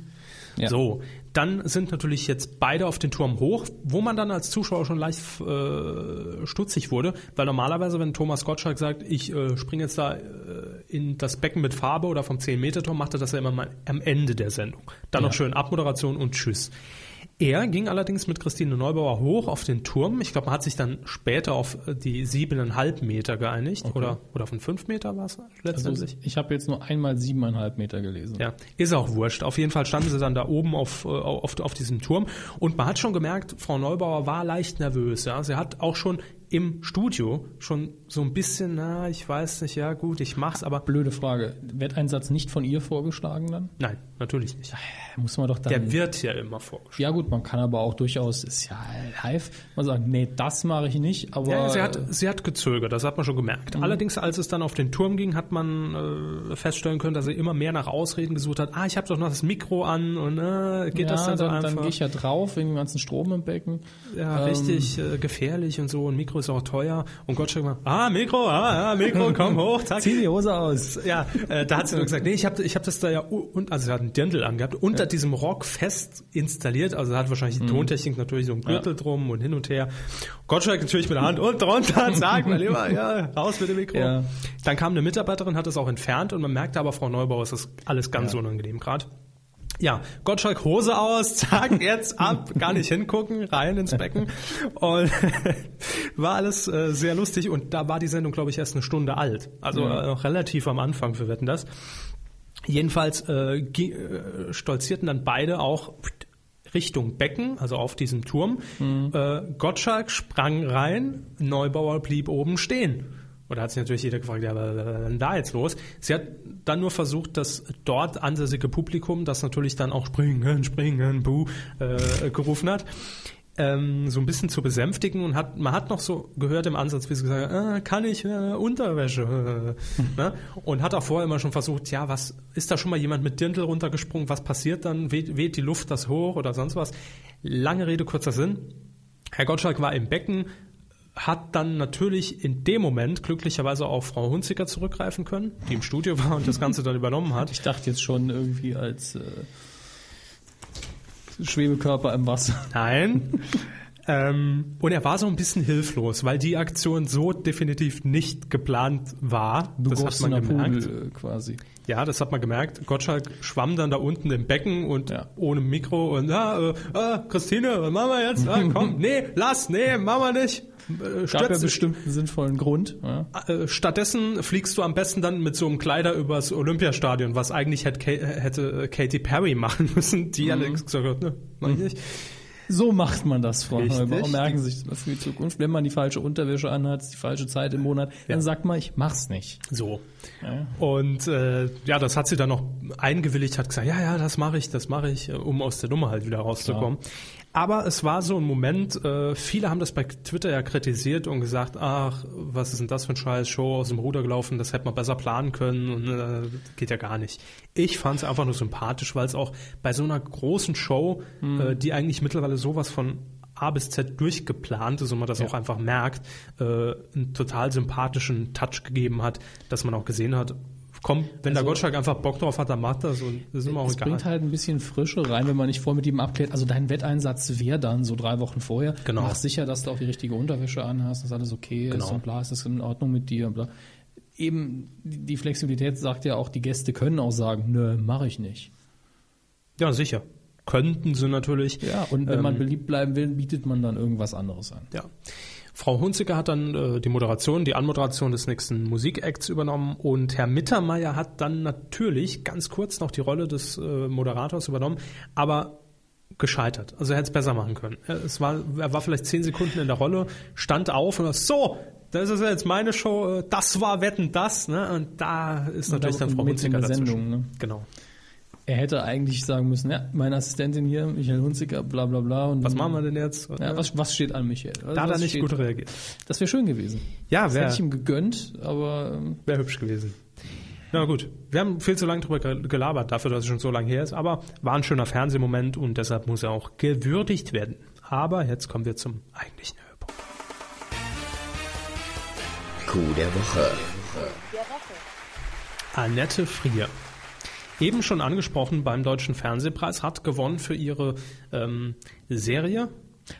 S2: Ja.
S1: So, dann sind natürlich jetzt beide auf den Turm hoch, wo man dann als Zuschauer schon leicht äh, stutzig wurde, weil normalerweise, wenn Thomas Gottschalk sagt, ich äh, springe jetzt da äh, in das Becken mit Farbe oder vom 10-Meter-Turm, macht er das ja immer mal am Ende der Sendung. Dann noch schön Abmoderation und Tschüss. Er ging allerdings mit Christine Neubauer hoch auf den Turm. Ich glaube, man hat sich dann später auf äh, die siebeneinhalb Meter geeinigt oder, oder von fünf Meter war es
S2: Also,
S1: letztendlich.
S2: ich habe jetzt nur einmal siebeneinhalb Meter gelesen.
S1: Ja, ist auch wurscht. Auf jeden Fall standen sie dann da oben auf, äh, auf, auf diesem Turm und man hat schon gemerkt, Frau Neubauer war leicht nervös. Ja, sie hat auch schon im Studio schon so ein bisschen, na, ich weiß nicht, ja gut, ich mach's, aber
S2: Blöde Frage. Wetteinsatz nicht von ihr vorgeschlagen dann? äh,
S1: nein, natürlich nicht.
S2: Muss man doch dann.
S1: Der wird ja immer vorgeschlagen.
S2: ja gut, man kann aber auch durchaus, ist ja live, man sagt, nee, das mache ich nicht, aber
S1: Ja, sie hat, sie hat gezögert, das hat man schon gemerkt. Allerdings, als es dann auf den Turm ging, hat man äh, feststellen können, dass sie immer mehr nach Ausreden gesucht hat. Ah, ich habe doch noch das Mikro an und äh, geht das
S2: ja,
S1: dann so
S2: dann,
S1: einfach?
S2: dann gehe ich ja drauf wegen dem ganzen Strom im Becken.
S1: ja,
S2: Ähm,
S1: richtig äh, gefährlich und so und Mikro ist auch teuer. Und Gottschalk war, ah, Mikro, ah, ah, Mikro, komm hoch, zack.
S2: Zieh die Hose aus.
S1: Ja, äh, da hat sie nur gesagt, nee, ich habe ich hab das da ja, u- und, also sie hat einen Dirndl angehabt, unter diesem Rock fest installiert, also hat wahrscheinlich die Tontechnik natürlich so einen Gürtel drum und hin und her. Gottschalk natürlich mit der Hand und drunter, zack, mein Lieber, ja, raus mit dem Mikro.
S2: Ja.
S1: Dann kam eine Mitarbeiterin, hat das auch entfernt und man merkte aber, Frau Neubauer ist das alles ganz unangenehm gerade. Ja, Gottschalk Hose aus, zack, jetzt ab, gar nicht hingucken, rein ins Becken. Und war alles äh, sehr lustig und da war die Sendung, glaube ich, erst eine Stunde alt. Also äh, noch relativ am Anfang, wir wetten das. Jedenfalls äh, ge- äh, stolzierten dann beide auch Richtung Becken, also auf diesem Turm. Äh, Gottschalk sprang rein, Neubauer blieb oben stehen. Und da hat sich natürlich jeder gefragt, ja, was ist denn da jetzt los? Sie hat dann nur versucht, das dort ansässige Publikum, das natürlich dann auch springen, springen, buh, äh, gerufen hat, ähm, so ein bisschen zu besänftigen und hat, man hat noch so gehört im Ansatz, wie sie gesagt hat, äh, kann ich äh, Unterwäsche? Äh, ne? Und hat auch vorher immer schon versucht, ja, was ist da schon mal jemand mit Dirndl runtergesprungen? Was passiert dann? Weht, weht die Luft das hoch oder sonst was? Lange Rede, kurzer Sinn. Herr Gottschalk war im Becken, hat dann natürlich in dem Moment glücklicherweise auf Frau Hunziker zurückgreifen können, die im Studio war und das Ganze dann übernommen hat.
S2: Ich dachte jetzt schon irgendwie als äh, Schwebekörper im Wasser.
S1: Nein. ähm, und er war so ein bisschen hilflos, weil die Aktion so definitiv nicht geplant war. das hat man
S2: Begossener
S1: gemerkt.
S2: Pudel, äh, quasi.
S1: Ja, das hat man gemerkt. Gottschalk schwamm dann da unten im Becken und
S2: Ja.
S1: ohne Mikro und ah, äh, ah, Christine, was machen wir jetzt? Ah, komm, nee, lass, nee, machen wir nicht. Äh,
S2: Gab ja
S1: stürz dich.
S2: bestimmt einen sinnvollen Grund. Ja.
S1: Äh, Stattdessen fliegst du am besten dann mit so einem Kleider übers Olympiastadion, was eigentlich hätte, Ka- hätte Katy Perry machen müssen,
S2: Mhm.
S1: die allerdings gesagt hat, ne, mach ich nicht.
S2: So macht man das, Frau
S1: Richtig.
S2: Neubauer. Merken Sie sich das mal für die Zukunft. Wenn man die falsche Unterwäsche anhat, die falsche Zeit im Monat, dann sagt man, ich mach's nicht.
S1: So. Und äh, ja, das hat sie dann noch eingewilligt, hat gesagt, ja, ja, das mache ich, das mache ich, äh, um aus der Nummer halt wieder rauszukommen. Aber es war so ein Moment, äh, viele haben das bei Twitter ja kritisiert und gesagt, ach, was ist denn das für ein Scheiß, Show aus dem Ruder gelaufen, das hätte man besser planen können und äh, geht ja gar nicht. Ich fand es einfach nur sympathisch, weil es auch bei so einer großen Show, äh, die eigentlich mittlerweile sowas von A bis Z durchgeplant ist und man das auch einfach merkt, äh, einen total sympathischen Touch gegeben hat, dass man auch gesehen hat, komm, wenn der Gottschalk einfach Bock drauf hat, dann macht das und ist immer auch Oh,
S2: Also Es
S1: egal.
S2: bringt halt ein bisschen Frische rein, wenn man nicht vorher mit ihm abklärt. Also dein Wetteinsatz wäre dann so drei Wochen vorher.
S1: Genau.
S2: Mach sicher, dass du auch die richtige Unterwäsche anhast, dass alles okay
S1: Genau.
S2: ist und bla, ist das in Ordnung mit dir und bla. Eben die die Flexibilität sagt ja auch, die Gäste können auch sagen, nö, mache ich nicht.
S1: ja, sicher. Könnten sie natürlich.
S2: Ja, und wenn
S1: ähm,
S2: man beliebt bleiben will, bietet man dann irgendwas anderes an.
S1: Ja. Frau Hunziker hat dann äh, die Moderation, die Anmoderation des nächsten Musikacts übernommen und Herr Mittermeier hat dann natürlich ganz kurz noch die Rolle des äh, Moderators übernommen, aber gescheitert. Also er hätte es besser machen können. Er, es war, er war vielleicht zehn Sekunden in der Rolle, stand auf und war so, das ist jetzt meine Show, äh, das war Wetten, das, ne? Und da ist natürlich
S2: da-
S1: dann Frau
S2: mit
S1: Hunziker
S2: in der
S1: dazwischen.
S2: Sendung, ne?
S1: Genau.
S2: Er hätte eigentlich sagen müssen, ja, meine Assistentin hier, Michael Hunziker, bla bla bla. Und
S1: Was machen wir denn jetzt?
S2: Ja, was, was steht an Michael? Also,
S1: da hat er
S2: was
S1: nicht
S2: steht,
S1: gut reagiert.
S2: Das wäre schön gewesen.
S1: Ja,
S2: Das
S1: wer,
S2: hätte ich ihm gegönnt, aber ähm,
S1: Wäre hübsch gewesen. Na gut, wir haben viel zu lange drüber gel- gelabert, dafür, dass es schon so lange her ist, aber war ein schöner Fernsehmoment und deshalb muss er auch gewürdigt werden. Aber jetzt kommen wir zum eigentlichen Höhepunkt.
S6: Coup der Woche.
S1: Annette Frier. Eben schon angesprochen beim Deutschen Fernsehpreis, hat gewonnen für ihre ähm, Serie.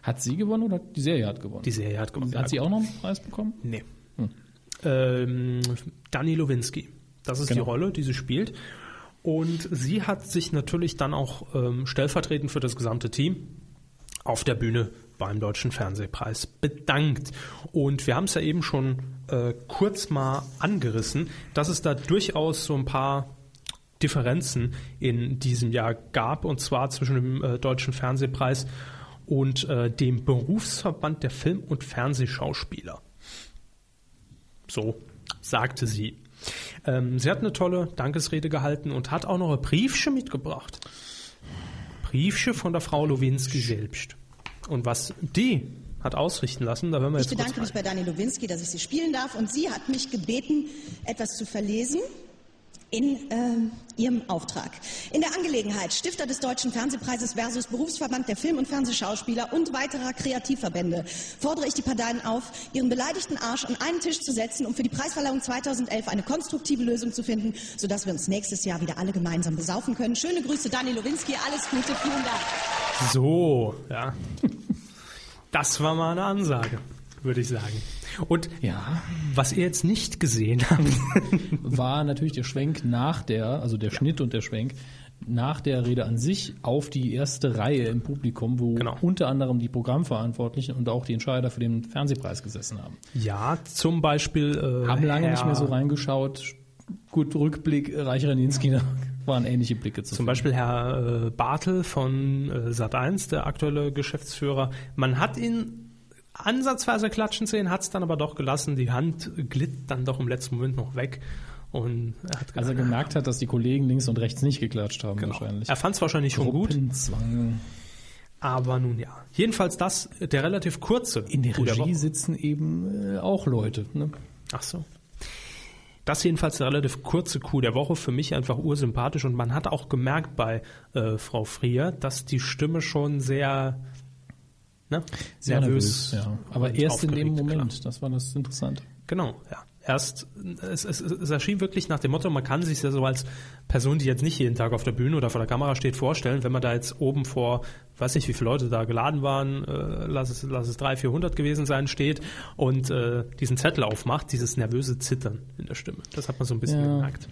S2: hat sie gewonnen oder hat die Serie hat gewonnen?
S1: Die Serie hat gewonnen.
S2: hat sie auch noch einen Preis bekommen?
S1: Nee. Ähm, Dani Lowinski. Das ist
S2: Genau.
S1: die Rolle, die sie spielt. Und sie hat sich natürlich dann auch ähm, stellvertretend für das gesamte Team auf der Bühne beim Deutschen Fernsehpreis bedankt. Und wir haben es ja eben schon äh, kurz mal angerissen, dass es da durchaus so ein paar Differenzen in diesem Jahr gab, und zwar zwischen dem äh, Deutschen Fernsehpreis und äh, dem Berufsverband der Film- und Fernsehschauspieler. So sagte sie. Ähm, sie hat eine tolle Dankesrede gehalten und hat auch noch ein Briefsche mitgebracht. Briefsche von der Frau Lowinski selbst. Und was die hat ausrichten lassen, da hören wir
S7: Ich
S1: jetzt kurz
S7: bedanke mich
S1: rein.
S7: bei Dani Lowinski, dass ich sie spielen darf. Und sie hat mich gebeten, etwas zu verlesen. in äh, Ihrem Auftrag. In der Angelegenheit Stifter des Deutschen Fernsehpreises versus Berufsverband der Film- und Fernsehschauspieler und weiterer Kreativverbände fordere ich die Parteien auf, ihren beleidigten Arsch an einen Tisch zu setzen, um für die Preisverleihung 2011 eine konstruktive Lösung zu finden, sodass wir uns nächstes Jahr wieder alle gemeinsam besaufen können. Schöne Grüße, Dani Lowinski. Alles Gute. Vielen Dank.
S1: So, ja. Das war mal eine Ansage, würde ich sagen. Und
S2: Ja.
S1: was ihr jetzt nicht gesehen habt,
S2: war natürlich der Schwenk nach der, also der Schnitt und der Schwenk nach der Rede an sich auf die erste Reihe im Publikum, wo
S1: Genau.
S2: unter anderem die Programmverantwortlichen und auch die Entscheider für den Fernsehpreis gesessen haben.
S1: ja, zum Beispiel. Äh,
S2: Haben lange nicht
S1: Herr-
S2: mehr so reingeschaut. Gut, Rückblick, Reich Raninski, da waren ähnliche Blicke zu.
S1: Zum Beispiel Herr äh, Bartel von äh, Sat1, der aktuelle Geschäftsführer. Man hat ihn ansatzweise klatschen sehen, hat es dann aber doch gelassen. Die Hand glitt dann doch im letzten Moment noch weg. Und er hat
S2: Als Also er gemerkt hat, dass die Kollegen links und rechts nicht geklatscht haben
S1: Genau.
S2: wahrscheinlich.
S1: Er fand es wahrscheinlich schon gut,
S2: Gruppenzwang.
S1: aber nun ja. Jedenfalls das, der relativ kurze.
S2: In der
S1: Coup Woche.
S2: Regie sitzen eben äh, auch Leute. Ne?
S1: Ach so. Das jedenfalls der relativ kurze Coup der Woche, für mich einfach ursympathisch und man hat auch gemerkt bei äh, Frau Frier, dass die Stimme schon sehr, ne,
S2: Sehr nervös.
S1: nervös
S2: ja. Aber
S1: und
S2: erst in dem
S1: aufgeregt
S2: Moment,
S1: klang.
S2: das war das Interessante.
S1: Genau, ja. Erst, es, es, es erschien wirklich nach dem Motto, man kann sich ja so als Person, die jetzt nicht jeden Tag auf der Bühne oder vor der Kamera steht, vorstellen, wenn man da jetzt oben vor, weiß nicht, wie viele Leute da geladen waren, äh, lass es, lass es 300, 400 gewesen sein, steht und äh, diesen Zettel aufmacht, dieses nervöse Zittern in der Stimme. Das hat man so ein bisschen
S2: Ja.
S1: gemerkt.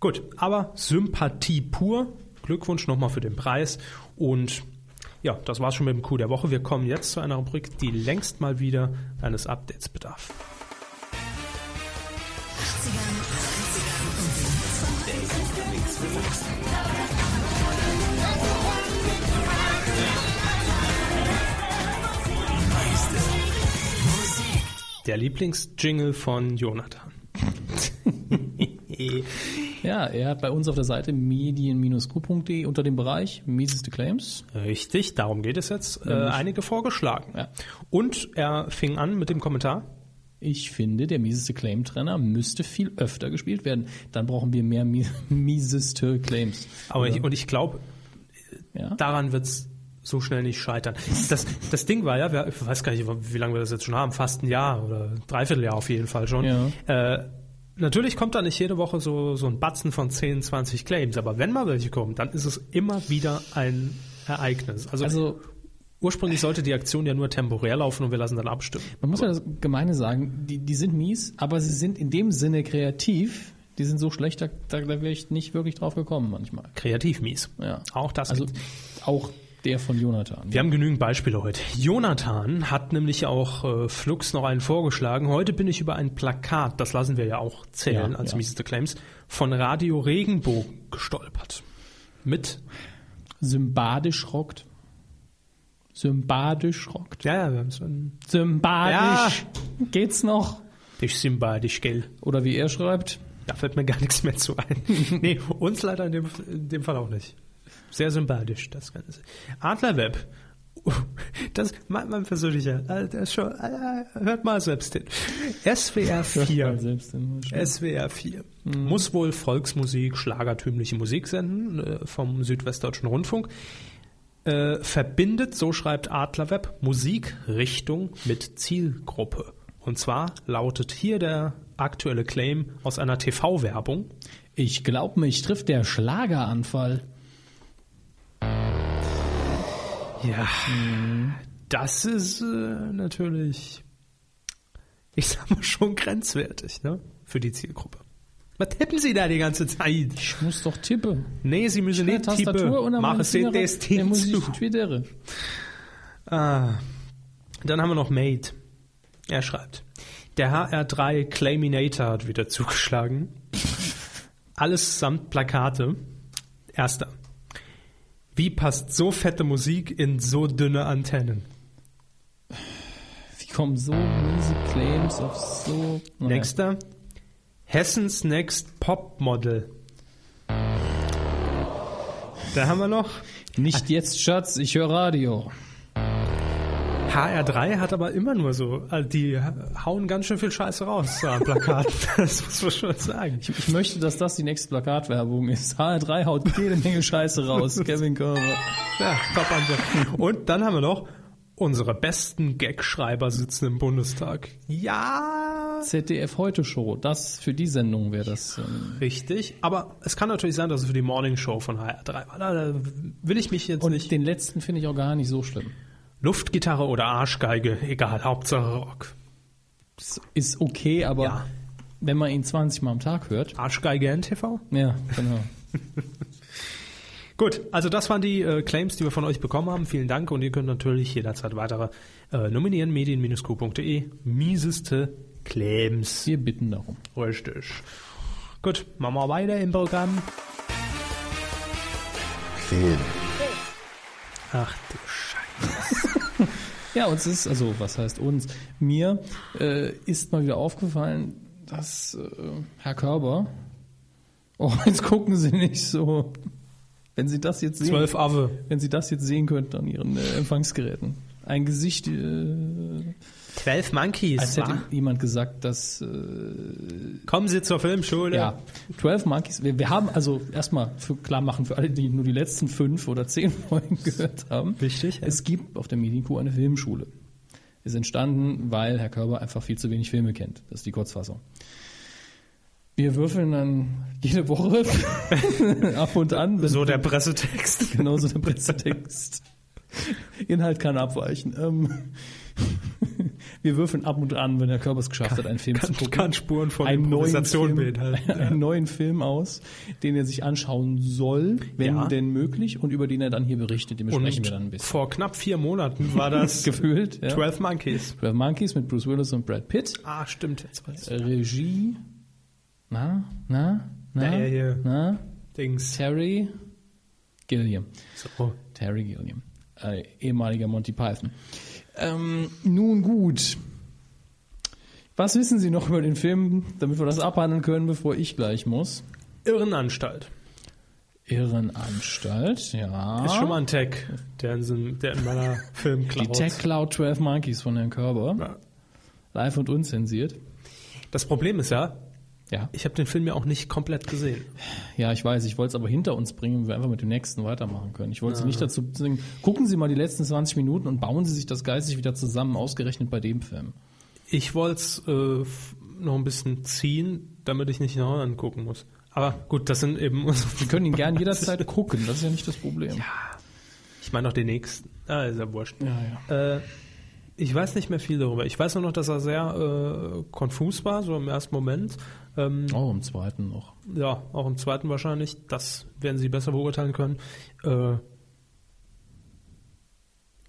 S1: Gut, aber Sympathie pur. Glückwunsch nochmal für den Preis. Und ja, das war's schon mit dem Coup der Woche. Wir kommen jetzt zu einer Rubrik, die längst mal wieder eines Updates bedarf. Der Lieblingsjingle von Jonathan.
S2: Ja, er hat bei uns auf der Seite medien-q.de unter dem Bereich mieseste Claims.
S1: Richtig, darum geht es jetzt. Äh, einige vorgeschlagen.
S2: Ja.
S1: Und er fing an mit dem Kommentar.
S2: Ich finde, der mieseste Claim-Trenner müsste viel öfter gespielt werden. Dann brauchen wir mehr mie- mieseste Claims.
S1: Aber ich, und ich glaube,
S2: Ja?
S1: daran wird es so schnell nicht scheitern. Das, das Ding war ja, wir- ich weiß gar nicht, wie lange wir das jetzt schon haben, fast ein Jahr oder dreiviertel Jahr auf jeden Fall schon.
S2: Ja.
S1: Äh, natürlich kommt da nicht jede Woche so, so ein Batzen von 10, 20 Claims, aber wenn mal welche kommen, dann ist es immer wieder ein Ereignis. Also,
S2: Also
S1: ursprünglich sollte die Aktion ja nur temporär laufen und wir lassen dann abstimmen.
S2: man muss ja das Gemeine sagen, die, die sind mies, aber sie sind in dem Sinne kreativ. Die sind so schlecht, da, da, da wäre ich nicht wirklich drauf gekommen manchmal.
S1: Kreativ mies.
S2: Ja.
S1: Auch das
S2: Also
S1: gibt's.
S2: auch der von Jonathan.
S1: Wir haben genügend Beispiele heute. Jonathan hat nämlich auch äh, Flux noch einen vorgeschlagen. Heute bin ich über ein Plakat, das lassen wir ja auch zählen
S2: Ja,
S1: als
S2: ja.
S1: mieseste Claims, von Radio Regenbogen gestolpert. Mit,
S2: Symbadisch rockt. Symbadisch rockt.
S1: ja, ja, wir haben so ein,
S2: Symbadisch. Geht's noch?
S1: dich Simba, dich Gell.
S2: Oder wie er schreibt,
S1: Da fällt mir gar nichts mehr zu ein. nee, uns leider in dem, in dem Fall auch nicht. Sehr sympathisch, das Ganze. Adlerweb. Das mein, mein persönlicher. äh, Das ist schon, äh, hört mal selbst hin. SWR 4.
S2: Selbst in-
S1: SWR 4. Muss wohl Volksmusik, schlagertümliche Musik senden äh, vom Südwestdeutschen Rundfunk. Äh, verbindet, so schreibt Adlerweb, Musik, Richtung mit Zielgruppe. Und zwar lautet hier der aktuelle Claim aus einer TV-Werbung.
S2: Ich glaub mich trifft der Schlageranfall.
S1: Ja, Mhm. das ist äh, natürlich, ich sag mal, schon grenzwertig ne? für die Zielgruppe. Was tippen Sie da die ganze Zeit?
S2: Ich muss doch tippen.
S1: Nee, Sie müssen
S2: Eine
S1: nicht tippen.
S2: am
S1: Machen Sie
S2: Finger,
S1: das
S2: dann
S1: Ding
S2: muss ich
S1: zu.
S2: twittere.
S1: Ah. Dann haben wir noch Mate. Er schreibt, der HR3 Claiminator hat wieder zugeschlagen. Alles samt Plakate. Erster. Wie passt so fette Musik in so dünne Antennen?
S2: Wie kommen so miese Claims auf so... Naja.
S1: Nächster. Hessens Next Popmodel. Da haben wir noch
S2: Nicht jetzt, Schatz, ich höre Radio.
S1: HR3 hat aber immer nur so, also die hauen ganz schön viel Scheiße raus an Plakaten. das muss man schon sagen.
S2: Ich möchte, dass das die nächste Plakatwerbung ist. HR3 haut jede Menge Scheiße raus. Kevin Körber.
S1: Ja, top Antwort. Und dann haben wir noch, unsere besten Gagschreiber sitzen im Bundestag. Ja,
S2: ZDF Heute Show. Das für die Sendung wäre das. Ähm,
S1: richtig. Aber es kann natürlich sein, dass es für die Morning Show von HR3 war. Da da will ich mich jetzt
S2: und
S1: nicht.
S2: den letzten finde ich auch gar nicht so schlimm.
S1: Luftgitarre oder Arschgeige, egal, Hauptsache Rock.
S2: Das ist okay, aber
S1: Ja.
S2: wenn man ihn 20 Mal am Tag hört.
S1: Arschgeige NTV?
S2: Ja, genau.
S1: Gut, also das waren die äh, Claims, die wir von euch bekommen haben. Vielen Dank und ihr könnt natürlich jederzeit weitere äh, nominieren. Medien-q.de. Mieseste Claims.
S2: Wir bitten darum.
S1: Richtig. Gut, machen wir weiter im Programm.
S6: Film.
S1: Ach du Scheiße.
S2: Ja, uns ist, also was heißt uns? Mir äh, ist mal wieder aufgefallen, dass äh, Herr Körber, oh, jetzt gucken Sie nicht so, wenn Sie das jetzt sehen,
S1: Zwölf Ave.
S2: wenn Sie das jetzt sehen könnten an Ihren äh, Empfangsgeräten. Ein Gesicht, äh,
S1: Zwölf Monkeys.
S2: als
S1: wa?
S2: hätte jemand gesagt, dass, äh,
S1: Kommen Sie zur Filmschule.
S2: ja, 12 Monkeys, wir, wir haben also erstmal für klar machen, für alle, die nur die letzten fünf oder zehn Folgen gehört haben.
S1: Wichtig.
S2: Es gibt auf der Medienkuh eine Filmschule. Ist entstanden, weil Herr Körber einfach viel zu wenig Filme kennt. Das ist die Kurzfassung. Wir würfeln dann jede Woche ab und an. wenn-
S1: so der Pressetext.
S2: genau so der Pressetext. Inhalt kann abweichen. Ähm, wir würfeln ab und an, wenn Herr Körber es geschafft hat, einen Film zu gucken.
S1: kann Spuren von
S2: einen neuen,
S1: Improvisation halt.
S2: Film,
S1: beinhalten.
S2: einen neuen Film aus, den er sich anschauen soll, wenn
S1: Ja.
S2: denn möglich, und über den er dann hier berichtet. Den besprechen wir dann ein bisschen.
S1: vor knapp vier Monaten war das
S2: Gefühlt. Ja.
S1: 12 Monkeys.
S2: 12 Monkeys mit Bruce Willis und Brad Pitt.
S1: Ah, stimmt. Jetzt weiß ich.
S2: Regie. Na, na, na,
S1: Ja, ja, ja.
S2: na.
S1: Dings.
S2: Terry Gilliam.
S1: So.
S2: Terry Gilliam. Äh, ehemaliger Monty Python. Ähm, nun gut. Was wissen Sie noch über den Film, damit wir das abhandeln können, bevor ich gleich muss?
S1: Irrenanstalt.
S2: Irrenanstalt, ja.
S1: Ist schon mal ein Tag, der in, diesem- der in meiner
S2: die
S1: Filmcloud.
S2: Tech Cloud 12 Monkeys von Herrn Körber.
S1: Ja.
S2: Live und unzensiert.
S1: Das Problem ist ja,
S2: Ja.
S1: ich habe den Film ja auch nicht komplett gesehen.
S2: Ja, ich weiß, ich wollte es aber hinter uns bringen, damit wir einfach mit dem nächsten weitermachen können. Ich wollte Sie nicht dazu zwingen, gucken Sie mal die letzten 20 Minuten und bauen Sie sich das geistig wieder zusammen, ausgerechnet bei dem Film.
S1: Ich wollte es äh, f- noch ein bisschen ziehen, damit ich nicht noch angucken muss. Aber gut, das sind eben
S2: Wir
S1: unsere.
S2: können ihn gern jederzeit gucken, das ist ja nicht das Problem. Ja,
S1: Ich meine noch den nächsten. Ah, ist ja wurscht.
S2: ja.
S1: Äh, ich weiß nicht mehr viel darüber. Ich weiß nur noch, dass er sehr äh, konfus war, so im ersten Moment. Ähm,
S2: Oh, im zweiten noch.
S1: Ja, auch im zweiten wahrscheinlich. Das werden Sie besser beurteilen können. Äh,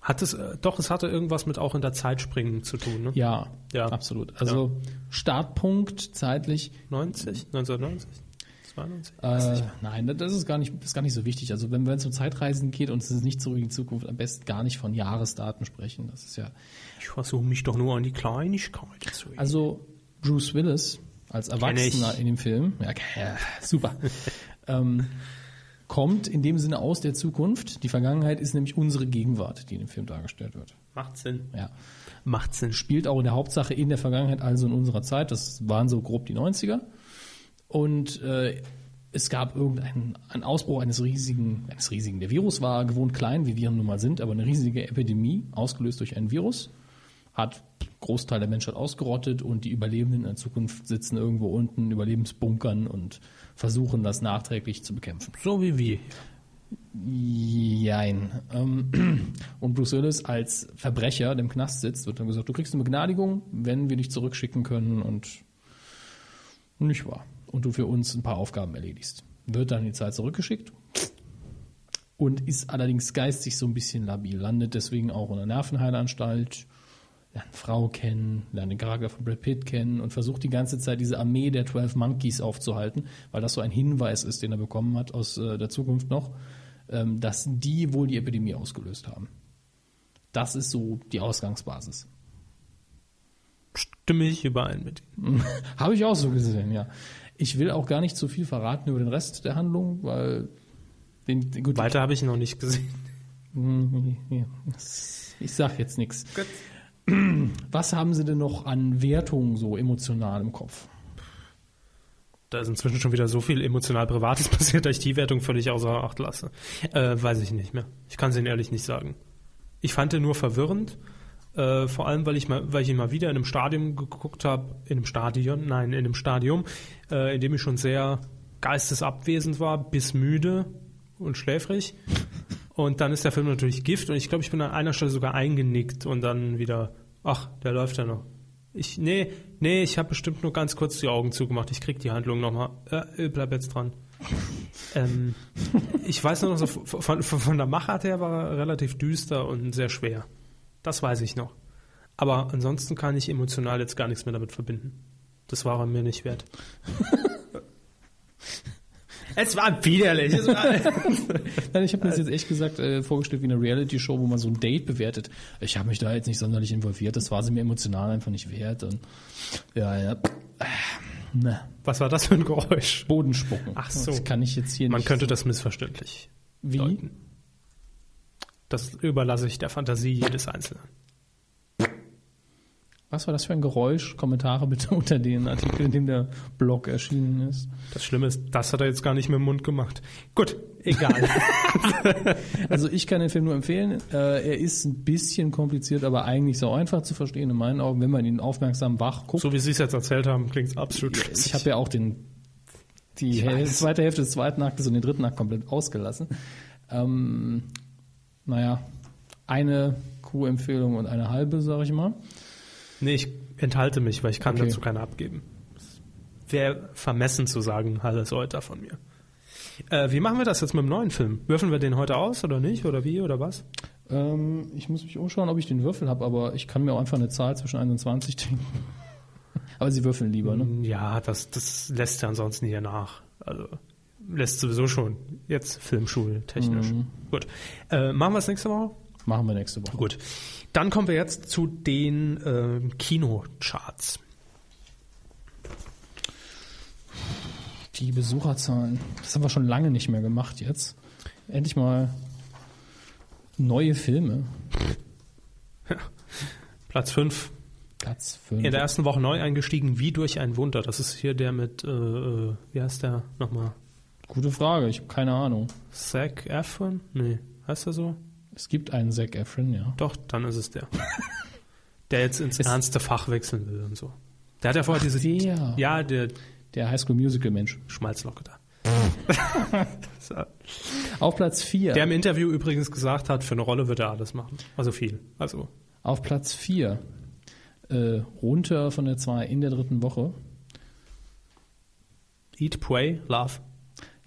S1: hat es, äh, doch, es hatte irgendwas mit auch in der Zeit springen zu tun, ne?
S2: Ja,
S1: Ja.
S2: absolut. Also Startpunkt zeitlich
S1: 90? 1990? 92?
S2: Äh, nein, das ist gar nicht, das ist gar nicht so wichtig. Also wenn wenn es um Zeitreisen geht und es ist nicht zurück in die Zukunft, am besten gar nicht von Jahresdaten sprechen. Das ist ja
S1: Ich versuche mich doch nur an die Kleinigkeit zu erinnern.
S2: also Bruce Willis als Erwachsener
S1: ich.
S2: in dem Film, ja, okay, ja super, ähm, kommt in dem Sinne aus der Zukunft. Die Vergangenheit ist nämlich unsere Gegenwart, die in dem Film dargestellt wird.
S1: Also, Macht Sinn.
S2: Ja.
S1: Macht Sinn.
S2: spielt auch in der Hauptsache in der Vergangenheit, also in unserer Zeit. Das waren so grob die 90er. Und äh, es gab irgendeinen einen Ausbruch eines riesigen, eines riesigen, der Virus war gewohnt klein, wie Viren nun mal sind, aber eine riesige Epidemie, ausgelöst durch ein Virus, hat Großteil der Menschheit ausgerottet und die Überlebenden in der Zukunft sitzen irgendwo unten in Überlebensbunkern und versuchen das nachträglich zu bekämpfen.
S1: So wie wir.
S2: Jein. Ähm, Und Bruce Willis als Verbrecher, der im Knast sitzt, wird dann gesagt, du kriegst eine Begnadigung, wenn wir dich zurückschicken können und nicht wahr. Und du für uns ein paar Aufgaben erledigst. Wird dann in die Zeit zurückgeschickt und ist allerdings geistig so ein bisschen labil, landet deswegen auch in einer Nervenheilanstalt, lernt eine Frau kennen, lernt den Charakter von Brad Pitt kennen und versucht die ganze Zeit diese Armee der 12 Monkeys aufzuhalten, weil das so ein Hinweis ist, den er bekommen hat aus äh, der Zukunft noch, ähm, dass die wohl die Epidemie ausgelöst haben. Das ist so die Ausgangsbasis.
S1: Stimme ich überein mit Ihnen.
S2: Habe ich auch so gesehen, ja. Ich will auch gar nicht zu viel verraten über den Rest der Handlung, weil den, gut, hm,
S1: Weiter habe ich noch nicht gesehen.
S2: Ich sag jetzt nichts. Was haben Sie denn noch an Wertungen so emotional im Kopf?
S1: Da ist inzwischen schon wieder so viel emotional Privates passiert, dass ich die Wertung völlig außer Acht lasse. Äh, weiß ich nicht mehr. Ich kann es Ihnen ehrlich nicht sagen. Ich fand den nur verwirrend, äh, vor allem, weil ich, mal, weil ich ihn mal wieder in einem Stadium geguckt habe, in einem Stadion, nein, in einem Stadium, äh, in dem ich schon sehr geistesabwesend war, bis müde und schläfrig. Und dann ist der Film natürlich Gift und ich glaube, ich bin an einer Stelle sogar eingenickt und dann wieder, ach, der läuft ja noch. Ich, nee, nee, ich habe bestimmt nur ganz kurz die Augen zugemacht. Ich krieg die Handlung nochmal. Äh, äh, bleib jetzt dran. ähm, ich weiß nur noch, so, von, von, von der Machart her war er relativ düster und sehr schwer. Das weiß ich noch. Aber ansonsten kann ich emotional jetzt gar nichts mehr damit verbinden. Das war er mir nicht wert. es war widerlich. Es war,
S2: Nein, ich habe mir das jetzt echt gesagt äh, vorgestellt wie eine Reality-Show, wo man so ein Date bewertet. Ich habe mich da jetzt nicht sonderlich involviert, das war sie mir emotional einfach nicht wert. Und ja, ja. Ah, Na,
S1: was war das für ein Geräusch?
S2: Boden spucken.
S1: Ach so.
S2: Das kann ich jetzt hier
S1: Man
S2: nicht.
S1: könnte das missverständlich
S2: Wie?
S1: deuten. Das überlasse ich der Fantasie jedes Einzelnen.
S2: Was war das für ein Geräusch? Kommentare bitte unter den Artikel, in dem der Blog erschienen ist.
S1: Das Schlimme ist, das hat er jetzt gar nicht mit dem Mund gemacht. Gut, egal.
S2: Also ich kann den Film nur empfehlen. Äh, er ist ein bisschen kompliziert, aber eigentlich so einfach zu verstehen in meinen Augen, wenn man ihn aufmerksam wach guckt.
S1: so wie Sie es jetzt erzählt haben, klingt es absolut
S2: ich habe ja auch den die Häl- zweite Hälfte des zweiten Aktes und den dritten Akt komplett ausgelassen. Ähm, naja, eine Q-Empfehlung und eine halbe, sage ich mal.
S1: Nee, ich enthalte mich, weil ich kann
S2: Okay.
S1: dazu keine abgeben. Es Wäre vermessen zu sagen, alles Euter von mir. Äh, wie machen wir das jetzt mit dem neuen Film? Würfen wir den heute aus oder nicht? Oder wie? Oder was?
S2: Ähm, ich muss mich umschauen, ob ich den Würfel habe, aber ich kann mir auch einfach eine Zahl zwischen 1 und 20 denken. aber sie würfeln lieber, ne?
S1: Ja, das, das lässt ja ansonsten hier nach. Also lässt sowieso schon. Jetzt filmschultechnisch. Gut. Äh, machen wir es nächste Woche?
S2: Machen wir nächste Woche.
S1: Gut. Dann kommen wir jetzt zu den ähm, Kinocharts.
S2: Die Besucherzahlen. Das haben wir schon lange nicht mehr gemacht jetzt. Endlich mal neue Filme.
S1: Platz 5.
S2: Platz 5.
S1: In der ersten Woche neu eingestiegen, wie durch ein Wunder. Das ist hier der mit, äh, äh, wie heißt der nochmal?
S2: Gute Frage, ich habe keine Ahnung.
S1: Zac Efron? Nee, heißt er so?
S2: Es gibt einen Zac Efron, ja.
S1: Doch, dann ist es der. der jetzt ins ernste Fach wechseln will und so. Der hat ja vorher diese.
S2: der.
S1: Ja, der
S2: Der High School Musical Mensch.
S1: Schmalzlocke da. So.
S2: Auf Platz 4.
S1: der im Interview übrigens gesagt hat, für eine Rolle würde er alles machen. Also viel. Also
S2: Auf Platz 4. Äh, runter von der 2 in der dritten Woche.
S1: Eat, Pray, Love.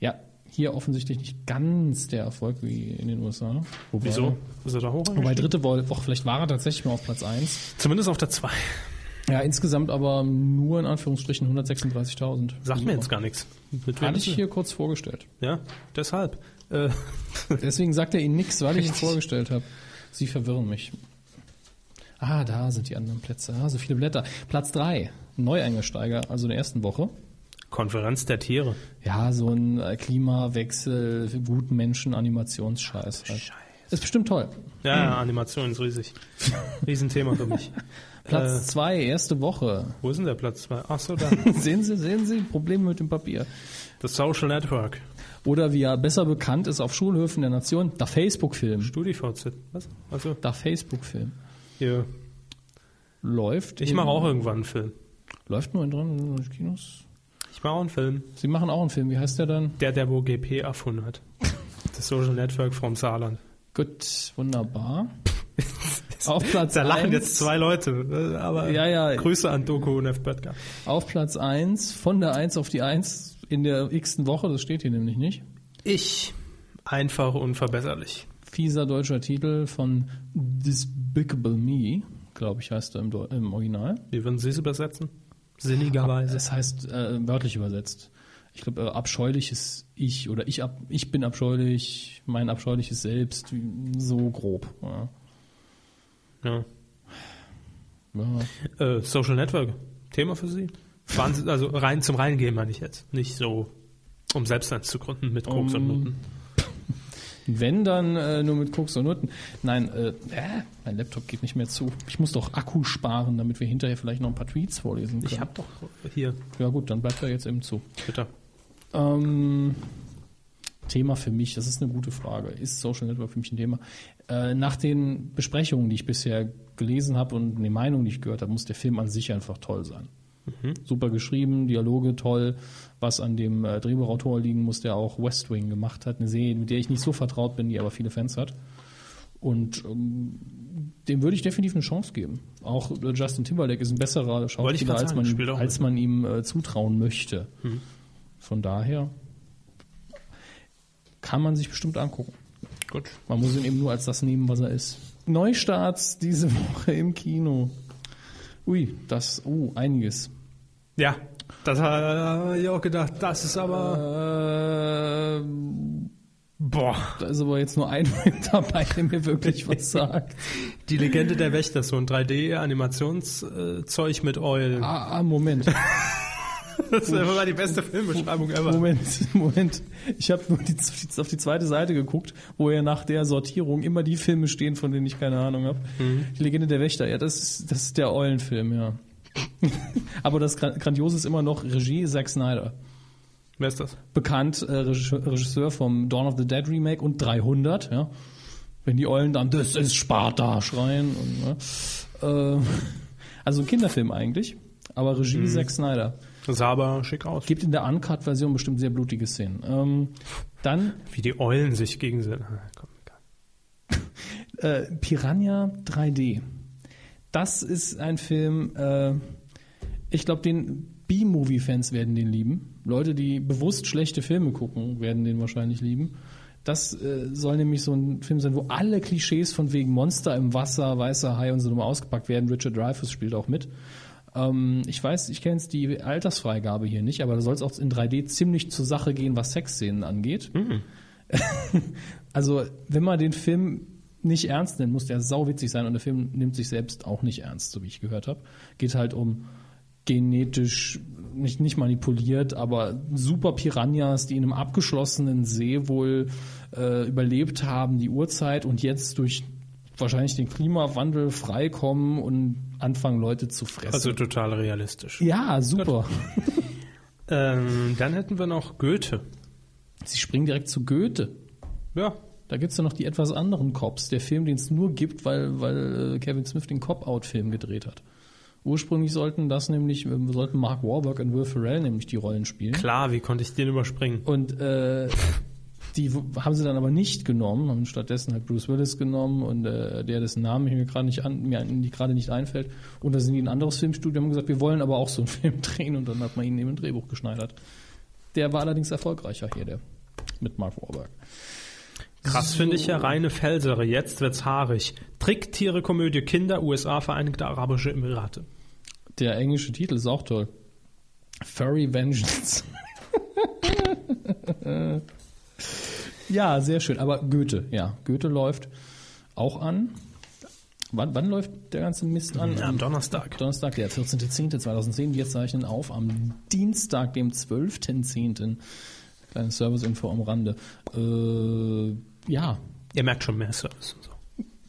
S2: Ja, hier offensichtlich nicht ganz der Erfolg wie in den USA. Wobei,
S1: Wieso? Ist er da hoch?
S2: Wobei dritte Wo- Woche, vielleicht war er tatsächlich mal auf Platz 1.
S1: Zumindest auf der 2.
S2: Ja, insgesamt aber nur in Anführungsstrichen 136.000.
S1: Sagt mir
S2: Besucher.
S1: jetzt gar nichts. Mit wem
S2: Hatte ich
S1: ist er?
S2: hier kurz vorgestellt.
S1: Ja, deshalb. Äh,
S2: Deswegen sagt er Ihnen nichts, weil ich ihn vorgestellt habe. Sie verwirren mich. Ah, da sind die anderen Plätze. Ah, so viele Blätter. Platz 3. Neueingesteiger, also in der ersten Woche.
S1: Konferenz der Tiere.
S2: Ja, so ein äh, Klimawechsel, guten Menschen, Animationsscheiß. Halt. Ist bestimmt toll.
S1: Ja, ja, Animation ist riesig. Riesenthema für mich. Äh.
S2: Platz 2, erste Woche.
S1: Wo ist denn der Platz 2? Achso, da.
S2: sehen Sie, sehen Sie, Probleme mit dem Papier.
S1: Das Social Network.
S2: Oder wie er besser bekannt ist auf Schulhöfen der Nation, der Facebook-Film.
S1: StudiVZ. Was? Also,
S2: Der Facebook-Film.
S1: hier.
S2: Läuft.
S1: Ich
S2: in-
S1: mache auch irgendwann einen Film.
S2: Läuft nur in 300 Kinos.
S1: Ich mache auch einen Film.
S2: Sie machen auch einen Film. Wie heißt der dann?
S1: Der, der wo GP erfunden hat. Das Social Network vom Saarland.
S2: Gut, wunderbar. Auf Platz
S1: Da lachen
S2: eins-
S1: jetzt zwei Leute. äh, Aber
S2: Ja, ja.
S1: Grüße an Doku und F. Böttger.
S2: Auf Platz 1, von der 1 auf die 1 in der x-ten Woche, das steht hier nämlich nicht.
S1: Ich. Einfach unverbesserlich.
S2: Fieser deutscher Titel von Despicable Me, glaube ich, heißt er im, Deu- im Original.
S1: Wie würden Sie es übersetzen? Sinnigerweise.
S2: Das heißt äh, wörtlich übersetzt. Ich glaube, äh, abscheuliches Ich oder ich, ab, ich bin abscheulich, mein abscheuliches Selbst, so grob. Ja.
S1: Ja.
S2: Ja.
S1: Äh, Social Network, Thema für Sie? Wahnsinn, also rein zum
S2: Um
S1: Reingehen meine ich jetzt. Nicht so, um selbst eins zu gründen mit Koks und Noten.
S2: ähm, Wenn dann äh, nur mit Koks und Nutten. Nein, äh, äh, mein Laptop geht nicht mehr zu. Ich muss doch Akku sparen, damit wir hinterher vielleicht noch ein paar Tweets vorlesen können.
S1: Ich habe doch hier,
S2: ja gut, dann bleibt er jetzt eben zu.
S1: bitte.
S2: Ähm, Thema für mich, das ist eine gute Frage. Ist Social Network für mich ein Thema? Äh, nach den Besprechungen, die ich bisher gelesen habe und den Meinungen, die ich gehört habe, muss der Film an sich einfach toll sein. Super geschrieben, Dialoge toll. Was an dem äh, Drehbuchautor liegen muss, der auch West Wing gemacht hat. Eine Serie, mit der ich nicht so vertraut bin, die aber viele Fans hat. Und ähm, dem würde ich definitiv eine Chance geben. Auch äh, Justin Timberlake ist ein besserer
S1: ich
S2: Schauspieler,
S1: grad
S2: als
S1: sagen,
S2: man,
S1: spielt
S2: ihm,
S1: auch Mhm.
S2: als man ihm äh, zutrauen möchte. Von daher kann man sich bestimmt angucken.
S1: Gut.
S2: Man muss ihn eben nur als das nehmen, was er ist. Neustarts diese Woche im Kino. Ui, das, uh, einiges.
S1: Ja, das habe ich auch gedacht. Das ist aber.
S2: Äh,
S1: Boah,
S2: da ist aber jetzt nur ein Film dabei, der mir wirklich was sagt.
S1: die Legende der Wächter, so ein 3D-Animationszeug mit Eulen.
S2: Ah, ah Moment,
S1: Das war die beste Filmbeschreibung ever.
S2: Moment, Moment. Ich habe nur die, auf die zweite Seite geguckt, wo ja nach der Sortierung immer die Filme stehen, von denen ich keine Ahnung habe. Die Legende der Wächter, ja, das ist, das ist der Eulenfilm, ja. Aber das Gra- Grandiose ist immer noch Regie Zack Snyder.
S1: Wer ist das?
S2: bekannt, äh, Regisseur Regisseur vom Dawn of the Dead Remake und 300, ja. Wenn die Eulen dann, das ist Sparta, schreien. Und, ne? äh, also ein Kinderfilm eigentlich, aber Regie Zack Snyder.
S1: Das sah aber schick aus.
S2: Gibt in der Uncut-Version bestimmt sehr blutige Szenen. Ähm, dann
S1: Wie die Eulen sich gegenseitig. Ah, komm, egal.
S2: äh, Piranha 3D. Das ist ein Film, äh, ich glaube, den B-Movie-Fans werden den lieben. Leute, die bewusst schlechte Filme gucken, werden den wahrscheinlich lieben. Das äh, soll nämlich so ein Film sein, wo alle Klischees von wegen Monster im Wasser, weißer Hai und so nochmal ausgepackt werden. Richard Dreyfuss spielt auch mit. Ähm, ich weiß, ich kenne jetzt die Altersfreigabe hier nicht, aber da soll es auch in 3D ziemlich zur Sache gehen, was Sexszenen angeht. Also, wenn man den Film nicht ernst nimmt, muss der sauwitzig sein und der Film nimmt sich selbst auch nicht ernst, so wie ich gehört habe. Geht halt um genetisch nicht, nicht manipuliert, aber super Piranhas, die in einem abgeschlossenen See wohl äh, überlebt haben, die Urzeit und jetzt durch wahrscheinlich den Klimawandel freikommen und anfangen, Leute zu fressen.
S1: Also total realistisch.
S2: ja, super.
S1: Ähm, dann hätten wir noch Goethe.
S2: Sie springen direkt zu Goethe.
S1: Ja,
S2: Da gibt's ja noch die etwas anderen Cops, der Film, den es nur gibt, weil, weil äh, Kevin Smith den Cop-Out-Film gedreht hat. Ursprünglich sollten das nämlich, ähm, sollten Mark Warburg und Will Ferrell nämlich die Rollen spielen.
S1: klar, wie konnte ich den überspringen?
S2: Und äh, die w- haben sie dann aber nicht genommen, haben stattdessen halt Bruce Willis genommen und äh, der, dessen Namen ich mir gerade nicht an, mir an- die gerade nicht einfällt. Und da sind die in ein anderes Filmstudio und haben gesagt, wir wollen aber auch so einen Film drehen und dann hat man ihnen eben ein Drehbuch geschneidert. Der war allerdings erfolgreicher hier, der mit Mark Warburg.
S1: Krass finde ich ja reine Felsere. Jetzt wird's haarig. Tricktiere, Komödie, Kinder, USA, Vereinigte Arabische Emirate.
S2: Der englische Titel ist auch toll. Furry Vengeance. ja, sehr schön. Aber Goethe, ja. Goethe läuft auch an. Wann, wann läuft der ganze Mist an?
S1: Am Donnerstag.
S2: Donnerstag, der 14.10.2010. Wir zeichnen auf am Dienstag, dem 12.10. Kleine Serviceinfo am Rande. Äh, ja,
S1: Ihr merkt schon mehr Service und so.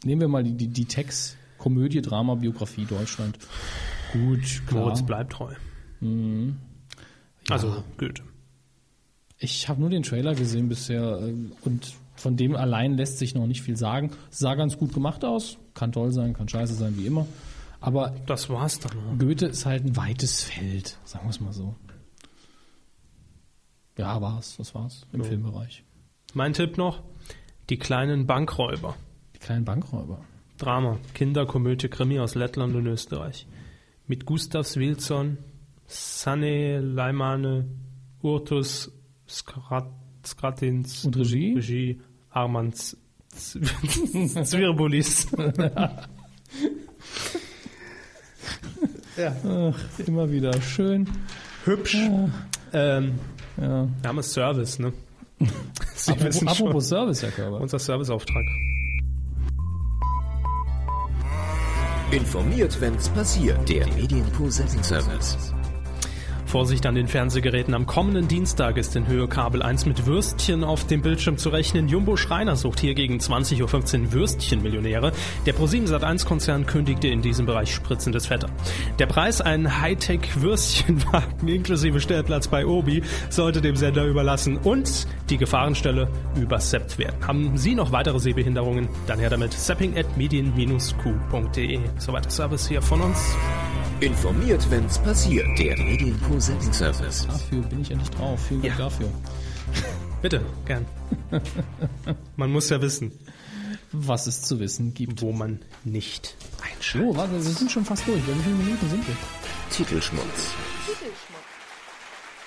S2: nehmen wir mal die, die, die Text. Komödie, Drama, Biografie Deutschland. Gut,
S1: Moritz bleibt treu. Mhm. Also Goethe.
S2: Ich habe nur den Trailer gesehen bisher äh, und von dem allein lässt sich noch nicht viel sagen. Sah ganz gut gemacht aus, kann toll sein, kann scheiße sein, wie immer. Aber
S1: Das war's dann.
S2: Goethe ist halt ein weites Feld, sagen wir es mal so. Ja, war's, das war's im Filmbereich.
S1: Mein Tipp noch: Die kleinen Bankräuber.
S2: Die kleinen Bankräuber.
S1: Drama, Kinderkomödie, Krimi aus Lettland und Österreich. Mit Gustav Wilson, Sanne Leimane, Urtus Skrat, Skratins
S2: Und Regie?
S1: Regie Arman Z- Z- Zvirbulis.
S2: Ach, immer wieder schön.
S1: Hübsch. Ähm,
S2: Ja.
S1: wir haben es Service, ne? Sie wissen
S2: Apropos,
S1: schon.
S2: apropos Service, Herr Körber.
S1: Unser Serviceauftrag.
S6: Informiert, wenn's passiert. Der Medienpool Setting Service.
S1: Vorsicht an den Fernsehgeräten. Am kommenden Dienstag ist in Höhe Kabel 1 mit Würstchen auf dem Bildschirm zu rechnen. Jumbo Schreiner sucht hier gegen 20.15 Uhr Würstchenmillionäre. Der ProSieben Sat1-Konzern kündigte in diesem Bereich spritzendes Fett an. Der Preis, ein Hightech-Würstchenwagen inklusive Stellplatz bei Obi, sollte dem Sender überlassen und die Gefahrenstelle überseppt werden. Haben Sie noch weitere Sehbehinderungen? Dann her damit. Zapping at medien-q.de. Soweit der Service hier von uns.
S6: Informiert, wenn's passiert. Der Medienco Sending Service.
S2: Dafür bin ich endlich drauf. Vielen Dank
S1: Ja.
S2: dafür.
S1: Bitte, gern. Man muss ja wissen,
S2: Was es zu wissen gibt.
S1: wo man nicht einschaltet.
S2: Oh, warte, wir sind schon fast durch. Bei wie vielen Minuten sind wir?
S6: Titelschmutz.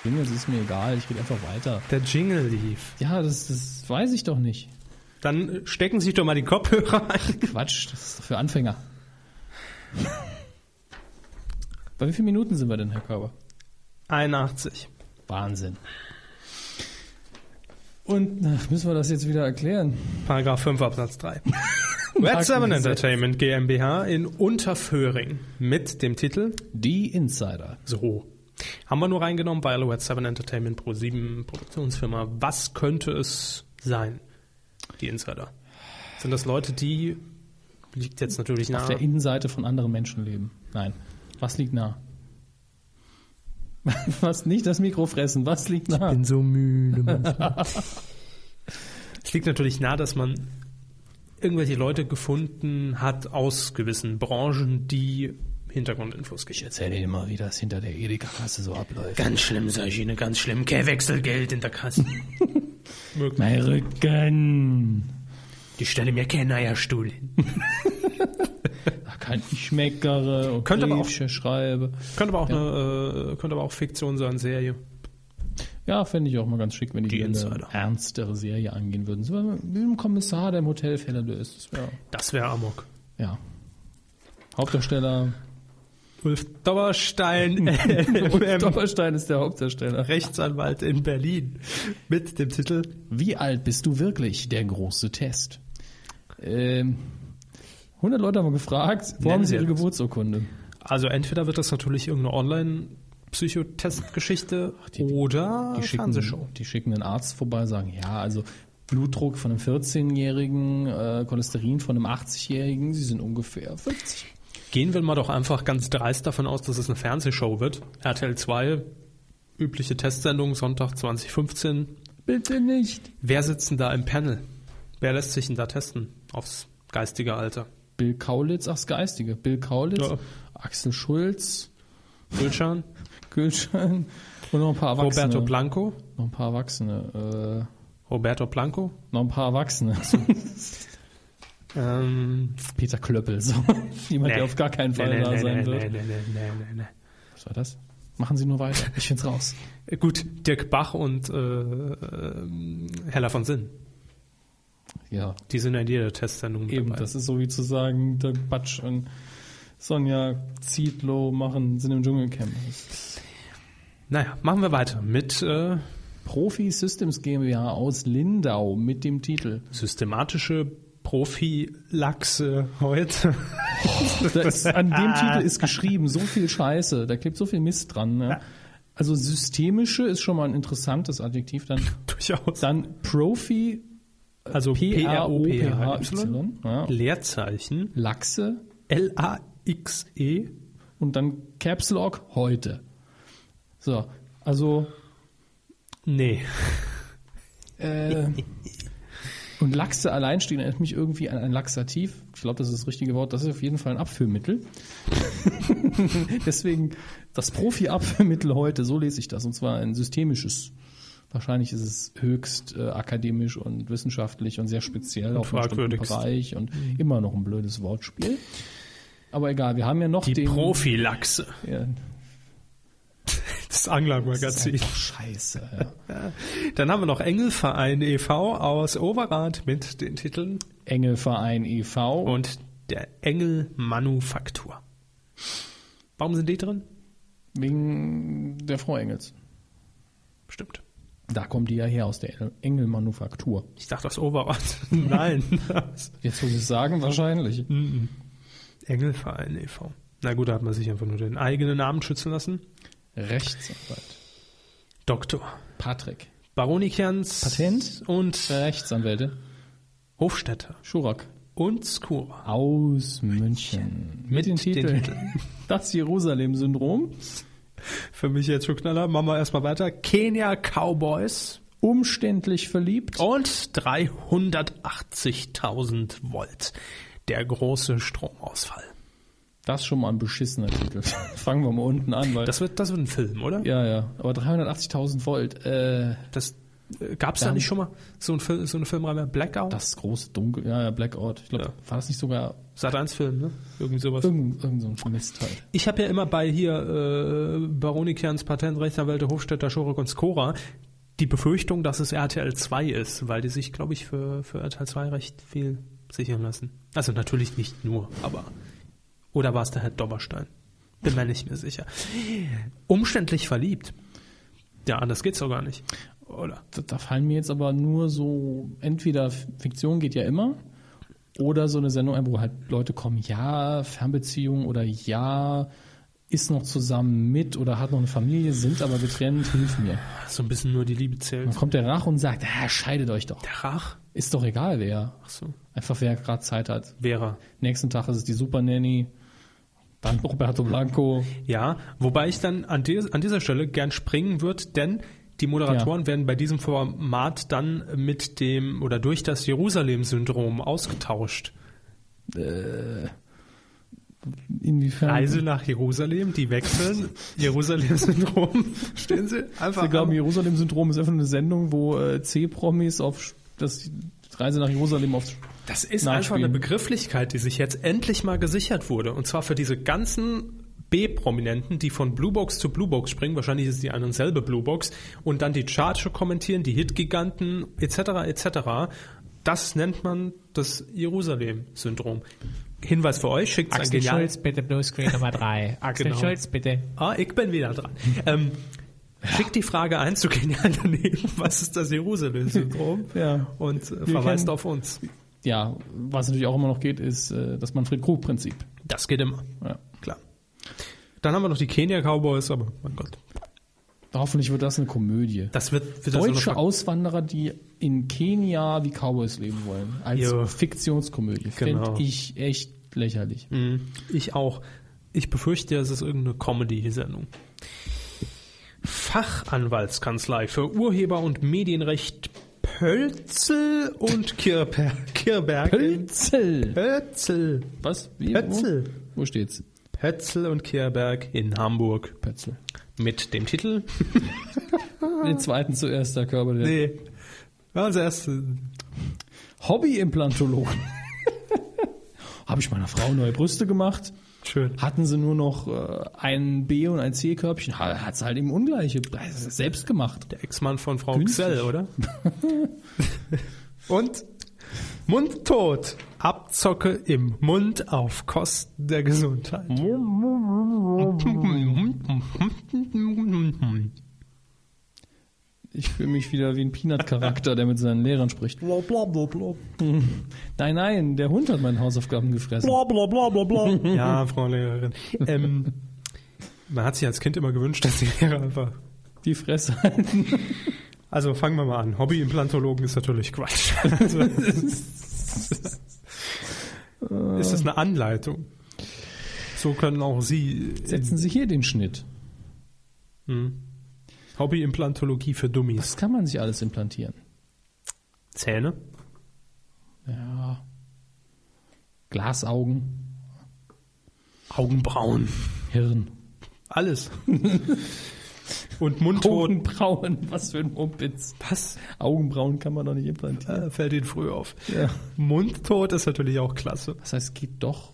S2: Junge, es ist mir egal. Ich rede einfach weiter.
S1: Der Jingle lief.
S2: Ja, das, das weiß ich doch nicht.
S1: Dann äh, stecken Sie sich doch mal die Kopfhörer ein.
S2: Quatsch, das ist doch für Anfänger. Bei wie vielen Minuten sind wir denn, Herr Körber?
S1: 81.
S2: Wahnsinn. Und na, müssen wir das jetzt wieder erklären?
S1: Paragraph 5 Absatz 3. Red 7 Entertainment GmbH in Unterföhring mit dem Titel
S2: Die Insider.
S1: So. Haben wir nur reingenommen, weil Red 7 Entertainment Pro 7 Produktionsfirma. Was könnte es sein? Die Insider. Sind das Leute, die liegt jetzt natürlich
S2: Auf
S1: nahe.
S2: der Innenseite von anderen Menschen leben. Nein. Was liegt nah? Was nicht das Mikro fressen, was liegt nah?
S1: so müde manchmal. es liegt natürlich nahe, dass man irgendwelche Leute gefunden hat aus gewissen Branchen, die Hintergrundinfos geben.
S2: Erzähl dir mal, wie das hinter der Edeka-Kasse so abläuft.
S1: Ganz schlimm, Sagine, ganz schlimm. Kein Wechselgeld in der Kasse. Möglich.
S2: Mein Rücken.
S1: Die stelle mir keinen Eierstuhl hin.
S2: Da kann ich schmeckere und
S1: Könnte aber auch-
S2: Briefchen schreibe.
S1: Könnte aber auch, eine, äh, könnte aber auch Fiktion sein, Serie.
S2: Ja, fände ich auch mal ganz schick, wenn die,
S1: Die
S2: hier eine
S1: Insider.
S2: ernstere Serie angehen würden. So wie ein Kommissar, der im Hotel Fälle löst. Das wär,
S1: Das wäre Amok.
S2: ja. Hauptdarsteller.
S1: Ulf Dauerstein, LLM,
S2: Doppelstein ist der Hauptdarsteller.
S1: Rechtsanwalt in Berlin. Mit dem Titel
S2: Wie alt bist du wirklich? Der große Test. Ähm, 100 Leute haben wir gefragt, wo
S1: Nennen
S2: haben
S1: Sie
S2: sie ihre
S1: etwas.
S2: Geburtsurkunde?
S1: Also entweder wird das natürlich irgendeine Online-Psychotest-Geschichte oder
S2: Die schicken,
S1: Fernsehshow.
S2: die schicken einen Arzt vorbei, sagen, ja, also Blutdruck von einem 14-Jährigen, äh, Cholesterin von einem 80-Jährigen, sie sind ungefähr 40.
S1: Gehen wir mal doch einfach ganz dreist davon aus, dass es eine Fernsehshow wird. RTL 2, übliche Testsendung, Sonntag 2015.
S2: Bitte nicht.
S1: Wer sitzt denn da im Panel? Wer lässt sich denn da testen aufs geistige Alter?
S2: Bill Kaulitz, ach, das Geistige. Bill Kaulitz,
S1: Ja.
S2: Axel Schulz,
S1: Gülcan,
S2: Gülschan und noch ein paar Erwachsene.
S1: Roberto Blanco,
S2: Noch ein paar Erwachsene.
S1: Roberto Blanco,
S2: Äh, noch ein paar Erwachsene.
S1: ähm,
S2: Peter Klöppel, so. Jemand, der auf gar keinen Fall da sein wird.
S1: nee, nee, nee, nee, nee,
S2: Was war das? Machen Sie nur weiter. Ich find's raus.
S1: nee. Gut, Dirk Bach und äh, ähm, Hella von Sinn.
S2: Ja,
S1: Die sind ja in jeder Testsendung mit
S2: eben.
S1: dabei.
S2: Das ist so wie zu sagen, Dirk Batsch und Sonja Zietlow machen, sind im Dschungelcamp.
S1: Naja, machen wir weiter mit äh,
S2: Profi Systems GmbH aus Lindau mit dem Titel.
S1: systematische Prophylaxe heute.
S2: Da ist, an dem Titel ist geschrieben, so viel Scheiße, da klebt so viel Mist dran. Ne? Also systemische ist schon mal ein interessantes Adjektiv. Dann,
S1: Durchaus.
S2: dann Profi,
S1: Also P-R-O-P-H-Y.
S2: P-R-O-P-H-Y, ja.
S1: Leerzeichen
S2: Lachse
S1: L-A-X-E.
S2: und dann Caps Lock heute. So, also
S1: Nee.
S2: Äh, und Lachse alleinstehend erinnert mich irgendwie an ein Laxativ. Ich glaube, das ist das richtige Wort. Das ist auf jeden Fall ein Abführmittel. Deswegen das Profi-Abführmittel heute, so lese ich das. Und zwar ein systemisches. Wahrscheinlich ist es höchst äh, akademisch und wissenschaftlich und sehr speziell auf einen bestimmten
S1: fragwürdigst. Mhm.
S2: Bereich und immer noch ein blödes Wortspiel. Aber egal, wir haben ja noch
S1: Die
S2: den
S1: Prophylaxe.
S2: Ja,
S1: Das
S2: das ist
S1: Anglermagazin.
S2: einfach scheiße. Ja.
S1: Dann haben wir noch Engelverein e.V. aus Overath mit den Titeln
S2: Engelverein E e.V.
S1: und der Engelmanufaktur. Warum sind die drin?
S2: wegen der Frau Engels.
S1: Bestimmt.
S2: Da kommen die ja her aus der Engelmanufaktur.
S1: Ich dachte aus Overath. Nein.
S2: Jetzt muss ich sagen, wahrscheinlich.
S1: e Engelverein e.V. Na gut, da hat man sich einfach nur den eigenen Namen schützen lassen.
S2: Rechtsanwalt.
S1: Doktor.
S2: Patrick.
S1: Baronikerns.
S2: Patent?
S1: Und äh,
S2: Rechtsanwälte.
S1: Hofstädter.
S2: Schurak.
S1: Und Skura.
S2: Aus München. Mit den Titeln. Das Jerusalem-Syndrom.
S1: Für mich jetzt schon Knaller. Machen wir erstmal weiter. Kenia Cowboys.
S2: Umständlich verliebt.
S1: Und 380.000 Volt. Der große Stromausfall.
S2: Das ist schon mal ein beschissener Titel. Fangen wir mal unten an, weil.
S1: Das wird, das wird ein Film, oder?
S2: ja, ja. Aber 380.000 Volt. Äh,
S1: Das äh, gab's da nicht schon mal so, ein Film, so eine Filmreihe Blackout?
S2: das große Dunkel. Ja, ja, Blackout. Ich glaube,
S1: Ja.
S2: war das nicht sogar
S1: Sat 1 Film, ne? Irgendwie sowas.
S2: irgend, irgend so ein Mist halt?
S1: Ich habe ja immer bei hier äh, Baroni Kerns Patent, Rechtsanwälte, Hofstädter, Schorek und Skora die Befürchtung, dass es RTL 2 ist, weil die sich, glaube ich, für, für RTL 2 recht viel sichern lassen. Also natürlich nicht nur, aber. Oder war es der Herr Dobberstein? Bin mir nicht mehr sicher. Umständlich verliebt. Ja, anders geht's doch gar nicht. Oder?
S2: Da, da fallen mir jetzt aber nur so, entweder Fiktion geht ja immer, oder so eine Sendung ein, wo halt Leute kommen, ja, Fernbeziehung oder ja, ist noch zusammen mit oder hat noch eine Familie, sind aber getrennt, hilf mir.
S1: So ein bisschen nur die Liebe
S2: Dann
S1: zählt.
S2: kommt der Rach und sagt, ah, scheidet euch doch.
S1: Rach?
S2: Ist doch egal, wer.
S1: Achso.
S2: Einfach wer gerade Zeit hat.
S1: Vera.
S2: Nächsten Tag ist es die Super Nanny, dann Roberto Blanco.
S1: Ja, wobei ich dann an, dies, an dieser Stelle gern springen würde, denn die Moderatoren werden bei diesem Format dann mit dem oder durch das Jerusalem-Syndrom ausgetauscht.
S2: Inwiefern?
S1: Reise Also nach Jerusalem, die wechseln. Jerusalem-Syndrom, stehen sie einfach.
S2: Sie glauben,
S1: am-
S2: Jerusalem-Syndrom ist einfach eine Sendung, wo äh, C-Promis auf Sch- das Reise nach Jerusalem auf.
S1: das ist
S2: Nachspielen.
S1: einfach eine Begrifflichkeit, die sich jetzt endlich mal gesichert wurde. Und zwar für diese ganzen B-Prominenten, die von Bluebox zu Bluebox springen. Wahrscheinlich ist die ein und selbe Bluebox. Und dann die Charge kommentieren, die Hit-Giganten etc. etc. Das nennt man das Jerusalem-Syndrom. Hinweis für euch, schickt ein
S8: Axel
S1: geniales...
S8: Schulz, bitte Blue Screen Nummer 3. Axel
S1: Genau.
S8: Schulz, bitte.
S1: Ah, ich bin wieder dran. ähm, schickt die Frage ein zu genial daneben. Was ist das Jerusalem-Syndrom?
S2: Ja.
S1: Und äh, verweist
S2: kennen-
S1: auf uns.
S2: Ja, was natürlich auch immer noch geht, ist äh, das Manfred-Krug-Prinzip.
S1: Das geht immer.
S2: Ja.
S1: Klar. Dann haben wir noch die Kenia Cowboys, aber mein Gott.
S2: Hoffentlich wird das eine Komödie.
S1: Das wird wieder so
S2: Deutsche
S1: eine Ver-
S2: Auswanderer, die in Kenia wie Cowboys leben wollen. Als
S1: Jo.
S2: Fiktionskomödie.
S1: Genau.
S2: Finde ich echt lächerlich.
S1: Mhm. Ich auch. Ich befürchte, es ist irgendeine Comedy-Sendung. Fachanwaltskanzlei für Urheber- und Medienrecht Pölzel und Kirber Kirberg. in-
S2: Pölzel.
S1: Pölzel.
S2: Was? Wie,
S1: Pölzel.
S2: Wo? wo steht's?
S1: Pölzel und Kirberg in Hamburg.
S2: Pölzel.
S1: Mit dem Titel?
S2: Den zweiten zuerst, der Körper. Der
S1: Ah. Nee. Ja, als erstes.
S2: Hobby-Implantologen. Habe ich meiner Frau neue Brüste gemacht.
S1: Schön.
S2: Hatten sie nur noch äh, ein B- und ein C-Körbchen, ha- hat sie halt eben ungleiche. Das ist Selbst gemacht.
S1: Der Ex-Mann von Frau
S2: Günstig.
S1: Xell, oder? Und Mundtot. Abzocke im Mund auf Kosten der Gesundheit.
S2: Ich fühle mich wieder wie ein Peanut-Charakter, der mit seinen Lehrern spricht. Nein, nein, der Hund hat meine Hausaufgaben gefressen.
S1: Ja, Frau Lehrerin. Ähm, man hat sich als Kind immer gewünscht, dass die Lehrer einfach.
S2: Die Fresse halten.
S1: Also fangen wir mal an. Hobby-Implantologen ist natürlich Quatsch. Also, ist das eine Anleitung? So können auch Sie
S2: Setzen Sie hier den Schnitt.
S1: Hobby-Implantologie für Dummies.
S2: Das kann man sich alles implantieren.
S1: Zähne?
S2: Ja. Glasaugen,
S1: Augenbrauen.
S2: Hirn.
S1: Alles. Und Mundton.
S2: Augenbrauen, was für ein Mumpitz.
S1: Was?
S2: Augenbrauen kann man doch nicht implantieren.
S1: Äh, fällt Ihnen früh auf.
S2: Ja.
S1: Mundtot ist natürlich auch klasse.
S2: Das heißt, es geht doch.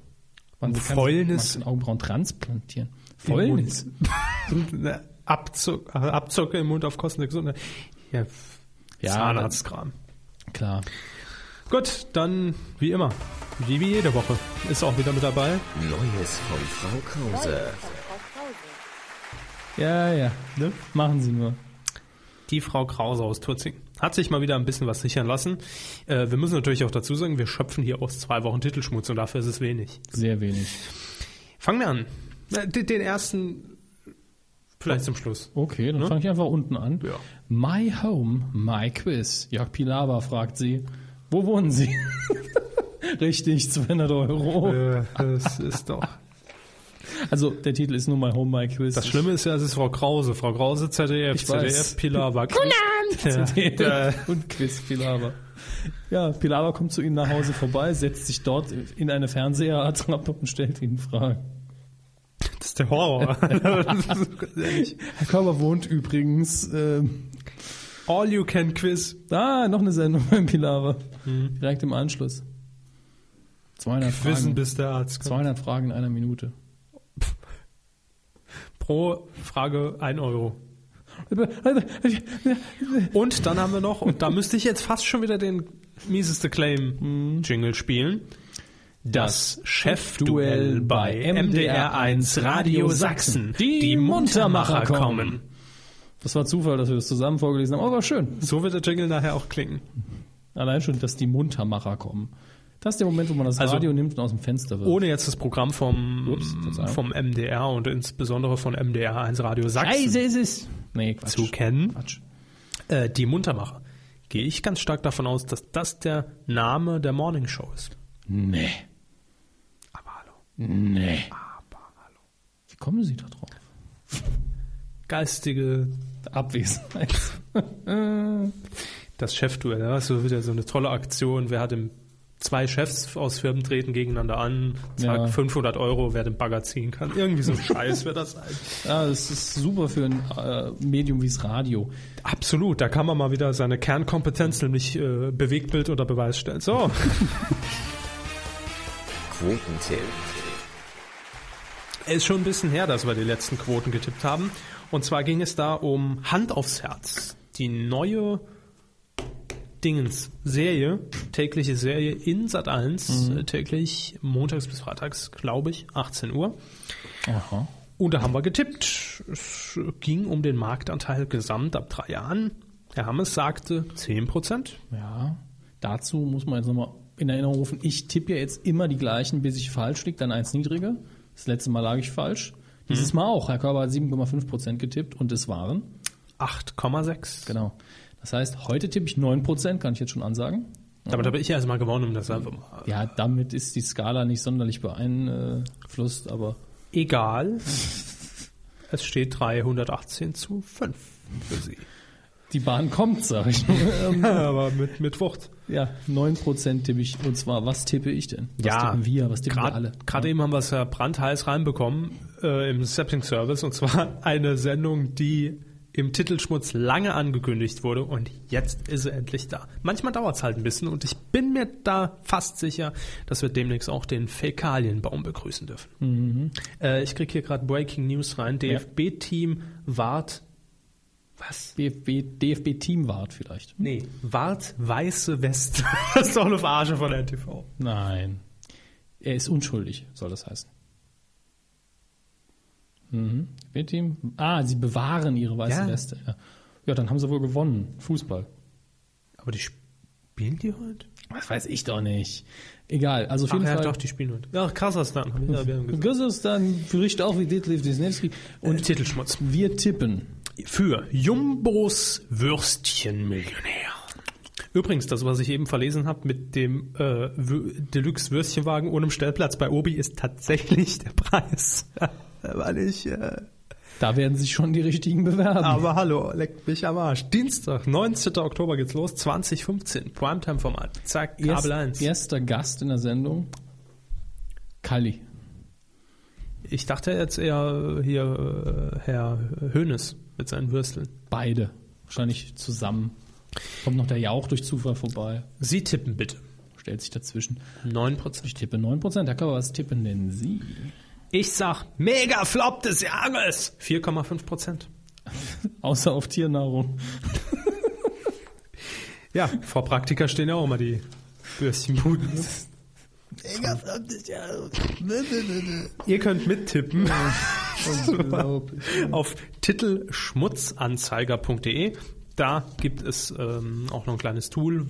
S2: Man kann
S1: Fäulnis-
S2: man kann Augenbrauen transplantieren. Fäulnis.
S1: Eine Abzug, äh, Abzocke im Mund auf Kosten der Gesundheit. Ja, f-
S2: Ja,
S1: Zahnarztkram.
S2: Klar.
S1: Gut, dann wie immer. Wie, wie jede Woche. Ist auch wieder mit dabei.
S6: Neues von Frau Krause.
S2: Ja, ja. Ne? Machen Sie nur.
S1: Die Frau Krause aus Turzing. Hat sich mal wieder ein bisschen was sichern lassen. Äh, wir müssen natürlich auch dazu sagen, wir schöpfen hier aus zwei Wochen Titelschmutz und dafür ist es wenig.
S2: Sehr wenig.
S1: Fangen wir an. Na, de- Den ersten Vielleicht zum Schluss.
S2: Okay, dann fange ich einfach unten an.
S1: Ne? Ja.
S2: My Home, My Quiz. Jörg Pilawa fragt sie, wo wohnen Sie? Richtig, 200 Euro.
S1: Oh. Äh, das ist doch.
S2: Also der Titel ist nur My Home, My Quiz.
S1: Das Schlimme ist ja, es ist Frau Krause. Frau Krause, ZDF,
S2: Ich weiß.
S1: ZDF, Pilawa. Ja.
S2: und Quiz Pilawa. Ja, Pilawa kommt zu ihnen nach Hause vorbei, setzt sich dort in eine Fernseherattrappe und stellt ihnen Fragen.
S1: Das ist der Horror.
S2: Herr Körber wohnt übrigens. Ähm,
S1: All You Can Quiz.
S2: ah, noch eine Sendung beim Pilawa.
S1: Mhm.
S2: Direkt im Anschluss. 200
S1: Wissen,
S2: Fragen,
S1: bis der Arzt kommt.
S2: 200 Fragen in einer Minute.
S1: Pro Frage 1 Euro. Und dann haben wir noch, und da müsste ich jetzt fast schon wieder den mieseste Claim-Jingle spielen. Mhm. Das Chefduell bei MDR1 Radio Sachsen. Die Muntermacher kommen.
S2: Das war Zufall, dass wir das zusammen vorgelesen haben, aber war schön.
S1: So wird der Jingle nachher auch klingen.
S2: Allein schon, dass die Muntermacher kommen. Das ist der Moment, wo man das
S1: Also-
S2: Radio nimmt und aus dem Fenster wirft.
S1: Ohne jetzt das Programm vom,
S2: Ups, Verzeihung.
S1: vom MDR und insbesondere von MDR1 Radio Sachsen
S2: Scheiße ist es! Nee, Quatsch.
S1: zu kennen.
S2: Quatsch.
S1: Äh, die Muntermacher. Gehe ich ganz stark davon aus, dass das der Name der Morning Show ist.
S2: Nee.
S1: Aber hallo.
S2: Nee. Wie kommen Sie da drauf?
S1: Geistige,
S2: Abwesenheit.
S1: das Chefduell. ne? Das ist so wieder so eine tolle Aktion. Wer hat im Zwei Chefs aus Firmen treten gegeneinander an. Zack,
S2: Ja.
S1: 500 Euro, wer den Bagger ziehen kann. Irgendwie so ein Scheiß wird das sein.
S2: ja, das ist super für ein äh, Medium wie das Radio.
S1: Absolut, da kann man mal wieder seine Kernkompetenz, nämlich äh, Bewegtbild unter Beweis stellen. So,
S6: Quotentipp.
S1: ist schon ein bisschen her, dass wir die letzten Quoten getippt haben. Und zwar ging es da um Hand aufs Herz. Die neue Dingens Serie, tägliche Serie in Sat 1,
S2: Mhm.
S1: äh, täglich montags bis freitags, glaube ich, 18 Uhr.
S2: Aha.
S1: Und da haben wir getippt. Es ging um den Marktanteil gesamt ab drei Jahren. Herr Hammes sagte 10 Prozent.
S2: Ja. Dazu muss man jetzt nochmal in Erinnerung rufen, ich tippe ja jetzt immer die gleichen, bis ich falsch liege, dann eins niedriger. Das letzte Mal lag ich falsch. Dieses Mal auch. Herr Körber hat 7,5% getippt und es waren
S1: 8,6.
S2: Genau. Das heißt, heute tippe ich 9%, kann ich jetzt schon ansagen.
S1: Damit habe ich erstmal gewonnen, um das einfach mal
S2: Ja, damit ist die Skala nicht sonderlich beeinflusst, aber
S1: Egal. Es steht 318 zu 5 für sie.
S2: die Bahn kommt, sage ich nur.
S1: Aber mit, mit Wucht.
S2: ja, 9% tippe ich. Und zwar, was tippe ich denn? Was tippen wir? Was tippen wir alle?
S1: Gerade eben haben wir es ja brandheiß reinbekommen äh, im Setting Service und zwar eine Sendung, die im Titelschmutz lange angekündigt wurde und jetzt ist sie endlich da. Manchmal dauert es halt ein bisschen und ich bin mir da fast sicher, dass wir demnächst auch den Fäkalienbaum begrüßen dürfen.
S2: Mhm.
S1: Äh, ich kriege hier gerade Breaking News rein. DFB-Team wart was?
S2: BFB, DFB Teamwart vielleicht.
S1: Nee, Wart Weiße Weste. das ist doch eine Verarsche von NTV.
S2: Nein. Er ist unschuldig, soll das heißen. Mhm. Wird ihm? Ah, sie bewahren ihre weiße
S1: Ja.
S2: Weste. Ja. ja, dann haben sie wohl gewonnen. Fußball.
S1: Aber die spielen die heute?
S2: Was weiß ich doch nicht. Egal, also auf
S1: Ach
S2: jeden
S1: ja,
S2: Fall.
S1: doch, die spielen heute. Mhm. Ja, Kasachstan. Hab ich ja, wir haben gesagt.
S2: Kasachstan bricht auch wie Detlef Wisniewski.
S1: Und Titelschmutz.
S2: Wir tippen.
S1: Für Jumbos Würstchenmillionär. Übrigens, das, was ich eben verlesen habe mit dem äh, Wü- Deluxe Würstchenwagen ohne Stellplatz bei Obi, ist tatsächlich der Preis. Weil ich. Äh,
S2: Da werden sich schon die richtigen bewerben.
S1: aber hallo, leckt mich am Arsch. Dienstag, 19. Oktober geht's los, 2015. Primetime-Format. Zack, Kabel 1.
S2: Erster Gast in der Sendung. Kalli.
S1: Ich dachte jetzt eher hier äh, Herr Hönes mit seinen Würsteln.
S2: Beide. Wahrscheinlich zusammen. Kommt noch der Jauch durch Zufall vorbei.
S1: Sie tippen bitte.
S2: Stellt sich dazwischen.
S1: 9%.
S2: Ich tippe 9%. Herr Körber, was tippen denn Sie?
S1: Ich sag Mega Flop des Jahres. 4,5%.
S2: Außer auf Tiernahrung.
S1: Ja, vor Praktika stehen ja auch immer die Würstchenbuden. Mega Flop des Jahres. Ihr könnt mittippen. Auf titelschmutzanzeiger.de. Da gibt es ähm, auch noch ein kleines Tool,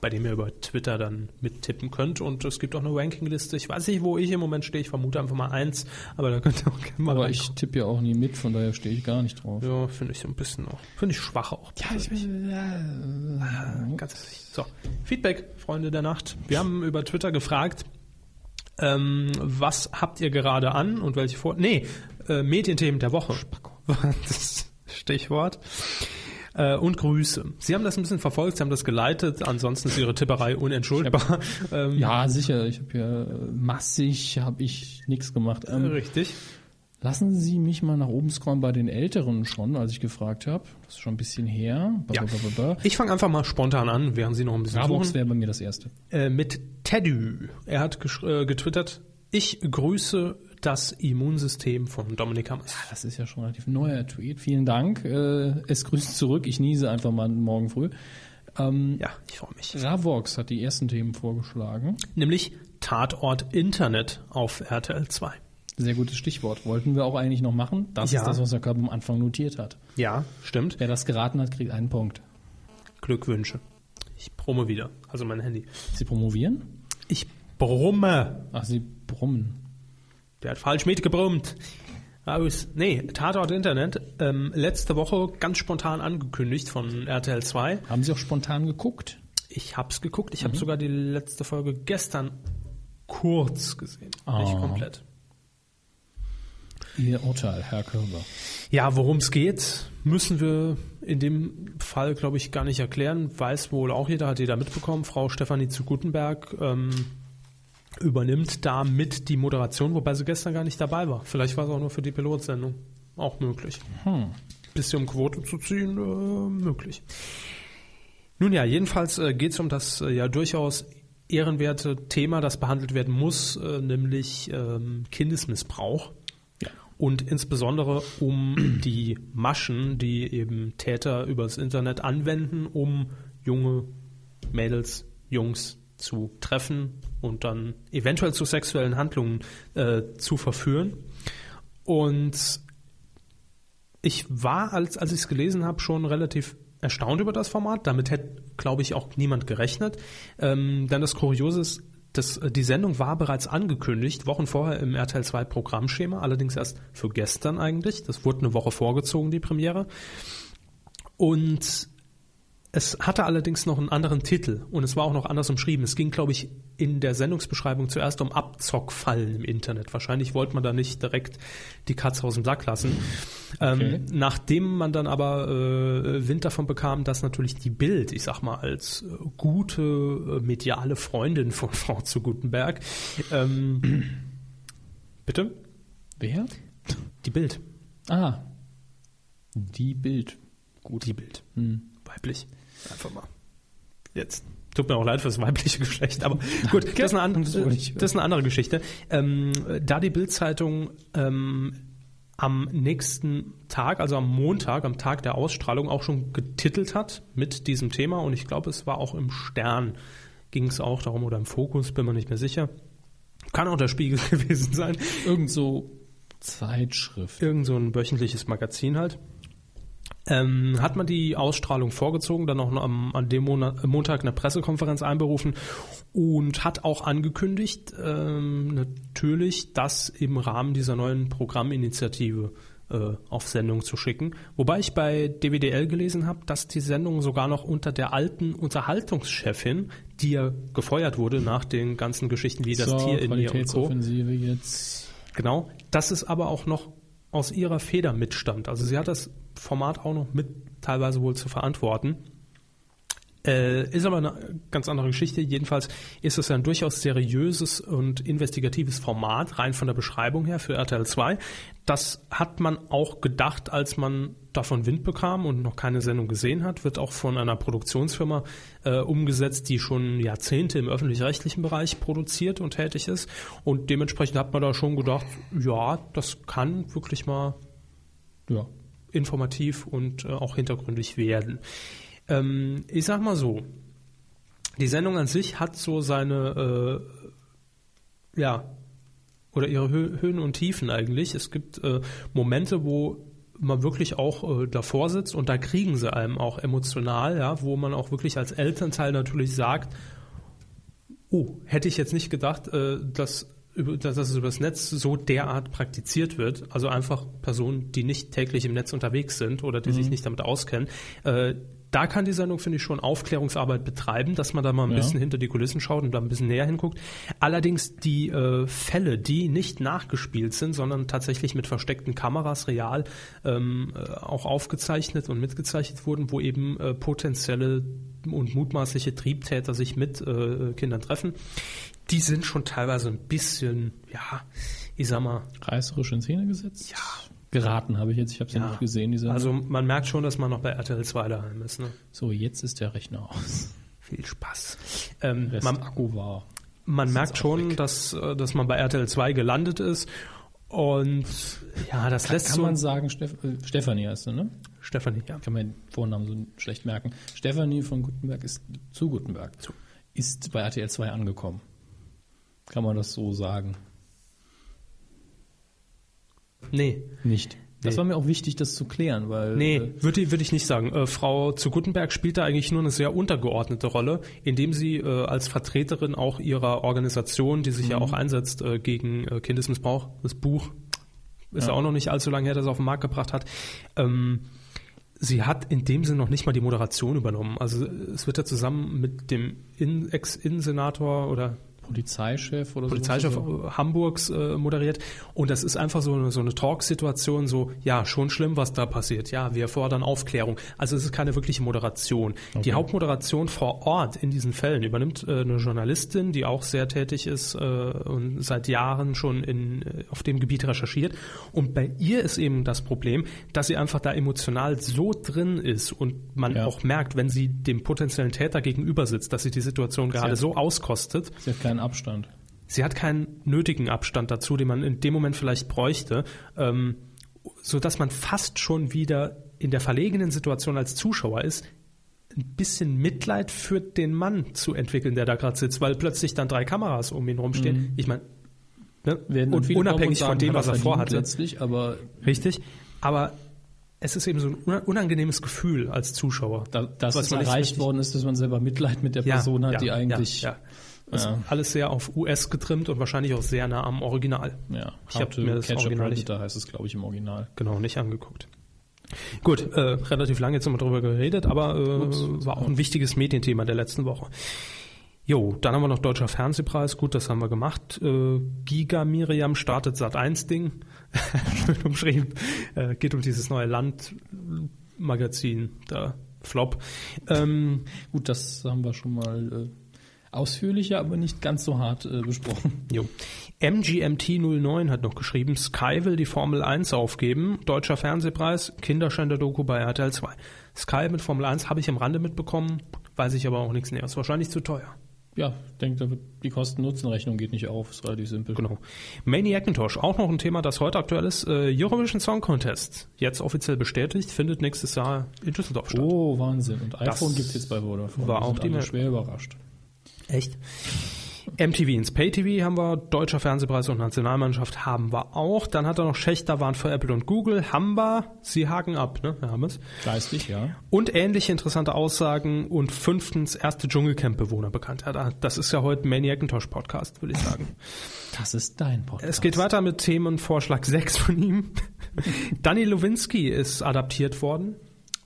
S1: bei dem ihr über Twitter dann mittippen könnt. Und es gibt auch eine Rankingliste. Ich weiß nicht, wo ich im Moment stehe. Ich vermute einfach mal eins, aber da könnt ihr auch gerne mal
S2: Aber
S1: reingucken.
S2: ich tippe ja auch nie mit, von daher stehe ich gar nicht drauf.
S1: Ja, finde ich so ein bisschen auch. Finde ich äh, schwach auch.
S2: Ja,
S1: Ganz ehrlich. So, Feedback, Freunde der Nacht. Wir haben über Twitter gefragt, ähm, was habt ihr gerade an und welche Vor... Nee, äh, Medienthemen der Woche war das Stichwort. Äh, und Grüße. Sie haben das ein bisschen verfolgt, Sie haben das geleitet, ansonsten ist Ihre Tipperei unentschuldbar. Ähm,
S2: sicher. Ich habe ja äh, massig, habe ich nichts gemacht. Ähm,
S1: Richtig.
S2: Lassen Sie mich mal nach oben scrollen bei den Älteren schon, als ich gefragt habe. Das ist schon ein bisschen her.
S1: Ja.
S2: Blablabla.
S1: Ich fange einfach mal spontan an, während Sie noch ein bisschen
S2: Rabox
S1: suchen.
S2: wäre bei mir das Erste.
S1: äh, mit Teddy. Er hat gesch- äh, getwittert, ich grüße das Immunsystem von Dominik Hammers.
S2: Das ist ja schon ein relativ neuer Tweet. Vielen Dank. Äh, es grüßt zurück. Ich niese einfach mal morgen früh.
S1: Ja, ich freue
S2: Mhm.
S1: mich.
S2: Ravox hat die ersten Themen vorgeschlagen.
S1: Nämlich Tatort Internet auf RTL 2.
S2: Sehr gutes Stichwort. Wollten wir auch eigentlich noch machen. Das
S1: Ja.
S2: ist das, was der Körper am Anfang notiert hat.
S1: Ja, stimmt.
S2: Wer das geraten hat, kriegt einen Punkt.
S1: Glückwünsche. Ich brumme wieder. Also mein Handy.
S2: Sie promovieren?
S1: Ich brumme.
S2: Ach, Sie brummen.
S1: Der hat falsch mitgebrummt. Aus. Nee, Tatort Internet. Ähm, letzte Woche ganz spontan angekündigt von RTL 2.
S2: Haben Sie auch spontan geguckt?
S1: Ich hab's geguckt. Ich hab habe sogar die letzte Folge gestern kurz gesehen. Nicht
S2: Ah.
S1: komplett.
S2: Ihr Urteil, Herr Körber.
S1: Ja, worum es geht, müssen wir in dem Fall, glaube ich, gar nicht erklären. Weiß wohl auch jeder, hat jeder mitbekommen. Frau Stefanie zu Gutenberg ähm, übernimmt damit die Moderation, wobei sie gestern gar nicht dabei war. Vielleicht war es auch nur für die Pilotsendung. Auch möglich. Bisschen um Quote zu ziehen, äh, möglich. Nun ja, jedenfalls äh, geht es um das äh, ja durchaus ehrenwerte Thema, das behandelt werden muss, äh, nämlich ähm, Kindesmissbrauch. Und insbesondere um die Maschen, die eben Täter übers Internet anwenden, um junge Mädels, Jungs zu treffen und dann eventuell zu sexuellen Handlungen äh, zu verführen. Und ich war, als, als ich es gelesen habe, schon relativ erstaunt über das Format. Damit hätte, glaube ich, auch niemand gerechnet. Ähm, denn das Kuriose ist, das, die Sendung war bereits angekündigt, Wochen vorher im RTL 2 Programmschema, allerdings erst für gestern eigentlich. Das wurde eine Woche vorgezogen, die Premiere. Und es hatte allerdings noch einen anderen Titel und es war auch noch anders umschrieben. Es ging, glaube ich, in der Sendungsbeschreibung zuerst um Abzockfallen im Internet. Wahrscheinlich wollte man da nicht direkt die Katze aus dem Sack lassen.
S2: Okay.
S1: Ähm, nachdem man dann aber äh, Wind davon bekam, dass natürlich die Bild, ich sag mal, als äh, gute äh, mediale Freundin von Frau zu Gutenberg, ähm, bitte?
S2: Wer?
S1: Die Bild.
S2: Ah, die Bild. Hm.
S1: Gut. Die Bild. Weiblich. Einfach mal. Jetzt. Tut mir auch leid fürs weibliche Geschlecht, aber gut, das ist eine, andere,
S2: Das wollte ich hören.
S1: das ist eine andere Geschichte. Ähm, da die Bild-Zeitung ähm, am nächsten Tag, also am Montag, am Tag der Ausstrahlung, auch schon getitelt hat mit diesem Thema und ich glaube, es war auch im Stern, ging es auch darum oder im Fokus, bin mir nicht mehr sicher. Kann auch der Spiegel gewesen sein.
S2: Irgend so Zeitschrift.
S1: Irgend so ein wöchentliches Magazin halt. Ähm, hat man die Ausstrahlung vorgezogen, dann auch noch am, an dem Monat, äh, Montag eine Pressekonferenz einberufen und hat auch angekündigt, ähm, natürlich, das im Rahmen dieser neuen Programminitiative äh, auf Sendung zu schicken. Wobei ich bei DWDL gelesen habe, dass die Sendung sogar noch unter der alten Unterhaltungschefin, die ja gefeuert wurde nach den ganzen Geschichten wie das
S2: Zur
S1: Tier in mir und Co.
S2: Qualitätsoffensive jetzt.
S1: Genau. Das ist aber auch noch aus ihrer Feder mitstammt. Also sie hat das Format auch noch mit teilweise wohl zu verantworten. Äh, ist aber eine ganz andere Geschichte. Jedenfalls ist es ein durchaus seriöses und investigatives Format, rein von der Beschreibung her für RTL 2. Das hat man auch gedacht, als man davon Wind bekam und noch keine Sendung gesehen hat. Wird auch von einer Produktionsfirma äh, umgesetzt, die schon Jahrzehnte im öffentlich-rechtlichen Bereich produziert und tätig ist. Und dementsprechend hat man da schon gedacht, ja, das kann wirklich mal
S2: Ja.
S1: informativ und äh, auch hintergründig werden. Ähm, ich sag mal so, die Sendung an sich hat so seine, äh, ja, oder ihre Hö Höhen und Tiefen eigentlich. Es gibt äh, Momente, wo man wirklich auch äh, davor sitzt und da kriegen sie einem auch emotional, ja, wo man auch wirklich als Elternteil natürlich sagt, oh, hätte ich jetzt nicht gedacht, äh, dass, über, dass das über das Netz so derart praktiziert wird. Also einfach Personen, die nicht täglich im Netz unterwegs sind oder die sich nicht damit auskennen. Äh, da kann die Sendung, finde ich, schon Aufklärungsarbeit betreiben, dass man da mal ein
S2: Ja.
S1: bisschen hinter die Kulissen schaut und da ein bisschen näher hinguckt. Allerdings die äh, Fälle, die nicht nachgespielt sind, sondern tatsächlich mit versteckten Kameras real ähm, äh, auch aufgezeichnet und mitgezeichnet wurden, wo eben äh, potenzielle und mutmaßliche Triebtäter sich mit äh, Kindern treffen, die sind schon teilweise ein bisschen, ja, ich sag mal,
S2: Reißerisch in Szene gesetzt? Ja. Geraten habe ich jetzt, ich habe es ja, nicht gesehen, diese.
S1: also man merkt schon, dass man noch bei RTL 2 daheim ist. Ne?
S2: so, jetzt ist der Rechner aus.
S1: Viel Spaß. Ähm,
S2: Rest
S1: man,
S2: Akku war.
S1: man merkt schon, dass, äh, dass man bei RTL 2 gelandet ist. Und ja, das lässt
S2: Kann
S1: so
S2: man sagen, Steff äh, Stefanie heißt sie, ne?
S1: Stefanie, ja.
S2: Kann man den Vornamen so schlecht merken. Stefanie von Gutenberg ist zu Gutenberg. Ist bei RTL 2 angekommen. Kann man das so sagen?
S1: Nee, ne?
S2: Nicht. Das
S1: Nee.
S2: war mir auch wichtig, das zu klären, weil.
S1: nee,
S2: äh,
S1: würde ich- würde ich nicht sagen. Äh, Frau zu Gutenberg spielt da eigentlich nur eine sehr untergeordnete Rolle, indem sie äh, als Vertreterin auch ihrer Organisation, die sich ja auch einsetzt äh, gegen äh, Kindesmissbrauch, das Buch ist ja. auch noch nicht allzu lange her, dass er auf den Markt gebracht hat. Ähm, sie hat in dem Sinne noch nicht mal die Moderation übernommen. Also äh, es wird ja zusammen mit dem In- Ex-Innensenator oder
S2: Polizeichef oder
S1: Polizeichef
S2: so.
S1: Hamburgs äh, moderiert. Und das ist einfach so eine, so eine Talksituation, so, ja, schon schlimm, was da passiert. Ja, wir fordern Aufklärung. Also es ist keine wirkliche Moderation. Die Hauptmoderation vor Ort in diesen Fällen übernimmt äh, eine Journalistin, die auch sehr tätig ist äh, und seit Jahren schon in, äh, auf dem Gebiet recherchiert. Und bei ihr ist eben das Problem, dass sie einfach da emotional so drin ist und man
S2: Ja.
S1: auch merkt, wenn sie dem potenziellen Täter gegenüber sitzt, dass sie die Situation gerade
S2: hat-
S1: so auskostet,
S2: Sie hat keinen Abstand.
S1: sie hat keinen nötigen Abstand dazu, den man in dem Moment vielleicht bräuchte, ähm, so dass man fast schon wieder in der verlegenen Situation als Zuschauer ist, ein bisschen Mitleid für den Mann zu entwickeln, der da gerade sitzt, weil plötzlich dann drei Kameras um ihn rumstehen. Ich meine, ne?
S2: Mhm. Werden dann
S1: und
S2: viele kommen
S1: unabhängig
S2: sagen,
S1: von dem,
S2: hat
S1: was er
S2: verdient
S1: vorhatte.
S2: Letztlich, aber
S1: Richtig. Aber es ist eben so ein una- unangenehmes Gefühl als Zuschauer.
S2: da, dass
S1: was
S2: es
S1: man nicht
S2: erreicht
S1: richtig-
S2: worden ist, dass man selber Mitleid mit der Person hat, die eigentlich.
S1: Ja, ja. Das
S2: Ja.
S1: ist alles sehr auf US getrimmt und wahrscheinlich auch sehr nah am Original.
S2: Ja,
S1: Ich habe mir das
S2: Catch a
S1: Original nicht,
S2: Predator heißt es, glaube ich, im Original.
S1: genau nicht angeguckt. Gut, äh, relativ lange jetzt haben wir drüber geredet, aber äh, war auch ein wichtiges Medienthema der letzten Woche. Jo, dann haben wir noch Deutscher Fernsehpreis. Gut, das haben wir gemacht. Äh, Giga Miriam startet Sat1-Ding. Schön umschrieben. Äh, geht um dieses neue Landmagazin, da Flop. Ähm,
S2: Gut, das haben wir schon mal äh, ausführlicher, aber nicht ganz so hart äh, besprochen.
S1: Jo. MGMT09 hat noch geschrieben, Sky will die Formel 1 aufgeben, deutscher Fernsehpreis, Kinderschänder-Doku bei RTL 2. Sky mit Formel 1 habe ich am Rande mitbekommen, weiß ich aber auch nichts näher. Ist wahrscheinlich zu teuer.
S2: Ja, ich denke, da wird- die Kosten-Nutzen-Rechnung geht nicht auf, ist relativ simpel.
S1: Genau. Maniacintosh, auch noch ein Thema, das heute aktuell ist. Äh, Eurovision Song Contest, jetzt offiziell bestätigt, findet nächstes Jahr in Düsseldorf statt.
S2: Oh, Wahnsinn. Und iPhone gibt es jetzt bei Vodafone.
S1: war
S2: Wir
S1: auch
S2: sind
S1: die
S2: alle
S1: Mel-
S2: schwer überrascht.
S1: Echt? MTV ins Pay-TV haben wir, Deutscher Fernsehpreis und Nationalmannschaft haben wir auch. Dann hat er noch Schächter, waren für Apple und Google, haben wir, sie haken ab, ne, Herr Hammes.
S2: Geistig, ja.
S1: Und ähnliche interessante Aussagen und fünftens erste Dschungelcamp-Bewohner bekannt. Ja, da- das ist ja heute ein Maniacintosh-Podcast, würde ich sagen.
S2: Das ist dein Podcast.
S1: Es geht weiter mit Themenvorschlag 6 von ihm. Danny Lewinsky ist adaptiert worden.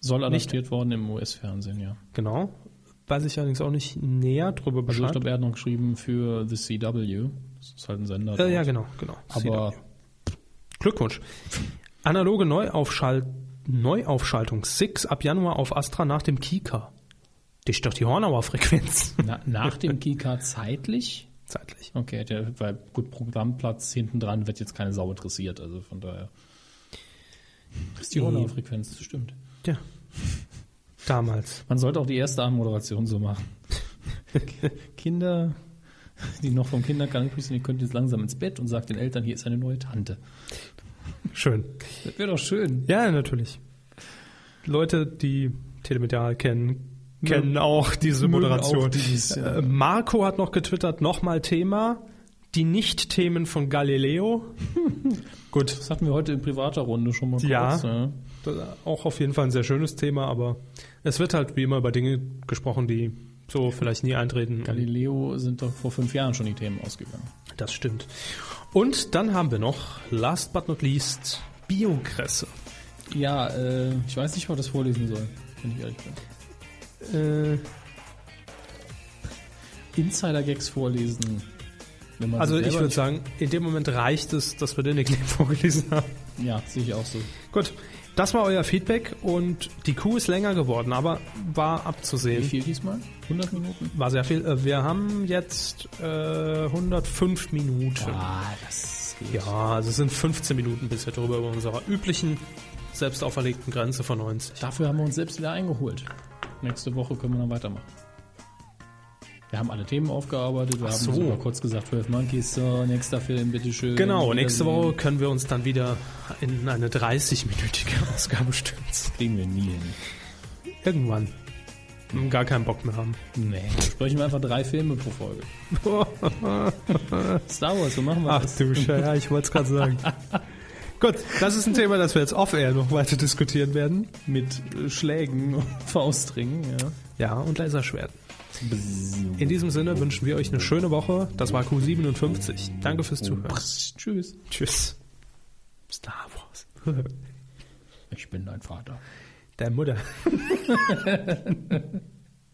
S2: Soll adaptiert worden im US-Fernsehen, ja.
S1: Genau. Weiß ich allerdings auch nicht näher drüber
S2: Also ich
S1: Bescheid.
S2: glaube, er hat noch geschrieben für The CW. Das ist halt ein Sender.
S1: äh, ja,
S2: dort.
S1: genau, genau.
S2: Aber
S1: Glückwunsch. Analoge Neuaufschalt Neuaufschaltung 6 ab Januar auf Astra nach dem Kika. Das ist doch die Hornauer Frequenz.
S2: na, nach dem Kika zeitlich?
S1: Zeitlich.
S2: Okay, der, weil gut, Programmplatz hinten dran wird jetzt keine Sau interessiert, also von daher. Ist die hohe Frequenz, das stimmt.
S1: Ja. Damals.
S2: Man sollte auch die erste Abendmoderation so machen. Kinder, die noch vom Kindergarten grüßen, ihr könnt jetzt langsam ins Bett und sagt den Eltern, hier ist eine neue Tante.
S1: Schön.
S2: Das wäre doch schön.
S1: Ja, natürlich. Leute, die Telemedial kennen, kennen auch diese
S2: Ne. mögen
S1: Moderation.
S2: auch dieses, ja.
S1: Äh, Marco hat noch getwittert, nochmal Thema. die Nicht-Themen von Galileo. Gut,
S2: Das hatten wir heute in privater Runde schon mal kurz. ne?
S1: Ja.
S2: ja.
S1: das ist auch auf jeden Fall ein sehr schönes Thema, aber es wird halt wie immer über Dinge gesprochen, die so vielleicht nie eintreten.
S2: Galileo sind doch vor fünf Jahren schon die Themen ausgegangen.
S1: Das stimmt. Und dann haben wir noch, last but not least, Biokresse.
S2: Ja, äh, ich weiß nicht, ob ich das vorlesen soll, wenn ich ehrlich bin.
S1: Äh,
S2: also Insider-Gags vorlesen. Wenn man
S1: also
S2: sie
S1: ich
S2: selber
S1: würde
S2: nicht-
S1: sagen, in dem Moment reicht es, dass wir den Nickname vorgelesen haben.
S2: Ja, sehe ich auch so.
S1: Gut, das war euer Feedback und die Kuh ist länger geworden, aber war
S2: Wie
S1: abzusehen.
S2: viel diesmal? 100 Minuten?
S1: War sehr viel. Äh, Wir haben jetzt äh, 105 Minuten.
S2: Ah, das geht.
S1: Ja, also es sind 15 Minuten bisher drüber über unserer üblichen, selbst auferlegten Grenze von 90.
S2: Dafür haben wir uns selbst wieder eingeholt. Nächste Woche können wir dann weitermachen. Wir haben alle Themen aufgearbeitet. Wir haben
S1: so.
S2: sogar kurz gesagt, 12 Monkeys, so, nächster Film, bitteschön.
S1: Genau, nächste
S2: Wiedersehen.
S1: Woche können wir uns dann wieder in eine 30-minütige Ausgabe stürzen.
S2: Kriegen wir nie hin.
S1: Irgendwann. Hm, Gar keinen Bock mehr haben.
S2: Nee. Sprechen wir einfach drei Filme pro Folge. Star Wars, so machen wir
S1: Ach
S2: das.
S1: du Scheiße, ja, ich wollte es gerade sagen. Gut, das ist ein Thema, das wir jetzt off-air noch weiter diskutieren werden.
S2: Mit äh, Schlägen und Faustringen, ja.
S1: Ja, und Laserschwert. In diesem Sinne wünschen wir euch eine schöne Woche. Das war Q57. Danke fürs Zuhören.
S2: Tschüss.
S1: Tschüss. Star Wars.
S2: Ich bin dein Vater.
S1: Deine Mutter.